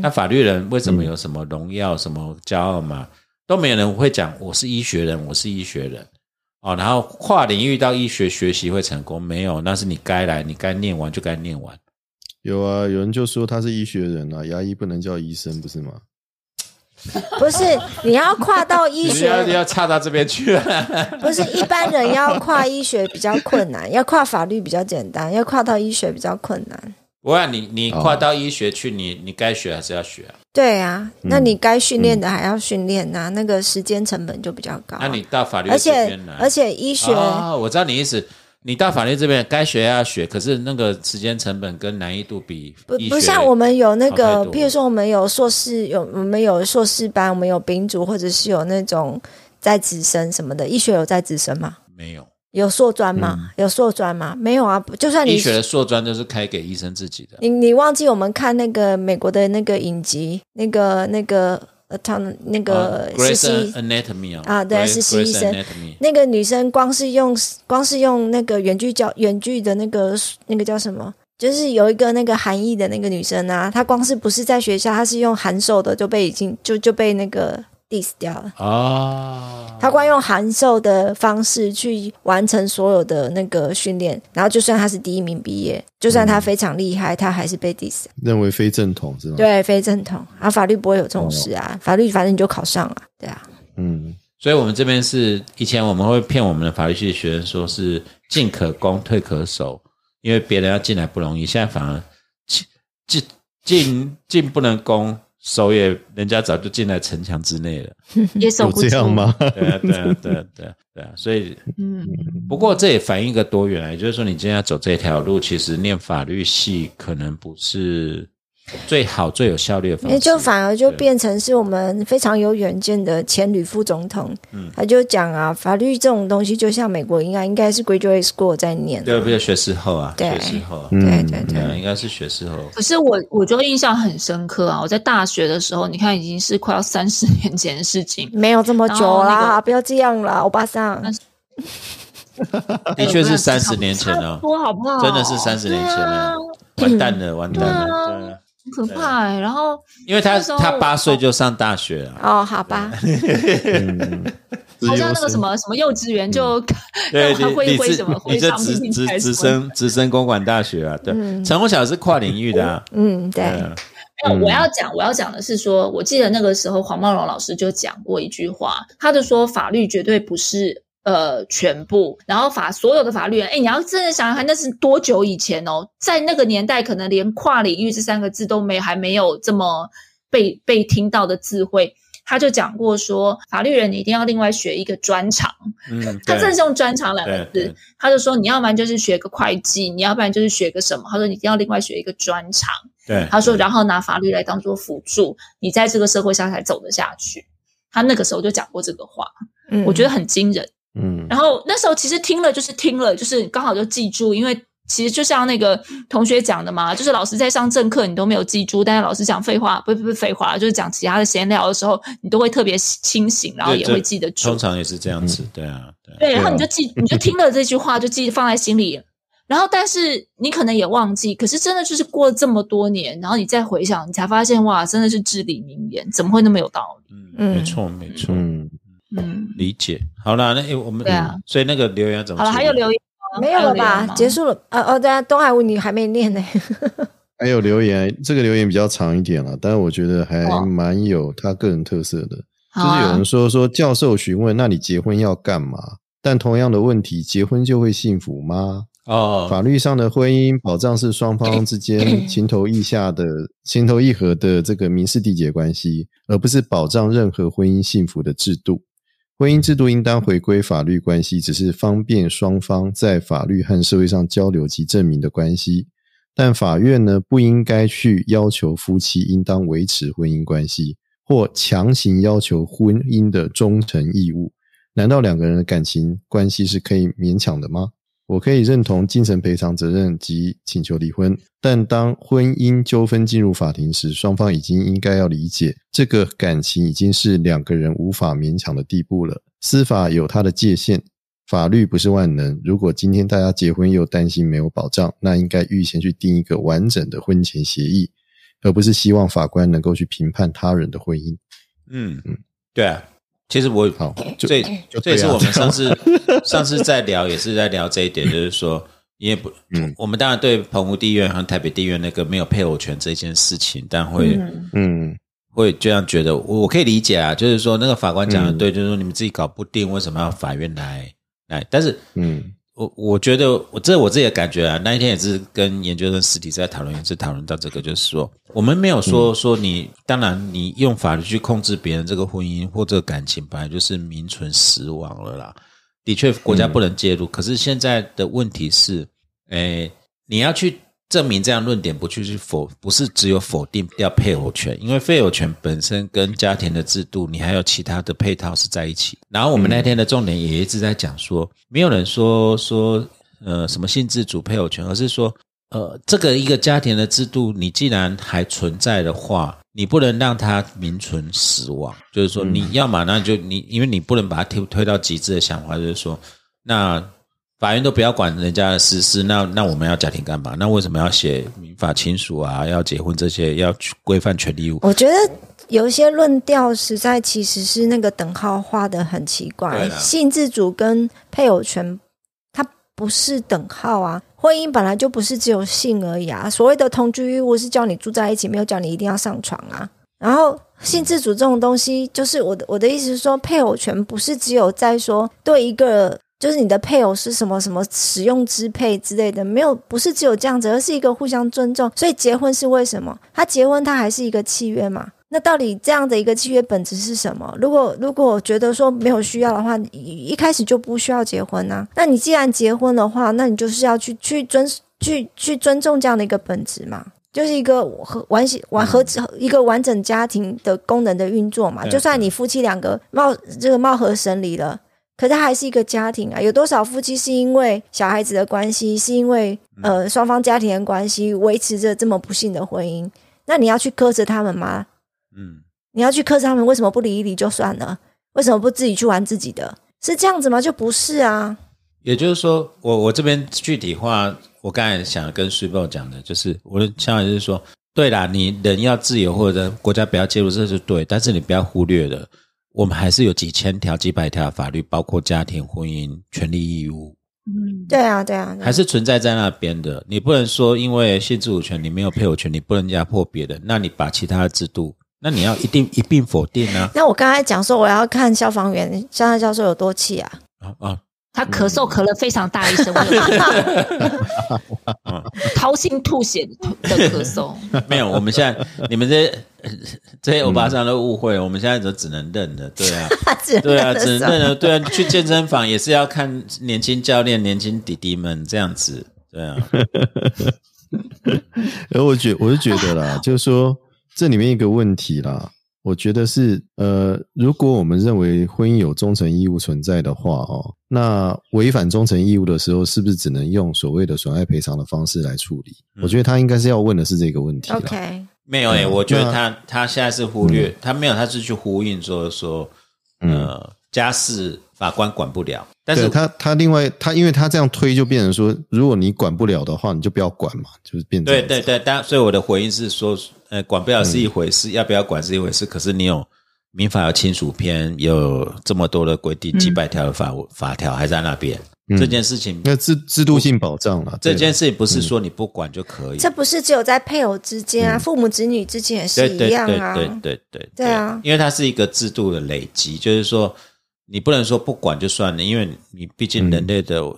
S3: 那法律人为什么有什么荣耀、什么骄傲嘛？都没有人会讲我是医学人，我是医学人哦。然后跨领域到医学学习会成功没有？那是你该来，你该念完就该念完。
S2: 有啊，有人就说他是医学人啊，牙医不能叫医生，不是吗？
S4: 不是你要跨到医
S3: 你要你
S4: 学，
S3: 要差到这边 去了。
S4: 不是一般人要跨医学比较困难，要跨法律比较简单，要跨到医学比较困难。
S3: 我让你你跨到医学
S4: 哦
S3: 去，你你该学还是要学啊。
S4: 对啊，那你该训练的还要训练呐、那个时间成本就比较高啊、
S3: 嗯那你到法律
S4: 而
S3: 这
S4: 且
S3: 边来，
S4: 而且医学、
S3: 哦，我知道你意思。你到法律这边该学要学，可是那个时间成本跟难易度比
S4: 不
S3: 医学
S4: 不像我们有那
S3: 好太
S4: 个，
S3: 多
S4: 譬如说我们有硕士，有我们有硕士班，我们有丙组，或者是有那种在职生什么的。医学有在职生吗？
S3: 没有。
S4: 有硕专吗？有硕专吗？没有啊！不就算
S3: 嗯医
S4: 你
S3: 学的硕专就是开给医生自己的，
S4: 你你忘记我们看那个美国的那个影集，那个那个呃，他们那个
S3: 啊
S4: 实
S3: Grey's
S4: 习
S3: Anatomy 哦
S4: 啊对啊
S3: Grey-
S4: 实习医
S3: Grey's
S4: 生
S3: Anatomy
S4: 那个女生光是用光是用那个远距教远距的那个那个叫什么？就是有一个那个韩裔的那个女生啊，她光是不是在学校，她是用函授的就被已经就就被那个 diss 掉了。
S3: 哦，
S4: 她光用函授的方式去完成所有的那个训练，然后就算她是第一名毕业，就算她非常厉害，她还是被 diss。
S2: 认为非正统是吗？，
S4: 对，非正统啊，法律不会有这种事啊，法律反正你就考上了，对啊，
S2: 嗯，
S3: 所以我们这边是以前我们会骗我们的法律系学生说是进可攻退可守，因为别人要进来不容易，现在反而进进进进不能攻，守也人家早就进来城墙之内了。
S1: 也守
S2: 有
S1: 不
S2: 这
S1: 住
S2: 样？吗？
S3: 对啊，对啊，对啊，对啊，对啊，所以
S1: 嗯，
S3: 不过这也反映一个多元啊，也就是说，你今天要走这条路，其实念法律系可能不是最好、最有效率的方
S4: 那
S3: 式。
S4: 就反而就
S3: 对
S4: 变成是我们非常有远见的前吕副总统，他就讲啊，法律这种东西就像美国一样，应该是 graduate school 在念啊，
S3: 对，不是学士后啊，
S4: 对
S3: 学士后，
S4: 对对对
S3: 对啊，应该是学士后。
S1: 可是我我就印象很深刻啊！我在大学的时候，你看已经是快要三十年前的事情，
S4: 没有这么久
S1: 然后那
S4: 啦，
S1: 个嗯
S4: 不要这样啦，欧巴桑，
S1: 那
S3: 的确是三十年前哦，
S1: 多好不好？啊
S3: 真的是三十年前了，完蛋了，完蛋了，对啊，
S1: 很可怕哎、然后
S3: 因为他
S1: 那时候
S3: 他八岁就上大 学了，
S4: 哦，好吧，
S1: 好像那个什么什么幼稚园就，
S3: 嗯对，
S1: 还
S3: 你
S1: 会
S3: 你
S1: 会
S3: 是
S1: 什么
S3: 你
S1: 会
S3: 这
S1: 上
S3: 直
S1: 命
S3: 直
S1: 才
S3: 直
S1: 什么嗯
S3: 升 直升公管大学啊，对，陈宏晓是跨领域的啊，
S4: 嗯嗯，对，
S3: 对啊
S1: 没有，我要讲，我要讲的是说，我记得那个时候黄茂荣老师就讲过一句话，他就说法律绝对不是呃全部，然后法所有的法律人，哎，你要真的想想看，那是多久以前哦？在那个年代，可能连跨领域这三个字都没还没有这么被被听到的智慧。他就讲过说，法律人你一定要另外学一个专长，
S3: 嗯，
S1: 他真的
S3: 对
S1: 是用专长两个
S3: 对
S1: 字
S3: 对，
S1: 他就说你要不然就是学个会计，你要不然就是学个什么，他说你一定要另外学一个专长。
S3: 哎对，
S1: 他说，然后拿法律来当做辅助，你在这个社会上才走得下去。他那个时候就讲过这个话，
S4: 嗯
S1: 我觉得很惊人。
S2: 嗯，
S1: 然后那时候其实听了就是听了，就是刚好就记住，因为其实就像那个同学讲的嘛，就是老师在上正课你都没有记住，但是老师讲废话，不不不废话，就是讲其他的闲聊的时候，你都会特别清醒，然后
S3: 对
S1: 也
S3: 这
S1: 会记得住
S3: 通。常也是这样子，对啊，对啊
S1: 对，然后
S2: 对啊
S1: 你就记，你就听了这句话，就记放在心里。然后，但是你可能也忘记，可是真的就是过了这么多年，然后你再回想，你才发现哇，真的是至理名言，怎么会那么有道理？
S3: 嗯，
S4: 嗯
S3: 没错没错，
S2: 嗯，
S1: 嗯，
S3: 理解。好啦，那诶我们嗯
S1: 对啊
S3: 所以那个留言怎么
S1: 好了，
S3: 处
S1: 还
S3: 理
S1: 有留言吗
S4: 没有了
S1: 还留言
S4: 吧
S1: 吗？
S4: 结束了。呃哦，对啊，东海吴你还没念呢。
S2: 还有留言，这个留言比较长一点了，但是我觉得还
S1: 哦
S2: 蛮有他个人特色的。
S1: 好
S2: 就是有
S1: 啊
S2: 人，说说教授询问，那你结婚要干嘛？但同样的问题，结婚就会幸福吗？
S3: 哦，
S2: 法律上的婚姻保障是双方之间情投意下的情投意合的这个民事缔结关系，而不是保障任何婚姻幸福的制度。婚姻制度应当回归法律关系，只是方便双方在法律和社会上交流及证明的关系。但法院呢，不应该去要求夫妻应当维持婚姻关系，或强行要求婚姻的忠诚义务。难道两个人的感情关系是可以勉强的吗？我可以认同精神赔偿责任及请求离婚，但当婚姻纠纷进入法庭时，双方已经应该要理解，这个感情已经是两个人无法勉强的地步了。司法有它的界限，法律不是万能。如果今天大家结婚又担心没有保障，那应该预先去定一个完整的婚前协议，而不是希望法官能够去评判他人的婚姻。
S3: 嗯嗯，对啊。其实我
S2: 好，就
S3: 这
S2: 就
S3: 这也是
S2: 对啊
S3: 我们 上次上次在聊，也是在聊这一点，就是说，你也不，
S2: 嗯
S3: 我们当然对澎湖地院和台北地院那个没有配偶权这件事情，但会
S1: 嗯，
S2: 嗯
S3: 会这样觉得，我我可以理解啊，就是说那个法官讲的
S2: 嗯
S3: 对，就是说你们自己搞不定，为什么要法院来来？但是
S2: 嗯
S3: 我我觉得我这是我自己的感觉啊，那一天也是跟研究生实体在讨论，也是讨论到这个，就是说我们没有说、说你，当然你用法律去控制别人这个婚姻或这个感情，本来就是名存实亡了啦。的确，国家不能介入，可是现在的问题是，诶，你要去证明这样论点，不去去否，不是只有否定掉配偶权，因为配偶权本身跟家庭的制度，你还有其他的配套是在一起。然后我们那天的重点也一直在讲说，没有人说说呃什么性自主配偶权，而是说呃，这个一个家庭的制度，你既然还存在的话，你不能让它名存实亡。就是说，你要么那就你，因为你不能把它推推到极致的想法，就是说，那法院都不要管人家的私事，那那我们要家庭干嘛？那为什么要写民法亲属啊？要结婚这些，要去规范权利义务？
S4: 我觉得有一些论调实在其实是那个等号画的很奇
S3: 对
S4: 怪，
S3: 啦
S4: 性自主跟配偶权它不是等号啊。婚姻本来就不是只有性而已啊，所谓的同居义务是叫你住在一起，没有叫你一定要上床啊。然后性自主这种东西，就是我的我的意思是说，配偶权不是只有在说对一个。就是你的配偶是什么什么使用支配之类的，没有不是只有这样子，而是一个互相尊重。所以结婚是为什么？他结婚他还是一个契约嘛？那到底这样的一个契约本质是什么？如果如果我觉得说没有需要的话，一一开始就不需要结婚啊。那你既然结婚的话，那你就是要去去尊去去尊重这样的一个本质嘛。就是一个和完完和一个完整家庭的功能的运作
S3: 嗯
S4: 嘛。
S3: 对
S4: 就算你夫妻两个貌这个貌合神离了，可是它还是一个家庭啊。有多少夫妻是因为小孩子的关系，是因为
S3: 嗯
S4: 呃双方家庭的关系维持着这么不幸的婚姻？那你要去苛责他们吗？
S3: 嗯，
S4: 你要去苛责他们，为什么不理一理就算了？为什么不自己去玩自己的？是这样子吗？就不是啊。
S3: 也就是说，我我这边具体化，我刚才想跟 s u p e 讲的，就是我的想法就是说，对啦，你人要自由或者国家不要介入，这是对，但是你不要忽略了，我们还是有几千条、几百条法律，包括家庭、婚姻、权利义务，
S1: 嗯，
S4: 对啊，对啊，对啊
S3: 还是存在在那边的。你不能说因为性自主权你没有配偶权，你不能压迫别人，那你把其他的制度，那你要一定一并否定啊
S4: 那我刚才讲说我要看消防员肖战教授有多气啊，
S3: 啊啊！
S1: 他咳嗽咳了非常大一声，我有看 到 掏心吐血的咳嗽。
S3: 啊没有，我们现在你们这些这些欧巴桑都误会了，我们现在就只能认了，对啊。
S4: 他只
S3: 对 啊，只
S4: 只
S3: 能认了。对啊，去健身房也是要看年轻教练、年轻弟弟们这样子。对啊，
S2: 而我觉我是觉得啦，就是说这里面一个问题啦，我觉得是呃，如果我们认为婚姻有忠诚义务存在的话哦，那违反忠诚义务的时候，是不是只能用所谓的损害赔偿的方式来处理？我觉得他应该是要问的是这个问题啦。
S4: OK，
S3: 没有诶、欸
S2: 嗯
S3: 我觉得
S2: 那嗯
S3: 他他现在是忽略，他没有，他是去呼应说说，呃，家事法官管不了，但是
S2: 对他，他另外他，因为他这样推，就变成说，如果你管不了的话，你就不要管嘛，就是变成
S3: 对对对，当所以我的回应是说，呃，管不了
S2: 嗯
S3: 是一回事，要不要管是一回事。可是你有民法有亲属篇，有这么多的规定，几百条的法、法条还在那边，
S2: 嗯
S3: 这件事情，
S2: 那制制度性保障啦。
S3: 这
S2: 对
S3: 件事情不
S2: 嗯
S3: 是说你不管就可以。
S4: 这不是只有在配偶之间啊，父母子女之间也是
S3: 对
S4: 一
S3: 对
S4: 样
S3: 对
S4: 啊。
S3: 对对对
S4: 对啊
S3: 因为它是一个制度的累积，就是说你不能说不管就算了，因为你毕竟人类的，
S4: 嗯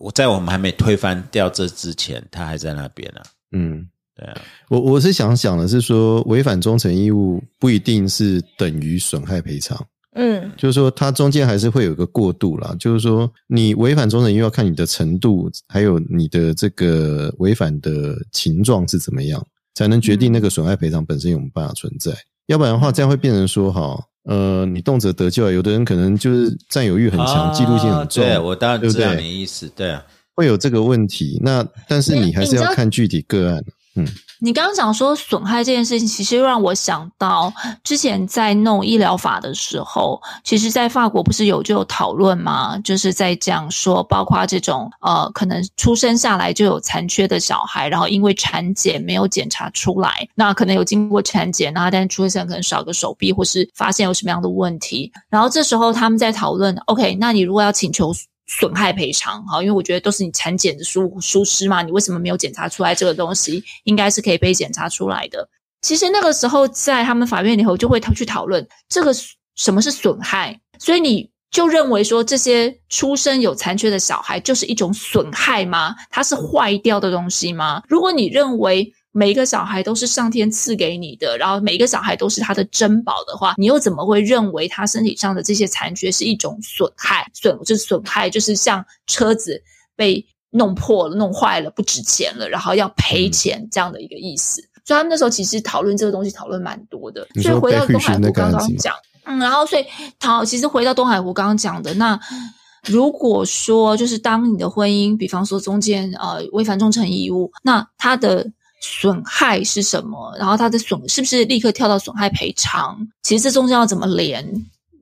S3: 我在我们还没推翻掉这之前，它还在那边呢、啊。
S2: 嗯，
S3: 对啊，
S2: 我我是想想的是说，违反忠诚义务不一定是等于损害赔偿，
S4: 嗯，
S2: 就是说它中间还是会有一个过渡啦。就是说，你违反忠诚义务要看你的程度，还有你的这个违反的情状是怎么样，才能决定那个损害赔偿本身有没有办法存在。要不然的话，这样会变成说哈。呃，你动辄得咎，有的人可能就是占有欲很强，记录性
S3: 啊
S2: 很重，
S3: 对我当然
S2: 对不
S3: 知道
S2: 对？
S3: 你意思，对啊，
S2: 会有这个问题。那但是你还是
S1: 你知
S2: 要
S1: 道
S2: 看具体个案。 啊
S1: 你刚刚讲说损害这件事情，其实让我想到之前在弄医疗法的时候，其实，在法国不是有就有讨论吗？就是在讲说，包括这种呃，可能出生下来就有残缺的小孩，然后因为产检没有检查出来，那可能有经过产检，然后但是出生可能少个手臂，或是发现有什么样的问题，然后这时候他们在讨论，OK，那你如果要请求损害赔偿，好，因为我觉得都是你产检的疏疏失嘛，你为什么没有检查出来这个东西，应该是可以被检查出来的。其实那个时候在他们法院里头就会去讨论这个什么是损害，所以你就认为说这些出生有残缺的小孩就是一种损害吗？它是坏掉的东西吗？如果你认为每一个小孩都是上天赐给你的，然后每一个小孩都是他的珍宝的话，你又怎么会认为他身体上的这些残缺是一种损害？损就是损害，就是像车子被弄破了、弄坏了、不值钱了，然后要赔钱这样的一个意思。所以他们那时候其实讨论这个东西讨论蛮多的。
S2: 你
S1: 所以
S2: 说
S1: 回到
S2: 被
S1: 东
S2: 训
S1: 海
S2: 那
S1: 湖
S2: 个
S1: 刚
S2: 案
S1: 刚
S2: 子吗
S1: 讲，嗯，然后所以好，其实回到东海湖刚刚讲的，那如果说就是当你的婚姻，比方说中间呃违反忠诚义务，那它的损害是什么？然后它的损是不是立刻跳到损害赔偿？其实这中间要怎么连？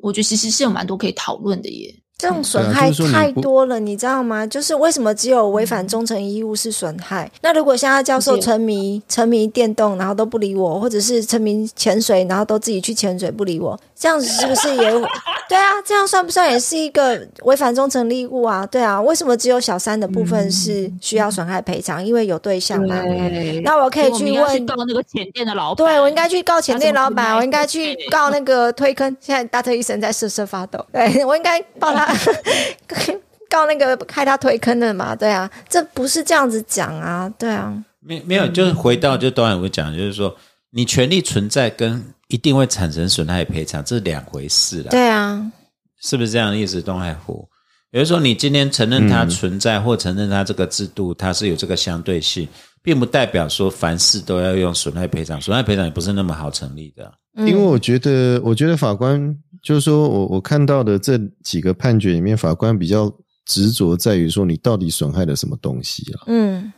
S1: 我觉得其实是有蛮多可以讨论的耶。
S4: 这种
S2: 对
S4: 损
S2: 啊
S4: 害
S2: 就是说你
S4: 太
S2: 不
S4: 多了，你知道吗？就是为什么只有违反忠诚义务是损害？那如果像他教授
S1: 理解
S4: 沉迷沉迷电动，然后都不理我，或者是沉迷潜水，然后都自己去潜水不理我，这样子是不是也对啊？这样算不算也是一个违反忠诚义务啊？对啊，为什么只有小三的部分是需要损害赔偿？因为有对象嘛。
S1: 对
S4: 那我可以
S1: 我们
S4: 去
S1: 应该去
S4: 问
S1: 告那个前店的老板，
S4: 对，我应该去告前店老
S1: 他怎么不
S4: 板，
S1: 卖
S4: 我应该去告那个推坑。现在大特医生在瑟瑟发抖， 对我应该报他 告那个害他推坑的嘛？对啊，这不是这样子讲啊，对啊，
S3: 没没有，就是回到就导演会讲，就是说你权利存在跟一定会产生损害赔偿，这是两回事啦。
S4: 对啊，
S3: 是不是这样的意思？东海湖，也就是说，你今天承认它
S2: 嗯
S3: 存在，或承认它这个制度，它是有这个相对性，并不代表说凡事都要用损害赔偿，损害赔偿也不是那么好成立的。
S4: 嗯
S2: 因为我觉得，我觉得法官就是说我我看到的这几个判决里面，法官比较执着在于说你到底损害了什么东西啊？
S4: 嗯，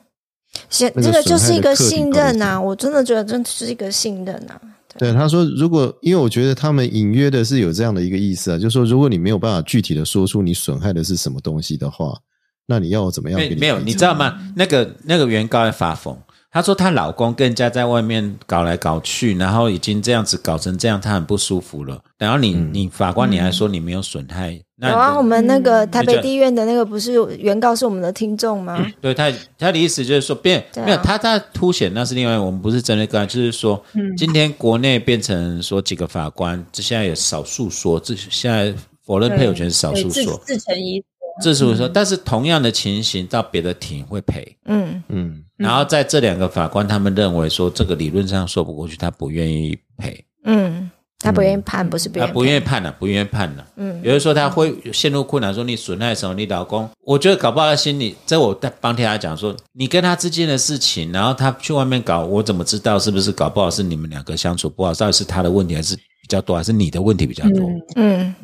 S4: 现
S2: 那个
S4: 这个就是一个
S2: 损害的客体
S4: 信任
S2: 到底是什
S4: 啊，我真的觉得这是一个信任啊，
S2: 对，他说，如果因为我觉得他们隐约的是有这样的一个意思啊，就是说，如果你没有办法具体的说出你损害的是什么东西的话，那你要我怎么样
S3: 没
S2: 给你
S3: 没有，
S2: 赔偿
S3: 你知道吗？那个那个原告在发疯，她说她老公跟人家在外面搞来搞去，然后已经这样子搞成这样，她很不舒服了。然后你、
S2: 嗯
S3: 你法官你还说你没有损害，那
S4: 嗯有啊，我们那个台
S3: 你
S4: 北
S3: 就
S4: 地院的那个不是有原告是我们的听众吗？
S3: 对他，他的意思就是说变、
S4: 对啊
S3: 没有他，他凸显那是另外，我们不是针对个案，就是说，今天国内变成说几个法官，这现在有少数说，这现在否认配偶权是少
S1: 对
S3: 数
S1: 自
S3: 说，
S1: 自成一
S3: 这是我说，但是同样的情形到别的庭会赔，
S4: 嗯，
S2: 嗯
S3: 然后在这两个法官他们认为说这个理论上说不过去，他不愿意赔，
S4: 嗯，他不愿意判，不是不
S3: 他
S4: 愿意
S3: 不愿意判了、不愿意判了、嗯，有的时候他会陷入困难，说你损害什么？你老公，我觉得搞不好他心里，这我在帮替他讲说，你跟他之间的事情，然后他去外面搞，我怎么知道是不是？搞不好是你们两个相处不好，到底是他的问题还是比较多，还是你的问题比较多？
S1: 嗯
S4: 嗯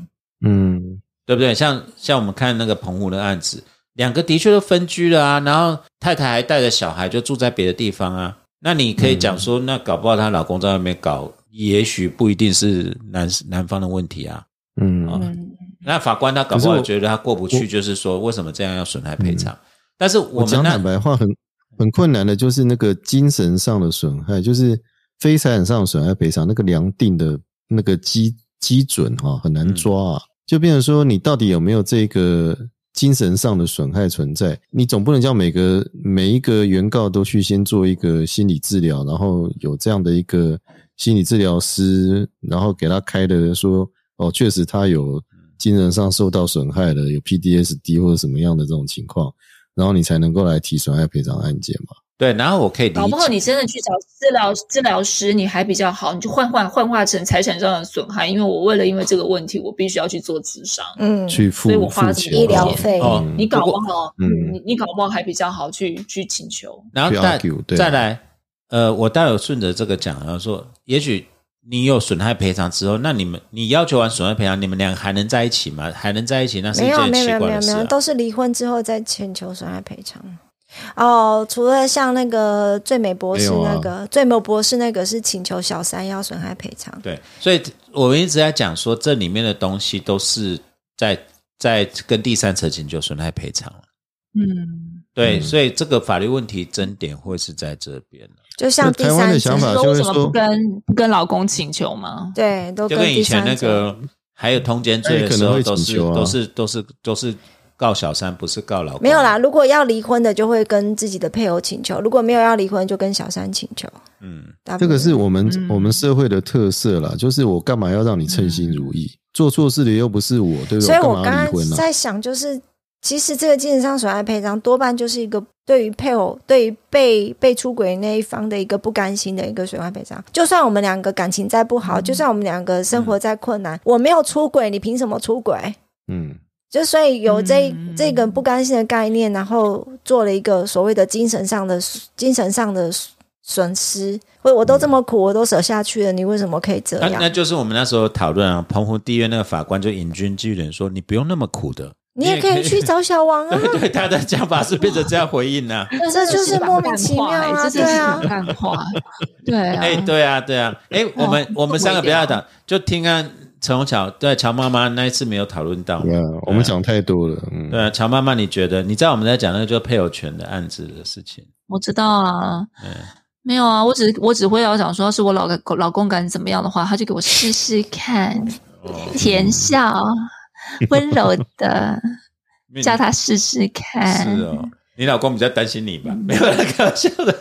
S2: 嗯
S3: 对不对？像像我们看那个澎湖的案子，两个的确都分居了啊，然后太太还带着小孩就住在别的地方啊。那你可以讲说，那搞不好她老公在外面搞，也许不一定是男男方的问题啊。
S2: 嗯
S1: 嗯
S3: 那法官他搞不
S2: 可是
S3: 好
S2: 我
S3: 觉得他过不去，
S2: 我嗯
S3: 就是说为什么这样要损害赔偿？但是我
S2: 我
S3: 们
S2: 讲坦
S3: 那
S2: 白话很很困难的，就是那个精神上的损害，就是非财产上的损害赔偿，那个量定的那个基基准哈、很
S3: 嗯
S2: 难抓啊，就变成说你到底有没有这个精神上的损害存在？你总不能叫每个每一个原告都去先做一个心理治疗，然后有这样的一个心理治疗师，然后给他开的说哦，确实他
S3: 嗯
S2: 有。精神上受到损害了，有 PDSD 或者什么样的这种情况，然后你才能够来提损害赔偿案件嘛。
S3: 对，然后我可以理
S1: 搞不好
S3: 解，
S1: 你真的去找治疗治疗师，你还比较好，你就幻化幻化成财产上的损害，因为我为了因为这个问题，我必须要去做咨商。
S4: 嗯，
S2: 去付
S1: 所以我花
S2: 付
S1: 了这么
S2: 钱
S1: 多
S2: 嘛
S4: 医疗费，
S3: 哦
S2: 嗯
S1: 你搞不好，
S2: 嗯
S1: 嗯，你你搞不好还比较好去去请求。
S3: 然后
S2: 去
S3: 再
S2: argue，对啊
S3: 再来，呃，我待会顺着这个讲，然后说，也许你有损害赔偿之后，那你们你要求完损害赔偿，你们俩还能在一起吗？还能在一起，那是一
S4: 没有
S3: 件
S4: 没有没
S3: 奇
S4: 有没
S3: 怪的
S4: 有没
S3: 事、
S4: 有，
S3: 啊。
S4: 都是离婚之后再请求损害赔偿。哦，除了像那个最美博士
S2: 没有啊
S4: 那个、最美博士那个是请求小三要损害赔偿，
S3: 对，所以我们一直在讲说，这里面的东西都是在在跟第三者请求损害赔偿了。
S1: 嗯，
S3: 对，所以这个法律问题争点会是在这边了
S4: 就像第
S2: 台湾
S4: 三
S2: 的想法
S4: 者
S1: 说
S2: 就
S1: 为
S2: 会
S1: 什么不
S2: 说
S1: 跟不跟老公请求吗？
S4: 对，都
S3: 就
S4: 跟
S3: 跟以
S4: 第
S3: 前
S4: 三
S3: 那
S4: 者
S3: 个还有通奸罪的时
S2: 那
S3: 候，
S2: 你可能
S3: 都
S2: 会
S3: 是
S2: 请求啊
S3: 都是都是都是告小三，不是告老公。
S4: 没有啦，，如果要离婚的，就会跟自己的配偶请求；如果没有要离婚，就跟小三请求。
S3: 嗯，
S4: 大部
S2: 这
S4: 分
S2: 个是我们、我们社会的特色啦，就是我干嘛要让你称心如意？做错事的又不是我，对不对？
S4: 所以我
S2: 干
S4: 刚
S2: 嘛要离
S4: 刚
S2: 婚啊呢、
S4: 在想，就是其实这个精神上损害赔偿多半就是一个对于配偶、对于被被出轨那一方的一个不甘心的一个损害赔偿。就算我们两个感情再不好，就算我们两个生活再困难，我没有出轨，你凭什么出轨？
S2: 嗯，
S4: 就所以有这、
S1: 嗯
S4: 这个不甘心的概念，然后做了一个所谓的精神上的精神上的损失。我我都这么苦，我都舍下去了，你为什么可以这
S3: 那啊那
S4: 样？
S3: 就是我们那时候讨论啊，澎湖地院那个法官就引军据点说，你不用那么苦 的，
S4: 你也可以去。找小 王啊。
S3: 对对，他的讲法是变成这样回应 呢、啊。
S1: 但
S4: 这就是莫名其妙
S1: 这
S4: 啊
S1: 真的
S4: 对
S1: 是
S4: 啊
S1: 很干 话，对啊，
S3: 哎，对啊，对啊，哎，我们我们三个不要
S1: 这么
S3: 打，就听啊，陈红桥对乔妈妈那一次没有讨论到，
S2: 对啊，我们讲太多了，嗯，
S3: 对啊，乔妈妈，你觉得你知道我们在讲那个就配偶权的案子的事情，
S1: 我知道啊
S3: 嗯，
S1: 没有啊，我只我只会要想说，要是我老公老公敢怎么样的话，他就给我试试看，甜笑，温柔的
S3: 因为你
S1: 叫他试试看。
S3: 是哦，你老公比较担心你吧？没有啦，开玩笑的。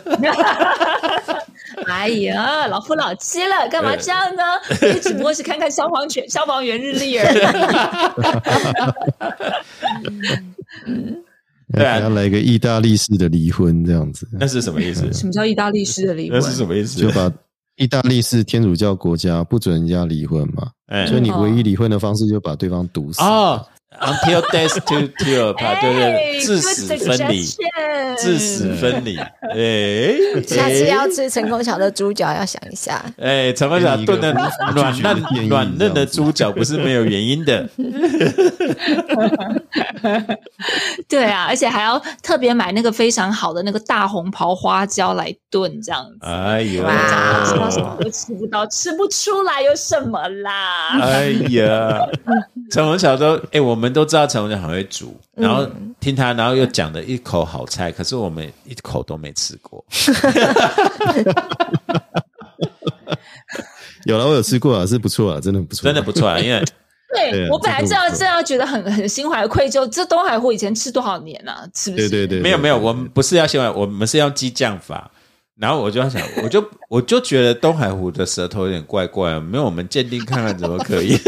S1: 哎呀，老夫老妻了，干嘛这样呢？我只不过是看看消防犬、消防员日历而已。
S3: 对啊
S2: 还要来个意大利式的离婚这样子，
S3: 那是什么意思？
S1: 什么叫意大利式的离
S3: 那是
S1: 婚？
S3: 什么意思
S2: 就？把意大利式天主教国家不准人家离婚嘛，
S3: 哎
S2: 所以你唯一离婚的方式就把对方毒死。
S3: 哦，until death to till part，对对，
S1: 哎
S3: 致死
S1: good
S3: 分离，
S1: suggestion
S3: 致死分离。哎，
S4: 下次要吃成功桥的猪脚，要想一下。
S3: 哎，陈班长炖的软
S2: 给你一个具体的建议
S3: 嫩软嫩的猪脚不是没有原因的。
S1: 对啊，而且还要特别买那个非常好的那个大红袍花椒来炖，这样子。
S3: 哎呦，
S4: 哇
S1: 吃到什么都吃不到，吃不出来有什么啦？
S3: 哎呀，陈文晓都，哎、我们都知道陈文晓很会煮，然后听他，然后又讲的一口好菜，可是我们一口都没吃过。
S2: 有了，我有吃过啊，是不错啊，真的不错，
S3: 真的不错啊，因为
S2: 对
S1: 对
S2: 啊
S1: 我本来
S2: 这个
S1: 这样
S2: 我
S1: 这样觉得很很心怀愧疚，这东海湖以前吃多少年啊？是不
S2: 对
S1: 是？
S2: 对对，
S3: 没有
S2: 对
S3: 没有，我们不是要先玩，我们是要激将法。然后我就要想，我就 我就觉得东海湖的舌头有点怪怪，没有我们鉴定看看怎么可以。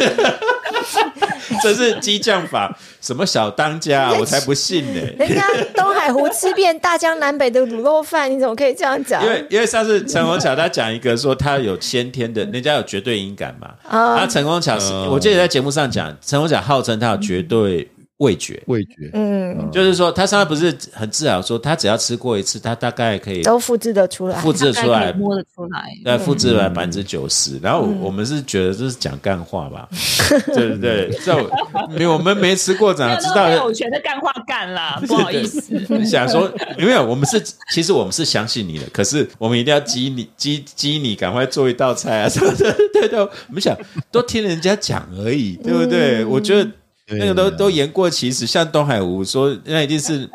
S3: 这是激将法，什么小当家啊、我才不信 呢、
S4: 人家东海湖吃遍大江南北的卤肉饭，你怎么可以这样讲
S3: 因？为因为上次陈宏桥他讲一个说他有先天的，人家有绝对音感嘛。
S1: 哦
S4: 啊
S3: 然后陈宏桥是，
S2: 嗯
S3: 我记得在节目上讲，陈宏桥号称他有绝对味觉，
S2: 味觉，
S4: 嗯，
S2: 哦
S3: 就是说他上次不是很自豪说他只要吃过一次，他大概可以
S4: 都复制得出来。
S3: 复制
S1: 大
S3: 出
S1: 概
S3: 来
S1: 可以摸得出来。
S3: 那复制
S2: 嗯
S3: 了百分之九十，然后
S1: 嗯
S3: 我们是觉得这是讲干 话吧，对不对？这我没有我们没吃过，
S1: 没
S3: 哪
S1: 有
S3: 知
S1: 那
S3: 道
S1: 么有权的干话干啦，呃不好意思。
S3: 你想说没有？我们是其实我们是相信你的，可是我们一定要激你激激你，赶快做一道菜啊什 么的。对对，我们想都听人家讲而已，对不对？
S1: 嗯
S3: 我觉得
S2: 对
S3: 那个都
S2: 啊
S3: 都言过其实，像东海吴说，那一定是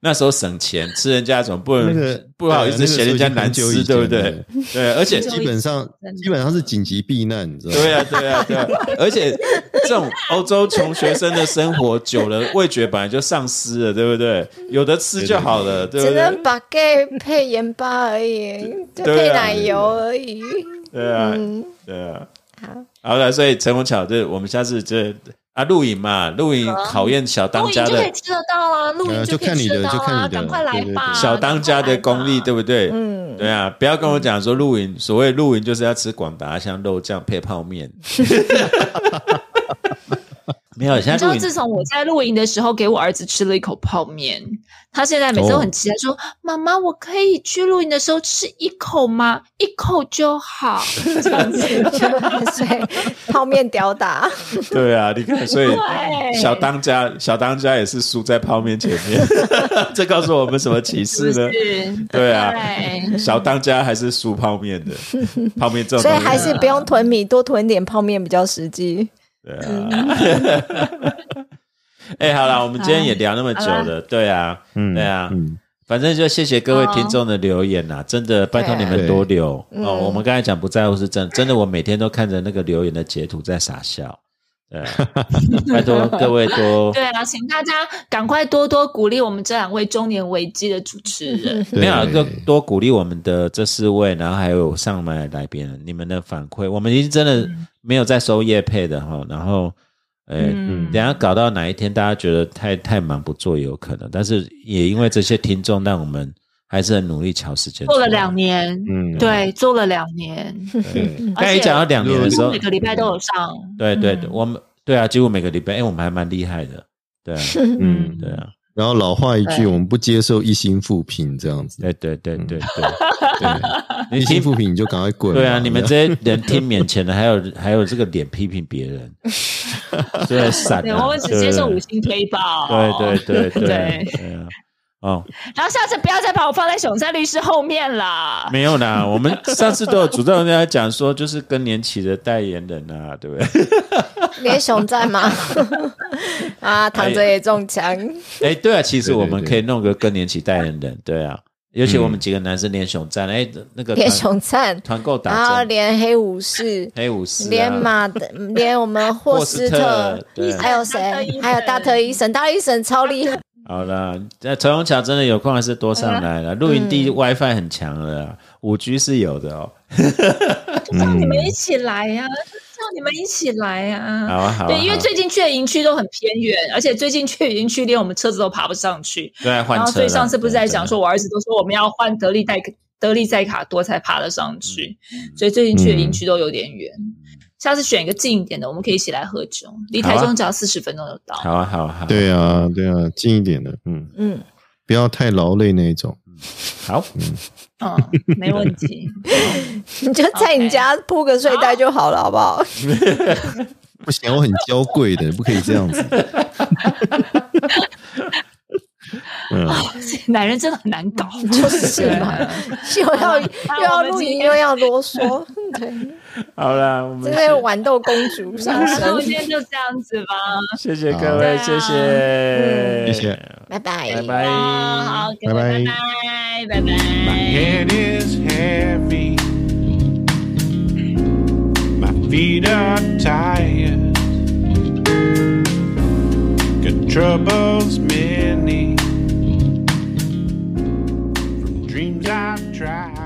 S3: 那时候省钱吃人家总不
S2: 那
S3: 能、
S2: 个
S3: 不好意
S2: 对
S3: 思
S2: 啊那个时候
S3: 嫌人家难
S2: 已
S3: 吃，
S2: 经很久以前
S3: 对不对
S2: 了？
S3: 对，而 且
S1: 很久
S2: 基本上
S1: 真的
S2: 基本上是紧急避难，你知道吗？
S3: 对啊，对啊，对啊！而且这种欧洲穷学生的生活久了，味觉本来就丧失了，对不对？有的吃就好了，对
S4: 只
S3: 不对
S4: 能？把 gay 配盐巴而已，就
S3: 对啊
S4: 配奶油而 已。
S3: 对啊，对啊。好了，所以陈文巧，这我们下次这啊露营嘛，露营考验小当
S1: 露
S3: 家
S1: 营就可
S3: 的
S1: 以吃得到啊，露营
S2: 呃就
S1: 可以
S2: 看你
S1: 吃
S2: 的
S1: 得到
S2: 就看
S1: 啊，
S2: 你的
S1: 赶快来
S2: 对对
S1: 吧！
S2: 对
S3: 小当家的功力，对
S1: 不
S3: 不对？
S4: 嗯，
S3: 对啊，不要跟我讲说露营，所谓露营就是要吃广达香肉酱配 泡面。没有，现
S1: 你知道
S3: 在露，营
S1: 自从我在露营的时候给我儿子吃了一口泡面，他现在每次都很期待
S3: 哦
S1: 说：“妈妈，我可以去露营的时候吃一口吗？一口就好。”这样子，
S4: 所以泡面屌打，
S3: 对啊，你 看，所以
S1: 对
S3: 小当家，小当家也是输在泡面前面， 这告诉我们什么启
S1: 是
S3: 示
S1: 不
S3: 呢？
S1: 是？
S3: 对啊
S1: 对
S3: 小当家还是输泡面的，泡面这种
S4: 所以
S3: 东西，
S4: 还是不用囤米，多囤点泡面比较实际。嗯
S3: 对啊。哎、好了，我们今天也聊那么久了，对啊，
S2: 嗯，
S3: 对啊，
S2: 嗯，
S3: 反正就谢谢各位听众的留言呐、真的拜托你们多留哦。我们刚才讲不在乎是真的，真的我每天都看着那个留言的截图在傻笑，对、啊，拜托各位多
S1: 对啊，请大家赶快多多鼓励我们这两位中年危机的主持人。
S2: 对
S3: 没有啊多多鼓励我们的这四位，然后还有上来来宾，你们的反馈，我们已经真的没有在收业配的哈。然后，呃，
S1: 嗯
S3: 等一下搞到哪一天大家觉得太太忙不做也有可能，但是也因为这些听众，让我们还是很努力瞧时间出来。
S1: 做了两年，
S2: 嗯，
S1: 对，做了两 年，
S2: 对，
S3: 嗯刚才一讲到两年的时
S1: 我
S3: 候
S1: 每，个礼拜嗯都有上。
S3: 对对对，我们对啊，几乎每个礼拜，哎，我们还蛮厉害的，对啊，
S2: 嗯，
S3: 对啊，
S2: 然后老话一句，
S1: 对
S2: 我们不接受一心复评这样 子，
S3: 对对对对对，
S2: 一心复评你就赶快滚吧。
S3: 对啊，你们
S2: 这样
S3: 这些人听免钱的，还有还有这个脸批评别人，对，闪
S1: 对，
S3: 啊，
S1: 我们只接受五星推报。
S3: 对对对对对
S1: 对
S3: 对啊！哦，
S1: 然后下次不要再把我放在熊山律师后面啦。
S3: 没有啦，我们上次都有主动跟大家讲说，就是更年期的代言人啊，对不对？
S4: 连熊在吗？ 啊，躺着也中枪。
S3: 哎， 对啊，其实
S2: 对对
S3: 我们可以弄个更年期代言人，对啊，尤其我们几个男生连熊站，哎，那个
S4: 连
S3: 团
S4: 熊赞，
S3: 团购
S4: 然后
S3: 打针，
S4: 连黑武士，
S3: 黑武士啊，
S4: 连马的，连我们霍斯
S3: 霍斯
S4: 特
S3: 特对，啊
S4: 还有谁？还有大特医生，大特医生超厉害。
S3: 好啦，那陈虹桥真的有空还是多上来
S1: 嗯
S3: 了，露营地 WiFi 很强的啦，五 G 是有的哦。
S1: 叫你们一起来呀、叫你们一起来呀、
S3: 好啊，好
S1: 嗯
S3: 啊，
S1: 对，因为
S3: 好啊
S1: 最近去的营区都很偏远，而且最近去的营区连我们车子都爬不上去。
S3: 对啊换
S1: 然
S3: 车
S1: 后，
S3: 啦。
S1: 所以上次不是在讲
S3: 对
S1: 说，我儿子都说我们要换德利代德利塞卡多才爬得上去，
S3: 嗯
S1: 所以最近去的营区都有点远。下次选一个近一点的，我们可以一起来喝酒，离台
S3: 好啊
S1: 中只要四十分钟就到。
S3: 好啊，好啊，好 啊，
S2: 对啊，对啊，近一点的，嗯，
S4: 嗯，
S2: 不要太劳累那一种。
S3: 好，
S1: 嗯，没问题。
S4: 你就在你家铺个睡袋就好了，好不好？
S2: 不行，我很娇贵的，不可以这样 子。嗯，
S1: 男人真的很难搞，
S4: 就是嘛，又要又要露营又要啰嗦，对，
S3: 好啦，我们
S4: 真的豌豆公主上
S1: 那 我今
S4: 身，
S1: 天就这样子吧，
S3: 谢谢
S2: 好
S3: 各
S1: 对
S3: 位，
S1: 啊
S3: 谢谢，
S1: 嗯
S2: 谢谢。
S4: 拜拜
S3: 拜拜。
S1: 啊，好，各位
S2: 拜拜
S1: 拜拜。拜拜
S5: My head is heavy. My feet are tired. Got troubles many from dreams I've tried.